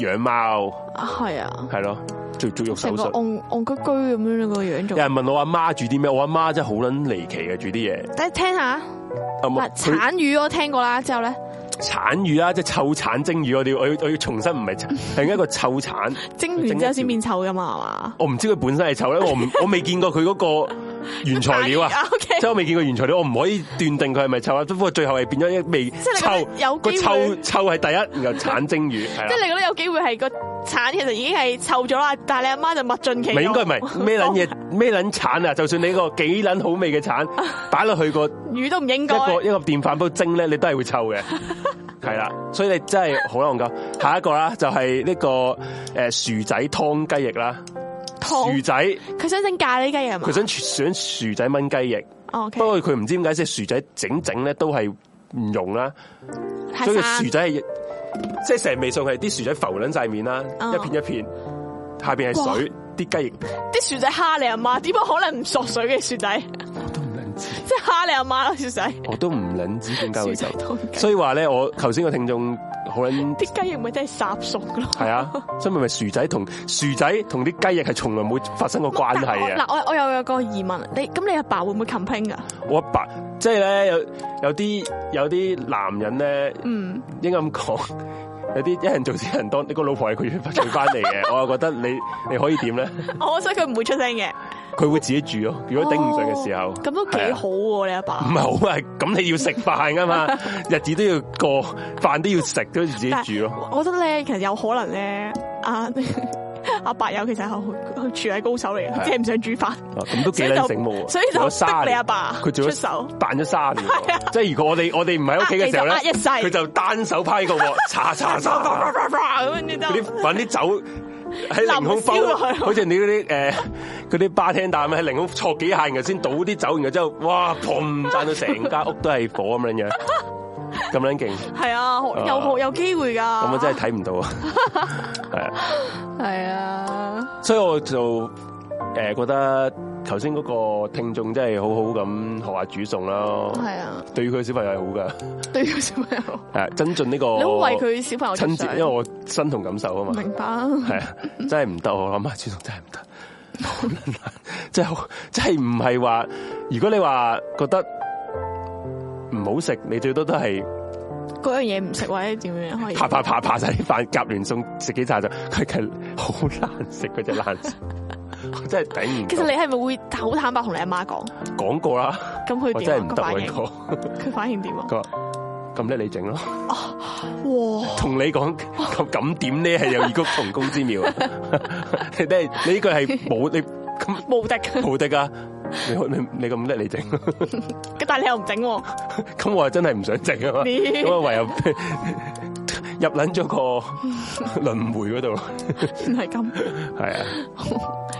S2: 次養貓
S1: 刀啊係啊，
S2: 係咯，做做嗯肉手
S1: 成個
S2: 術。
S1: 戇戇居居咁樣個樣
S2: 有
S1: 仲，
S2: 人問我阿媽煮啲咩，我阿媽真係好撚離奇嘅煮啲嘢。
S1: 等聽下。
S2: 啊
S1: 嗱，
S2: 冇佢
S1: 產魚我聽過啦，之後咧
S2: 產魚啦，即係臭產蒸魚，我哋我要我要重申唔係產係一個臭產。
S1: 蒸完之後先變臭噶嘛，係嘛？
S2: 我唔知佢本身係臭咧， 我唔我未見過佢嗰個原材料啊
S1: 大魚啊，，OK
S2: 即係我未見過原材料，我唔可以斷定佢係咪臭啊。不過最後係變咗一味
S1: 係你覺得有
S2: 臭，個
S1: 機
S2: 臭
S1: 會
S2: 臭係第一，然後產蒸魚係
S1: 即係
S2: 啦。
S1: 你覺得有機會係個產其實已經係臭咗啦，但係你阿媽就物盡其
S2: 唔
S1: 用。
S2: 係應該唔 係咩撚嘢咩撚產啊？就算你個幾撚好味嘅 產擺落去個一
S1: 魚都唔應該。
S2: 個一個電飯煲蒸咧，你都係會臭 嘅。係啦，所以你真係好難講。下一個啦，就係呢個誒薯仔湯雞翼啦，
S1: 湯
S2: 薯仔
S1: 佢想整咖喱雞係嘛？
S2: 佢想想薯仔炆雞翼。
S1: 哦，OK，
S2: 不過佢唔知點解即係薯仔整整咧都係唔溶啦，
S1: 太
S2: 所以
S1: 生
S2: 薯仔係即係成味素係啲薯仔浮撚晒面啦，
S1: 哦
S2: 一片一片，下邊係水，啲雞翼
S1: 啲薯仔蝦你阿媽，點解可能唔索水嘅薯仔？
S2: 我都唔撚知，
S1: 即係蝦你阿媽咯，薯仔。
S2: 我都唔撚知點解
S1: 薯
S2: 會
S1: 仔
S2: 咁。
S1: 湯雞
S2: 所以話咧，我頭先個聽眾好撚
S1: 啲雞翼咪真係烚熟噶咯。
S2: 係啊，所以咪咪薯仔同薯仔同啲雞翼係從來冇發生過關
S1: 但我
S2: 係啊
S1: 嗱
S2: 嘅。，
S1: 我我又有個疑問，你咁你阿爸會唔會 complain 噶？
S2: 我阿爸即係咧有有啲有啲男人咧。
S1: 嗯，
S2: 應該咁講， 有啲一人做事一人當，你個老婆係佢娶翻嚟 嘅，我又覺得你你可以點咧？
S1: 我想哦佢唔會出聲嘅。
S2: 佢會自己煮咯，如果頂唔順嘅時候，
S1: 哦咁都幾好喎，你阿爸
S2: 係啊。唔。係好啊，咁你要食飯 噶嘛，日子都要過，飯都要食，都要自己煮咯。
S1: 我覺得咧，其實有可能咧，阿 阿伯友其實係去廚藝高手嚟
S2: 係
S1: 嘅，
S2: 啊
S1: 即係唔想煮飯，
S2: 啊咁都幾撚醒目喎，啊
S1: 所以就
S2: 做咗
S1: 逼
S2: 卅
S1: 你
S2: 年
S1: 阿爸
S2: 佢做
S1: 出
S2: 咗
S1: 手啊
S2: 扮咗卅年喎，即係如果我哋我哋唔喺屋企嘅時候咧
S1: 呃你就呃一世
S2: 佢就單手批個鑊，查 查查。
S1: 咁樣你
S2: 嗰
S1: 就
S2: 啲揾啲酒喺凌空
S1: 淋燒
S2: 揮
S1: 落去，
S2: 好似你嗰啲誒嗰啲巴廳蛋咁喺凌空戳幾下，然後先倒啲酒，然後之後哇砰彈到成間屋都係火 咁樣樣，咁撚勁，
S1: 係啊，
S2: 啊
S1: 有有機會㗎。
S2: 咁我真係睇唔到啊！係啊，
S1: 係啊，
S2: 所以我就誒覺得頭先嗰個聽眾真係好好咁學下煮餸啦，
S1: 係啊，
S2: 對佢小朋友係好噶，
S1: 對個小朋友，
S2: 係增進呢個
S1: 嗯你好為佢小朋友
S2: 哦親
S1: 親
S2: 切，
S1: 為
S2: 因為我身同感受啊嘛。
S1: 明白。
S2: 系啊，真系唔得，我谂下主動真系唔得，好撚難 真系真系唔系话，如果你话觉得唔好食，你最多都系
S1: 嗰樣嘢唔食或者點樣可以？
S2: 爬爬爬爬晒啲饭夾亂餸食幾炸就，佢其實好難食嗰只爛 食，我真係頂唔
S1: 其實
S2: 到。
S1: 你係咪會好坦白同你阿媽講？
S2: 講過啦，
S1: 咁佢
S2: 我
S1: 點
S2: 真
S1: 啊？
S2: 係唔
S1: 個
S2: 得
S1: 反
S2: 喎
S1: 應
S2: 呢，個。
S1: 佢反應點啊？
S2: 佢話咁叻你整咯，
S1: 哇！
S2: 同你講咁咁點呢？係有異曲同工之妙 啊！你都係你呢句係冇你咁。
S1: 無敵㗎，
S2: 冇得啊！你你你咁叻，你整，
S1: 但係你又唔整喎，
S2: 咁我真係唔想整啊嘛，
S1: 你
S2: 咁我唯有 入捻咗 個輪迴嗰度，
S1: 原來係咁。
S2: 係啊，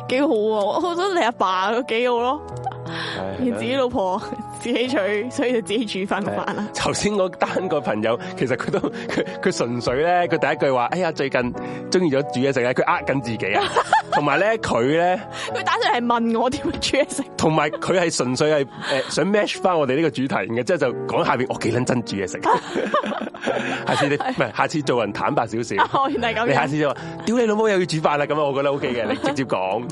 S1: 几好喎！我覺得你阿爸都幾好咯，
S2: 唉
S1: 你自己老婆自己娶，所以就自己煮翻個
S2: 係
S1: 飯
S2: 啊
S1: 啦。
S2: 頭先嗰單個朋友，其實佢都佢佢純粹咧，佢第一句話：哎呀，最近中意咗煮嘢食咧，佢呃緊自己啊！同埋咧佢咧，
S1: 佢打上嚟問我點樣煮嘢食，
S2: 同埋佢係純粹係诶想 match 翻我哋呢個主題嘅，即係就講下边我幾撚真煮嘢 食。下次你唔係下次做人坦白少少。
S1: 哦原來係咁樣
S2: 你下次就話：屌你老母又要煮飯啦！咁啊，我覺得 OK 嘅，你直接講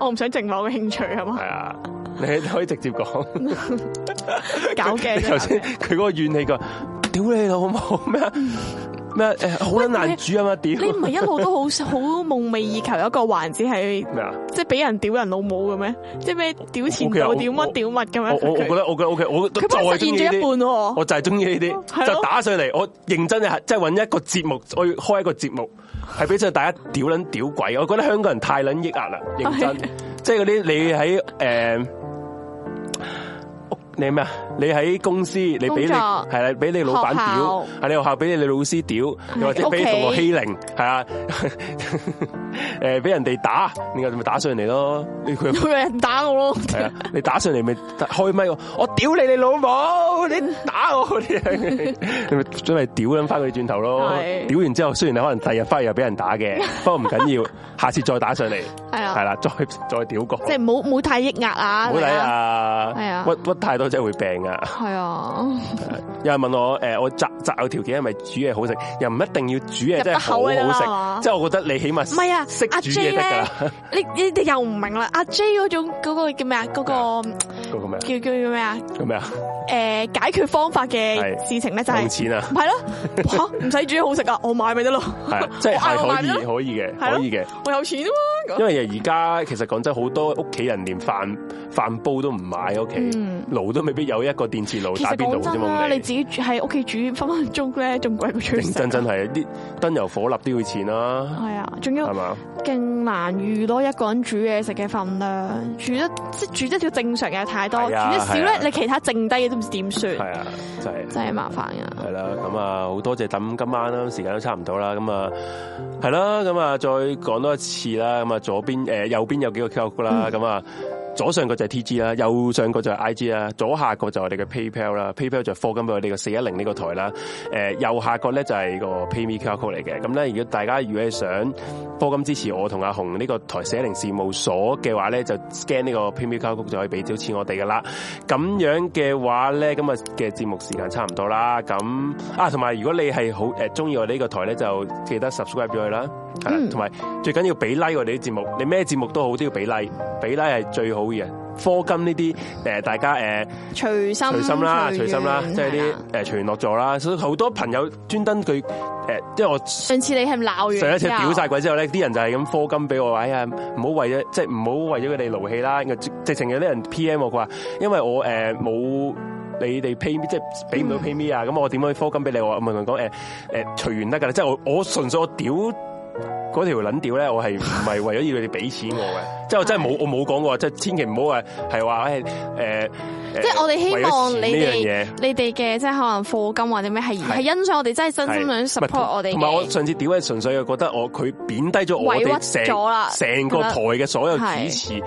S1: 我唔想淨話我嘅興趣係嘛
S2: 係，啊，你可以直接講。
S1: 搞嘅
S2: 你頭先佢嗰個怨氣個，屌你老母咩啊咩啊誒好撚難煮啊嘛！屌
S1: 你唔係一路都好好夢寐以求有一個環節係
S2: 咩啊？
S1: 即係俾人屌人老母嘅咩？即係咩屌前度、
S2: 我
S1: 屌乜屌乜咁樣？
S2: 我我我
S1: 佢
S2: 覺得我覺得 OK，我就
S1: 佢幫我
S2: 係
S1: 實現
S2: 中意
S1: 咗
S2: 呢
S1: 一半
S2: 啲。
S1: 喎。
S2: 我就係中意呢
S1: 哦係
S2: 啲，
S1: 咯
S2: 就打上嚟，我認真係即係揾一個節目，我要開一個節目，係俾上大家屌撚屌鬼。我覺得香港人太撚抑壓啦，認真
S1: 哦係，
S2: 即係嗰啲你喺誒。屋你咩啊？你喺公司，你俾
S1: 工
S2: 你系
S1: 作
S2: 啦，俾你老闆
S1: 學校嗯
S2: 屌，喺你學校俾你老師屌，又或者
S1: 屋企
S2: 俾同學欺凌，係啊， 誒俾人哋打，你咪打上嚟咯。你佢
S1: 會有人打我咯，
S2: 系啊，你打上嚟咪開咪喎，我屌你你老母，你打我嗰啲，你咪準備屌撚翻佢轉頭咯。
S1: 係
S2: 屌完之後，雖然你可能第日翻去又俾人 打嘅，不過唔緊要，下次再打上嚟，
S1: 係啦，
S2: 係啦，再再屌過，
S1: 即係唔好唔好太抑壓
S2: 唔
S1: 啊！
S2: 好睇
S1: 大
S2: 啊，
S1: 係啊
S2: 屈屈太多真係會病噶。
S1: 家，係啊，
S2: 有人問我诶，誒我擇擇偶條件係咪煮嘢好食？又唔一定要煮嘢
S1: 入
S2: 真係
S1: 得
S2: 好
S1: 口嘅啦係
S2: 好
S1: 嘛
S2: 食，即係我覺得你起碼
S1: 唔係啊
S2: 識
S1: 阿
S2: 煮嘢
S1: J
S2: 得㗎啦。
S1: 你你哋又唔明啦，阿 J 嗰種嗰個叫咩啊？嗰個
S2: 嗰個咩啊？
S1: 叫叫叫咩啊？
S2: 個咩啊？
S1: 诶，解決方法嘅
S2: 係
S1: 事情咧就
S2: 冇
S1: 係
S2: 錢啊！
S1: 唔係咯， 吓唔使煮好食啊，我買咪得咯，
S2: 係啊，即係係
S1: 我
S2: 可
S1: 嗌
S2: 以
S1: 咯
S2: 可以嘅，
S1: 係咯
S2: 可以嘅。
S1: 我有錢啊 嘛咁
S2: 因為而家其實講真，好多屋企人連飯飯煲都唔買屋企
S1: 嗯，
S2: 爐都未必有一個電磁爐
S1: 其
S2: 打
S1: 實
S2: 邊
S1: 講
S2: 爐啫
S1: 真啦，
S2: 嘛。
S1: 你自己煮喺屋企煮分分鐘咧，仲貴過出去
S2: 認
S1: 食。
S2: 真真係啲燈油火蠟都要錢啦，
S1: 係啊，仲
S2: 係
S1: 要
S2: 嘛？
S1: 勁難預咯，一個人煮嘢食嘅份量，煮得即係煮得要正常嘅太多，煮
S2: 係啊
S1: 得少
S2: 係
S1: 咧
S2: 啊，
S1: 你其他剩低嘅都唔知點算，
S2: 係啊，就係
S1: 真係麻煩啊！
S2: 係啦。咁啊，好多謝抌今晚啦，時間都差唔多啦。咁啊，係啦。咁啊，再講多一次啦。咁啊，左
S1: 嗯
S2: 邊誒、右邊有幾個 QR code 啦。咁啊。左上角就係 T G 啦，右上角就係 I G 啦，左下角就係我哋嘅 PayPal 啦，PayPal 就係課金俾我哋嘅四一零呢個台啦。誒、呃右下角咧就係個 PayMe QR code 嚟嘅。咁咧，如果大家如果係想課金支持我同阿紅呢個台四一零事務所嘅話咧，就 scan 呢個 PayMe QR code 就可以俾到錢我哋噶啦。咁樣嘅話咧，咁啊嘅節目時間差唔多啦。咁啊，同埋如果你係好誒中意我哋呢個台咧，就記得 subscribe 咗佢啦。係啦，同埋最緊要俾 like 我哋啲節目，你咩節目都好都要俾 like，俾 like 係最好嘅。科金呢啲誒，大家誒。呃
S1: 隨心啊
S2: 隨心啦，隨
S1: 隨
S2: 心啦，
S1: 緣
S2: 即係
S1: 係
S2: 啲
S1: 啦
S2: 誒隨緣落座啦。所以好多朋友專登佢誒，即係我
S1: 上次你係鬧完
S2: 上一次
S1: 之後
S2: 屌晒，鬼之後咧，啲人就係咁科金俾我話，哎呀，唔好為咗即係唔好為咗佢哋勞氣啦。啊直直情有啲人 P.M 我佢話，因為我誒冇。你哋 pay me 即係俾唔
S1: 嗯
S2: 到 pay me 啊，咁我點可以科金俾你？我咪同佢講誒誒隨緣得㗎啦，即係我我純粹我屌嗰條撚屌咧，我係唔係為咗要你哋俾錢我 嘅？即係我真係冇我冇講過，即係千祈唔好話係話誒誒，
S1: 即係我哋希望你
S2: 為咗錢呢樣嘢
S1: 哋你哋嘅即係可能課金或者咩係
S2: 係
S1: 係欣賞我哋，真係真心
S2: 係啊
S1: 想 support 我哋
S2: 同埋我
S1: 嘅。
S2: 上次屌係純粹係覺得我佢貶低咗我
S1: 委
S2: 哋
S1: 屈
S2: 成
S1: 咗啦
S2: 成個台嘅所有主持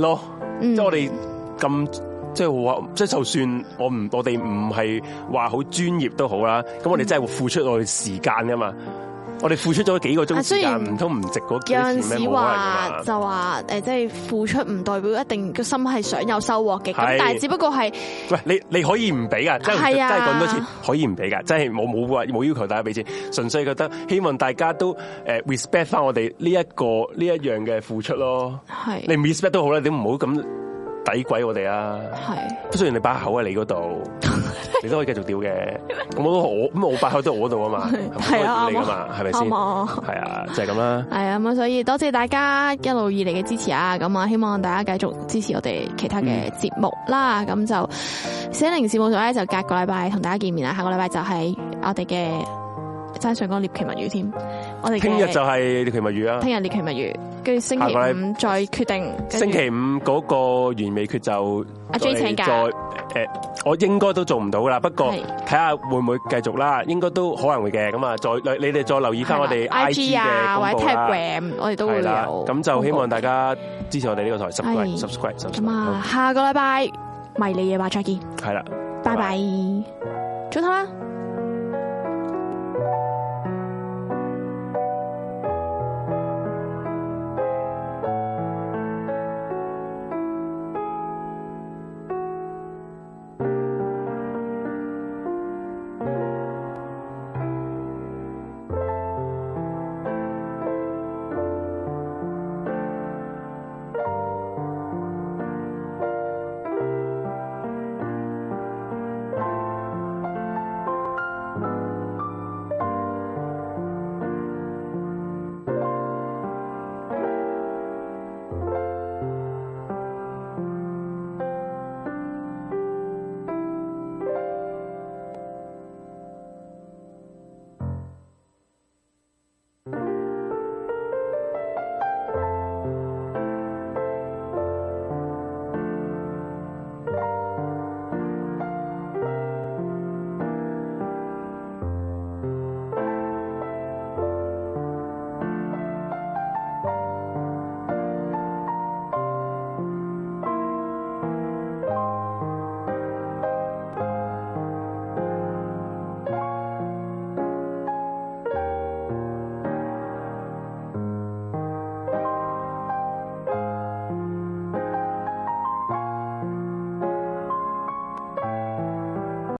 S2: 咯，
S1: 嗯
S2: 即係我哋咁即係話，即係就算我唔我哋唔係話好專業都好啦，咁
S1: 嗯
S2: 我哋真係付出我哋時間噶嘛。我哋付出咗幾個鐘
S1: 啊
S2: 時
S1: 雖
S2: 間，
S1: 然
S2: 唔通唔值嗰幾
S1: 有
S2: 錢
S1: 陣
S2: 咩？
S1: 時
S2: 冇可能
S1: 話
S2: 㗎嘛。
S1: 就話誒，即係付出唔代表一定個心係想有收穫嘅，咁
S2: 係
S1: 但係只不過係
S2: 喂，你你可以唔俾噶，真係
S1: 係
S2: 真
S1: 啊
S2: 係講多次，可以唔俾噶，真係冇冇話冇要求大家俾錢，純粹覺得希望大家都诶 respect 翻我哋呢一個呢一樣嘅付出咯。
S1: 係
S2: 你唔 respect 都好啦，你唔好咁诋鬼我哋啊！
S1: 係
S2: 雖然你把口喺你嗰 度，你都可以繼續屌嘅。咁我我咁我把口都係我度啊嘛，
S1: 係啊
S2: 係咪都係你噶嘛，係咪先？
S1: 啱啊
S2: 係啊，就係咁啦。
S1: 係啊，咁啊所以多謝大家一路以嚟嘅支持啊！咁啊，希望大家繼續支持我哋其他嘅
S2: 嗯
S1: 節目啦。咁、就寫零事務所咧，就隔個禮拜同大家見面啊啦。下個禮拜就係我哋嘅真上講獵奇物語添，我哋嘅
S2: 聽日就係獵奇物語啊，
S1: 聽日獵奇物語，跟住星期
S2: 下個禮
S1: 五再決定。跟住
S2: 星期五嗰個完美決就
S1: 阿 J 請假
S2: 再誒，我應該都做唔到啦。不過
S1: 係
S2: 睇下會唔會繼續啦，應該都可能會嘅。咁啊，再你哋再留意翻我
S1: 係
S2: 哋
S1: 啦
S2: IG 嘅
S1: 啊或者
S2: 公佈啦。
S1: Telegram，我哋都會
S2: 係
S1: 有。
S2: 啦，咁就希望大
S1: 家
S2: 家支持我哋呢個台
S1: 係
S2: subscribe subscribe
S1: 咁啊
S2: subscribe
S1: 啊，下個禮拜迷你嘢話再見，
S2: 好係啦，
S1: 拜拜，早唞啦。
S2: 拜